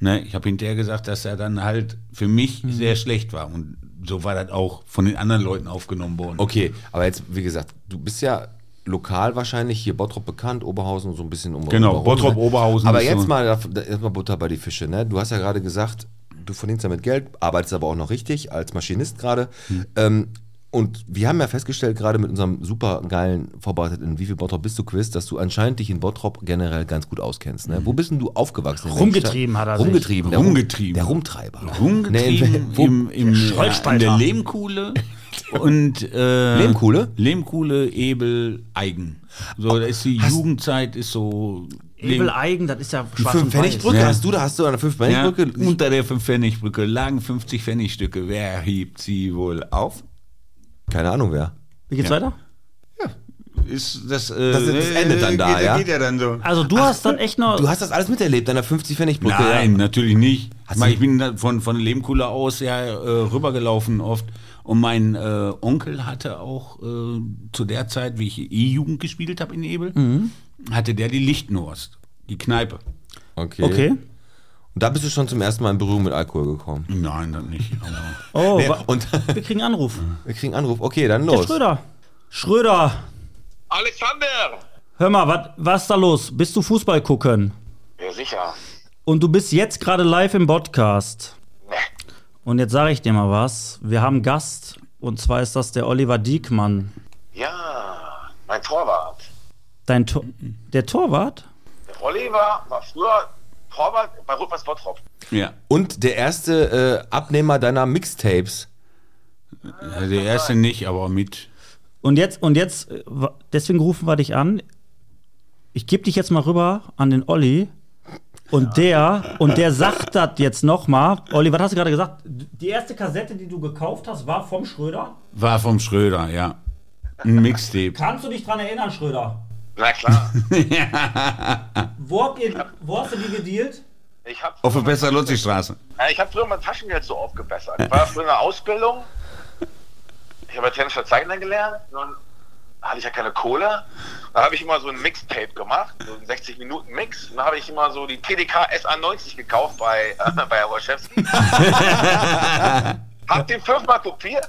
A: Ne, ich habe hinterher gesagt, dass er dann halt für mich
C: Mhm.
A: sehr schlecht war. Und so war das auch von den anderen Leuten aufgenommen worden.
C: Okay, aber jetzt, wie gesagt, du bist ja lokal wahrscheinlich hier Bottrop bekannt, Oberhausen und so ein bisschen um.
A: Genau,
C: drumherum,
A: Bottrop, Oberhausen
C: Aber
A: ist
C: jetzt
A: so-
C: mal, da- da- jetzt mal Butter bei die Fische, ne? Du hast ja gerade gesagt, du verdienst damit Geld, arbeitest aber auch noch richtig als Maschinist gerade.
A: Hm.
C: Ähm, und wir haben ja festgestellt, gerade mit unserem super geilen vorbereiteten Wie viel Bottrop bist du Quiz, dass du anscheinend dich in Bottrop generell ganz gut auskennst. Ne? Wo bist denn du aufgewachsen? In welcher
B: Rumgetrieben
C: Stadt?
B: hat er sich.
C: Rumgetrieben. Der
A: Rumgetrieben.
C: Der Rumtreiber.
A: Rumgetrieben
C: Nee, in-
A: im, im,
B: Scholzspalter.
A: in der Lehmkuhle und äh,
C: Lehmkuhle?
A: Lehmkuhle, Ebel, Eigen. So, da ist die Jugendzeit ist so Lehm-
B: Ebel Eigen, das ist ja
C: Die
B: schwarz und weiß.
C: Fünf-Pfennigbrücke
A: Ja.
C: hast du, da hast du an der
A: Ja,
C: Fünf-Pfennigbrücke
A: unter der 5-Pfennig-Brücke lagen 50 Pfennigstücke. Wer hebt sie wohl auf?
C: Keine Ahnung wer.
B: Wie geht's weiter?
A: Ist das, äh,
C: Das- das endet dann da,
A: geht,
C: ja?
A: Geht ja dann so.
B: Also du hast dann echt noch.
C: Du hast das alles miterlebt an der 50 pfennig brücke
A: Nein, natürlich nicht.
C: Hast
A: Ich meine,
C: du-
A: ich bin da von, von Lehmkuhle aus ja äh, rübergelaufen oft. Und mein äh, Onkel hatte auch äh, zu der Zeit, wie ich E-Jugend gespielt habe in Ebel, hatte der die Lichtenhorst, die Kneipe.
C: Okay.
B: okay.
C: Und da bist du schon zum ersten Mal in Berührung mit Alkohol gekommen.
A: Nein, das nicht. Aber
B: Oh,
C: Nee,
B: wa-
C: und [LAUGHS]
B: wir kriegen einen Anruf.
C: wir kriegen einen Anruf. Okay, dann
B: Der
C: los.
B: Schröder. Schröder,
H: Alexander!
B: hör mal, wat- was ist da los? Bist du Fußball gucken?
H: Ja, sicher.
B: Und du bist jetzt gerade live im Podcast.
H: Ne.
B: Und jetzt sage ich dir mal was. Wir haben einen Gast. Und zwar ist das der Oliver Diekmann.
H: Ja, mein Torwart.
B: Dein Tor der Torwart?
H: Der Oliver war früher Torwart bei Rückwärts Bottrop.
A: [LAUGHS] ja,
C: Und der erste äh, Abnehmer deiner Mixtapes.
A: also der erste nicht, aber mit.
B: Und jetzt, und jetzt, äh, wa- deswegen rufen wir dich an. Ich gebe dich jetzt mal rüber an den Olli. Und der, und der sagt das jetzt nochmal. Olli, was hast du gerade gesagt? Die erste Kassette, die du gekauft hast, war vom Schröder.
A: War vom Schröder, ja. Ein Mixtape.
B: Kannst du dich dran erinnern, Schröder?
H: Na klar.
B: Wo, habt ihr, wo hast du die gedealt?
H: Ich hab
A: [LAUGHS] Auf der Besser-Lutzi-Straße.
H: Ja, ich habe früher mein Taschengeld so aufgebessert. Ich war früher in der Ausbildung. Ich habe ja Tennischer Zeichner gelernt. Nun hatte ich ja keine Kohle. Da habe ich immer so ein Mixtape gemacht, so einen 60-Minuten-Mix. Und Da habe ich immer so die TDK SA90 gekauft bei, äh, bei Woschewski. hab den fünfmal kopiert.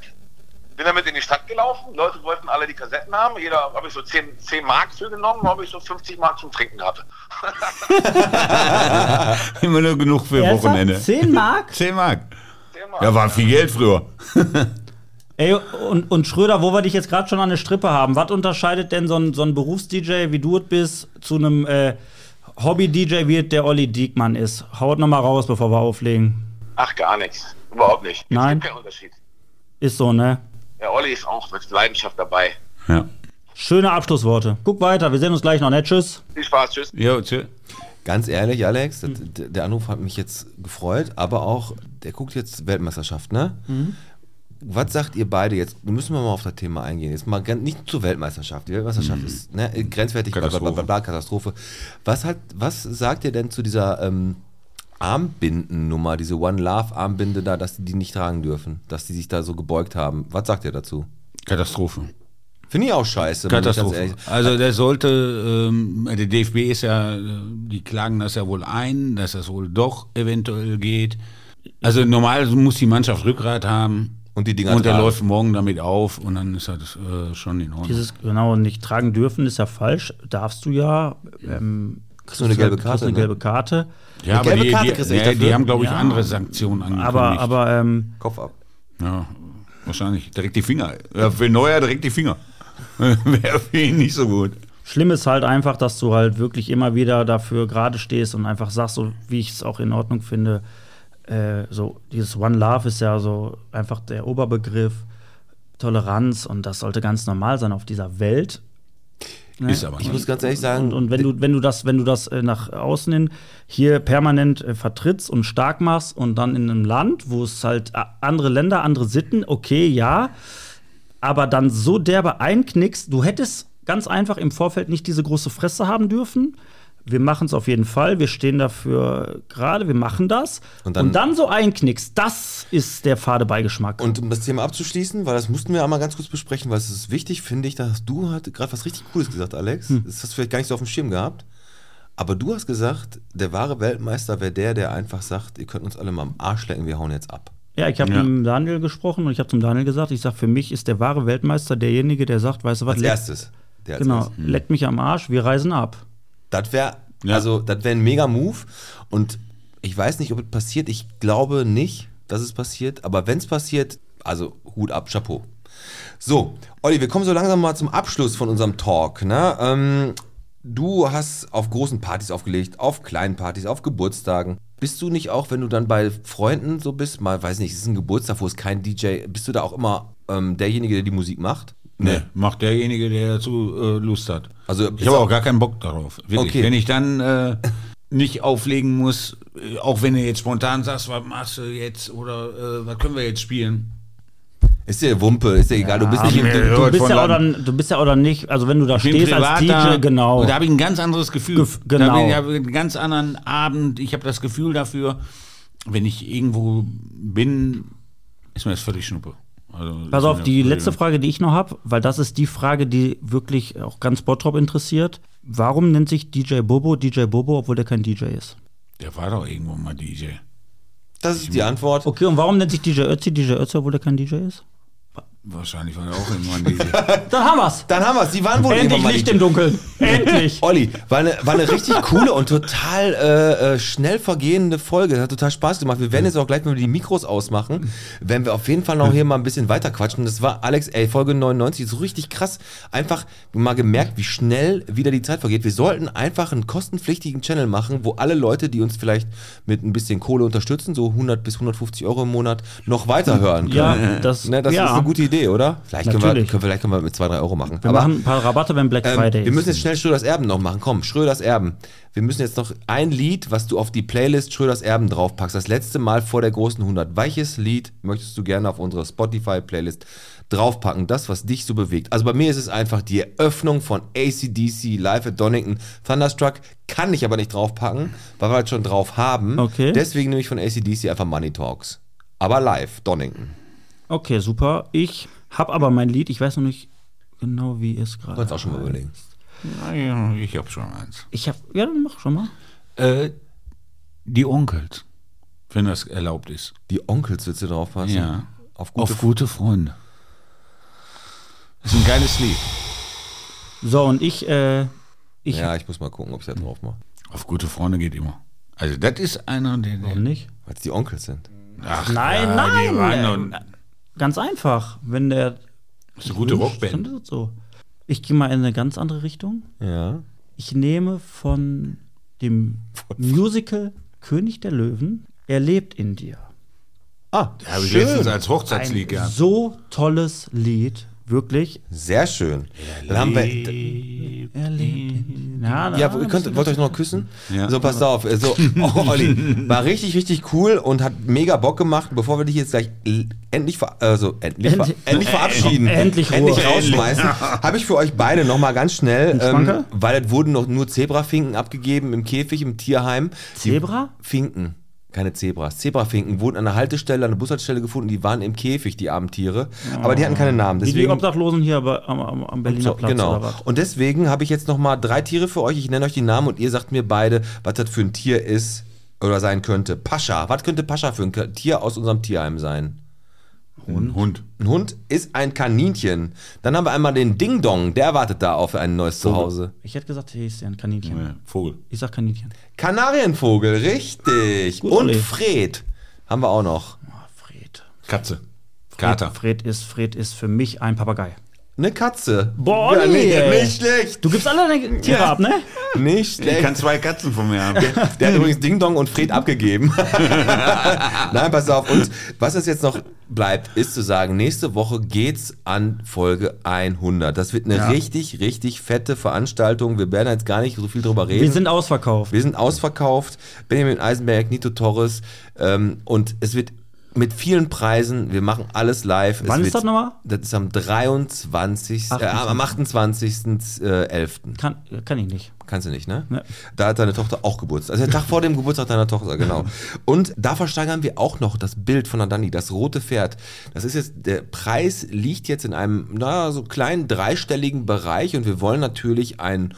H: Bin damit in die Stadt gelaufen. Leute wollten alle die Kassetten haben. Jeder habe ich so 10, 10 Mark für genommen, habe ich so 50 Mark zum Trinken gehabt.
A: [LAUGHS] Immer nur genug für
B: Ernsthaft?
A: Wochenende.
B: 10 Mark?
A: 10 Mark.
H: Zehn Mark.
A: Ja, war viel Geld früher.
B: Ey, und, und Schröder, wo wir dich jetzt gerade schon an der Strippe haben, was unterscheidet denn so ein, so ein Berufs-DJ, wie du es bist, zu einem äh, Hobby-DJ, wie es der Olli Diekmann ist? Haut nochmal raus, bevor wir auflegen.
H: Ach, gar nichts. Überhaupt nicht.
B: Nein.
H: Es gibt keinen Unterschied.
B: Ist so, ne?
H: Ja, Olli ist auch mit Leidenschaft dabei.
A: Ja.
B: Schöne Abschlussworte. Guck weiter, wir sehen uns gleich noch, ne? Tschüss.
H: Viel Spaß, tschüss.
A: Jo, tschö.
C: Ganz ehrlich, Alex, das, d- der Anruf hat mich jetzt gefreut, aber auch, der guckt jetzt Weltmeisterschaft, ne? Was sagt ihr beide jetzt? Müssen wir mal auf das Thema eingehen. Jetzt mal ganz- nicht zur Weltmeisterschaft. Die Weltmeisterschaft ist ne, grenzwertig, bla, bla, bla, bla, bla, Katastrophe. Was, hat, was sagt ihr denn zu dieser ähm, Armbindennummer, diese One Love Armbinde da, dass die die nicht tragen dürfen, dass die sich da so gebeugt haben? Was sagt ihr dazu?
A: Katastrophe.
C: Finde ich auch scheiße. bin ich ganz
A: Katastrophe.
C: ehrlich.
A: Also der sollte, ähm, der DFB ist ja, äh, die klagen das ja wohl ein, dass das wohl doch eventuell geht. Also normal muss die Mannschaft Rückgrat haben
C: Und die Dinger
A: und der
C: tragen.
A: läuft morgen damit auf und dann ist das äh, schon in Ordnung.
B: Dieses genau nicht tragen dürfen ist ja falsch. Darfst du ja. Ähm, kriegst
C: nur eine
B: du ja-
C: gelbe
B: kriegst
C: Karte,
B: du eine
C: ne?
B: gelbe Karte.
A: ja, aber
C: gelbe
A: die,
C: Karte
A: die,
C: kriegst du nicht
A: nee,
C: dafür.
A: die haben, glaube ich,
B: Ja.
A: andere Sanktionen angekündigt.
B: Aber, aber ähm,
C: Kopf ab.
A: ja, wahrscheinlich. Direkt die Finger. Ja, für Neuer direkt die Finger. [LAUGHS] Wäre für ihn nicht so gut.
B: Schlimm ist halt einfach, dass du halt wirklich immer wieder dafür gerade stehst und einfach sagst, so wie ich es auch in Ordnung finde. Äh, so dieses One Love ist ja so einfach der Oberbegriff Toleranz und das sollte ganz normal sein auf dieser Welt. Ne?
A: Ist aber
C: Ich
A: nicht.
C: muss ganz ehrlich sagen,
B: Und, und wenn du wenn du das wenn du das äh, nach außen hin hier permanent äh, vertrittst und stark machst und dann in einem Land, wo es halt äh, andere Länder, andere Sitten, okay, ja, aber dann so derbe einknickst, du hättest ganz einfach im Vorfeld nicht diese große Fresse haben dürfen. Wir machen es auf jeden Fall, wir stehen dafür gerade, wir machen das.
C: Und dann-
B: so einknickst, das ist der fade Beigeschmack.
C: Und um das Thema abzuschließen, weil das mussten wir einmal ganz kurz besprechen, weil es ist wichtig, finde ich, dass du halt gerade was richtig Cooles gesagt, Alex. Das hast du vielleicht gar nicht so auf dem Schirm gehabt. Aber du hast gesagt, der wahre Weltmeister wäre der, der einfach sagt, ihr könnt uns alle mal am Arsch lecken, wir hauen jetzt ab.
B: Ja, ich habe
A: Ja.
B: mit dem Daniel gesprochen und ich habe zum Daniel gesagt, ich sage, für mich ist der wahre Weltmeister derjenige, der sagt, weißt du was,
C: Als
B: leck-
C: erstes. Der als
B: genau,
C: erstes. Hm.
B: leck mich am Arsch, wir reisen ab.
C: Das wäre
A: Ja.
C: also, das wäre ein mega Move. Und ich weiß nicht, ob es passiert. Ich glaube nicht, dass es passiert. Aber wenn es passiert, also Hut ab, Chapeau. So, Olli, wir kommen so langsam mal zum Abschluss von unserem Talk. Ne? Ähm, du hast auf großen Partys aufgelegt, auf kleinen Partys, auf Geburtstagen. Bist du nicht auch, wenn du dann bei Freunden so bist, mal, weiß nicht, es ist ein Geburtstag, wo es kein DJ, bist du da auch immer ähm, derjenige, der die Musik macht?
A: Nee, macht derjenige, der dazu äh, Lust hat.
C: Also,
A: ich habe auch gar keinen Bock darauf. Wirklich.
C: Okay.
A: Wenn ich dann äh, nicht auflegen muss, äh, auch wenn du jetzt spontan sagst, was machst du jetzt oder äh, was können wir jetzt spielen?
C: Ist dir Wumpe, ist dir egal, du bist nicht im,
A: mir
C: du,
B: Du
A: hört
B: bist,
A: von
B: ja auch
A: Land.
B: dann, du bist ja auch dann nicht, also wenn du da
A: Ich bin
B: stehst als
A: privat
B: DJ,
A: da,
B: genau.
A: Und da habe ich ein ganz anderes Gefühl.
B: Gef-
A: Da
B: genau.
A: bin ich, hab einen ganz anderen Abend. Ich habe das Gefühl dafür, wenn ich irgendwo bin, ist mir das völlig schnuppe. Also,
B: Pass
A: ist
B: auf,
A: mir
B: die
A: völlig-
B: letzte Frage, die ich noch habe, weil das ist die Frage, die wirklich auch ganz Bottrop interessiert. Warum nennt sich DJ Bobo DJ Bobo, obwohl der kein DJ ist?
A: Der war doch irgendwo mal DJ.
C: das ist die Antwort.
B: Okay, und warum nennt sich DJ Ötzi DJ Ötzi, obwohl der kein DJ ist?
A: Wahrscheinlich war er auch
B: [LAUGHS]
A: irgendwann DJ.
B: Dann haben wir's.
C: Dann haben wir es, die waren wohl irgendwann
B: Endlich
C: mal
B: Licht
C: die- [LAUGHS]
B: im Dunkeln. Endlich.
C: Olli, war eine, war eine richtig coole und total äh, äh, schnell vergehende Folge. Hat total Spaß gemacht. Wir werden jetzt auch gleich, wenn wir die Mikros ausmachen, werden wir auf jeden Fall noch hier mal ein bisschen weiter quatschen. Das war, Alex, ey, Folge 99 ist so richtig krass. Einfach mal gemerkt, wie schnell wieder die Zeit vergeht. Wir sollten einfach einen kostenpflichtigen Channel machen, wo alle Leute, die uns vielleicht mit ein bisschen Kohle unterstützen, so 100 bis 150 Euro im Monat, noch weiter hören können. [LAUGHS]
B: Ja, das,
C: Ne, das
B: ja.
C: ist eine gute Idee, oder? Vielleicht können wir,
B: Natürlich.
C: können, wir- vielleicht können wir mit 2, 3 Euro machen.
B: Wir machen ein paar Rabatte beim Black
C: Ähm,
B: Friday
C: wir müssen jetzt
B: ist.
C: schnell Schröders Erben noch machen. Komm, Schröders Erben. Wir müssen jetzt noch ein Lied, was du auf die Playlist Schröders Erben draufpackst. Das letzte Mal vor der großen 100. Welches Lied möchtest du gerne auf unsere Spotify-Playlist draufpacken? Das, was dich so bewegt. Also bei mir ist es einfach die Eröffnung von ACDC live at Donington. Thunderstruck kann ich aber nicht draufpacken, weil wir halt schon drauf haben.
B: Okay.
C: Deswegen nehme ich von ACDC einfach Money Talks. Aber live, Donington.
B: Okay, super. Ich habe aber mein Lied, ich weiß noch nicht genau, wie es gerade.
C: Kannst auch schon mal überlegen.
A: Ja, ich hab schon eins.
B: Ich habe, ja, dann mach schon mal.
A: Äh, die Onkels, wenn das erlaubt ist.
C: Die Onkels willst du draufpassen?
A: Ja.
C: Auf gute
A: Auf gute Freunde. Das ist ein geiles Lied.
B: So, und ich, äh, ich,
C: Ja, ich muss mal gucken, ob ich da drauf mache.
A: Auf gute Freunde geht immer. Also das ist einer, der... der
B: warum nicht?
C: Weil es die Onkels sind.
A: Ach,
B: Nein,
A: die
B: nein, äh,
A: waren doch-
B: Ganz einfach. Wenn der.
A: ist eine gute
B: Dann
A: Rockband.
B: ist es so. Ich gehe mal in eine ganz andere Richtung.
C: Ja.
B: Ich nehme von dem Musical König der Löwen. Er lebt in dir.
C: Ah,
A: Habe ich letztens
C: schön.
A: als Hochzeitslied
B: Ein
A: gehabt.
B: so tolles Lied. Wirklich.
C: Sehr schön. Dann haben wir,
B: Er lebt in dir. Na, na,
C: ja, ihr könnt, wollt euch noch küssen?
A: Ja.
C: So, passt auf. So, oh, Olli, war richtig, richtig cool und hat mega Bock gemacht. Bevor wir dich jetzt gleich l- endlich, ver also, endlich, ver
B: Endlich- Äh,
C: endlich verabschieden,
B: Endlich Ruhe.
C: endlich rausschmeißen, habe ich für euch beide nochmal ganz schnell, ähm,
B: Schwanker?
C: weil es wurden noch nur Zebrafinken abgegeben im Käfig, im Tierheim. Die-
B: Zebra?
C: Finken. Keine Zebras. Zebrafinken wurden an der Haltestelle, an der Bushaltestelle gefunden. Die waren im Käfig, die armen Tiere. Aber die hatten keine Namen.
B: Wie die
C: Deswegen,
B: Obdachlosen hier bei, am, am, am Berliner
C: so,
B: Platz
C: genau.
B: oder was?
C: Und deswegen habe ich jetzt nochmal drei Tiere für euch. Ich nenne euch die Namen und ihr sagt mir beide, was das für ein Tier ist oder sein könnte. Pascha. Was könnte Pascha für ein K- Tier aus unserem Tierheim sein?
A: Hund. Hund.
C: Ein Hund ist ein Kaninchen. Dann haben wir einmal den Ding Dong. Der wartet da auf ein neues Zuhause.
B: Ich hätte gesagt, hier ist ja ein Kaninchen.
A: Ja, Vogel.
B: Ich sag Kaninchen.
C: Kanarienvogel, richtig.
B: Gut,
C: und
B: Olli.
C: Fred haben wir auch noch.
B: Ah, Fred.
A: Katze. Kater.
B: Fred ist, Fred ist für mich ein Papagei.
C: Eine Katze.
B: Boah,
C: ja,
B: Olli,
C: nicht,
B: ey.
C: nicht schlecht.
B: Du gibst alle deine Tiere ab, ne?
C: Nicht
A: Ich
C: schlecht.
A: kann zwei Katzen von mir haben.
C: Der hat übrigens Ding Dong und Fred abgegeben. [LAUGHS] Nein, pass auf. Und was es jetzt noch bleibt, ist zu sagen, nächste Woche geht's an Folge 100. Das wird eine richtig, richtig fette Veranstaltung. Wir werden jetzt gar nicht so viel drüber reden.
B: Wir sind ausverkauft.
C: Wir sind ausverkauft. Benjamin Eisenberg, Nito Torres. Ähm, und es wird mit vielen Preisen. Wir machen alles live.
B: Wann
C: es
B: ist
C: wird,
B: das nochmal?
C: Das ist am 23. Äh,
B: 28..
C: am 28.11. Äh, 11..
B: Kann, kann ich nicht.
C: Kannst du nicht, ne?
B: Ne.
C: Da hat deine Tochter auch Geburtstag. Also der Tag vor dem Geburtstag deiner Tochter, genau. Und da versteigern wir auch noch das Bild von Adani, das rote Pferd. Das ist jetzt, der Preis liegt jetzt in einem, naja, so kleinen dreistelligen Bereich und wir wollen natürlich einen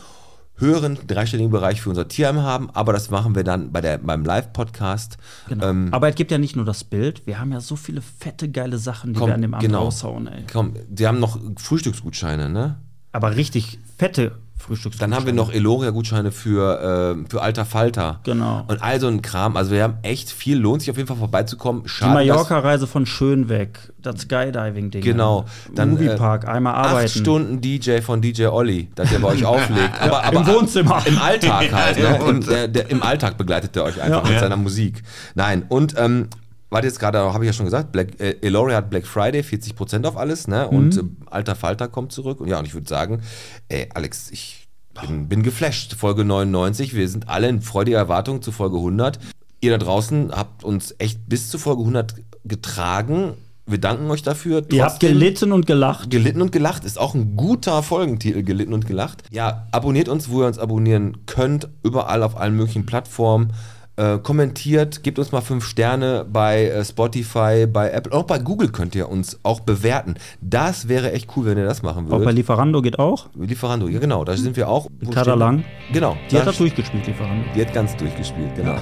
C: höheren dreistelligen Bereich für unser Tierheim haben, aber das machen wir dann bei der, beim Live-Podcast.
B: Genau. Aber es gibt ja nicht nur das Bild. Wir haben ja so viele fette, geile Sachen, die wir an dem Abend raushauen, ey.
C: genau. Komm, die haben noch Frühstücksgutscheine, ne?
B: Aber richtig fette Frühstücks.
C: Dann haben wir noch Eloria-Gutscheine für, ähm, für Alter Falter.
B: Genau.
C: Und all so ein Kram. Also wir haben echt viel. Lohnt sich auf jeden Fall vorbeizukommen.
B: die
C: Schade, dass-
B: Mallorca-Reise von schön weg. Das Skydiving-Ding.
C: Genau.
B: Dann,
C: Dann,
B: Moviepark, einmal arbeiten.
C: Acht Stunden DJ von DJ Olli, dass der bei
B: [LAUGHS]
C: euch auflegt. Aber, aber
B: Im Wohnzimmer.
C: Im Alltag halt. Ne?
A: Ja,
C: Im, der, der, Im Alltag begleitet er euch einfach
B: Ja.
C: mit
A: Ja.
C: seiner Musik. Nein, und ähm, was jetzt gerade, habe ich ja schon gesagt, Black, äh, Eloria hat Black Friday, 40% auf alles, ne?
B: Mhm.
C: Und äh, Alter Falter kommt zurück. Und ja, und ich würde sagen, ey, Alex, ich bin, bin geflasht. Folge 99, wir sind alle in freudiger Erwartung zu Folge 100. Ihr da draußen habt uns echt bis zu Folge 100 getragen. Wir danken euch dafür.
B: Ihr habt
C: Trotzdem-
B: gelitten und gelacht.
C: Gelitten und gelacht ist auch ein guter Folgentitel, gelitten und gelacht. Ja, abonniert uns, wo ihr uns abonnieren könnt, überall auf allen möglichen Plattformen. Äh, kommentiert, gebt uns mal fünf Sterne bei äh, Spotify, bei Apple, auch bei Google könnt ihr uns auch bewerten. Das wäre echt cool, wenn ihr das machen
B: Auch bei
C: würdet.
B: Lieferando geht auch.
C: Lieferando, ja genau, da sind wir auch. Wo
B: Kader
C: stehen wir?
B: Lang.
C: Genau.
B: Die
C: da
B: hat das durchgespielt, Lieferando.
C: die hat ganz durchgespielt, genau.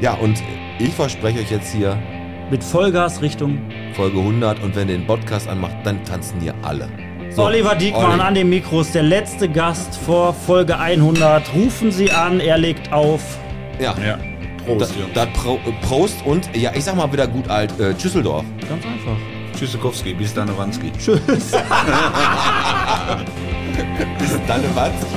C: Ja, und ich verspreche euch jetzt hier
B: Mit Vollgas Richtung
C: Folge 100 und wenn ihr den Podcast anmacht, dann tanzen hier alle. So,
B: Oliver Diekmann
C: Olli.
B: an den Mikros, der letzte Gast vor Folge 100. Rufen Sie an, er legt auf.
C: Ja.
A: Ja.
C: Da,
A: Prost, Jungs.
C: da Pro, äh, Prost und, ja, ich sag mal wieder gut alt, äh, Tschüsseldorf.
B: Ganz einfach.
A: Tschüssikowski, bis dann, Wanski.
C: Danne Watzki.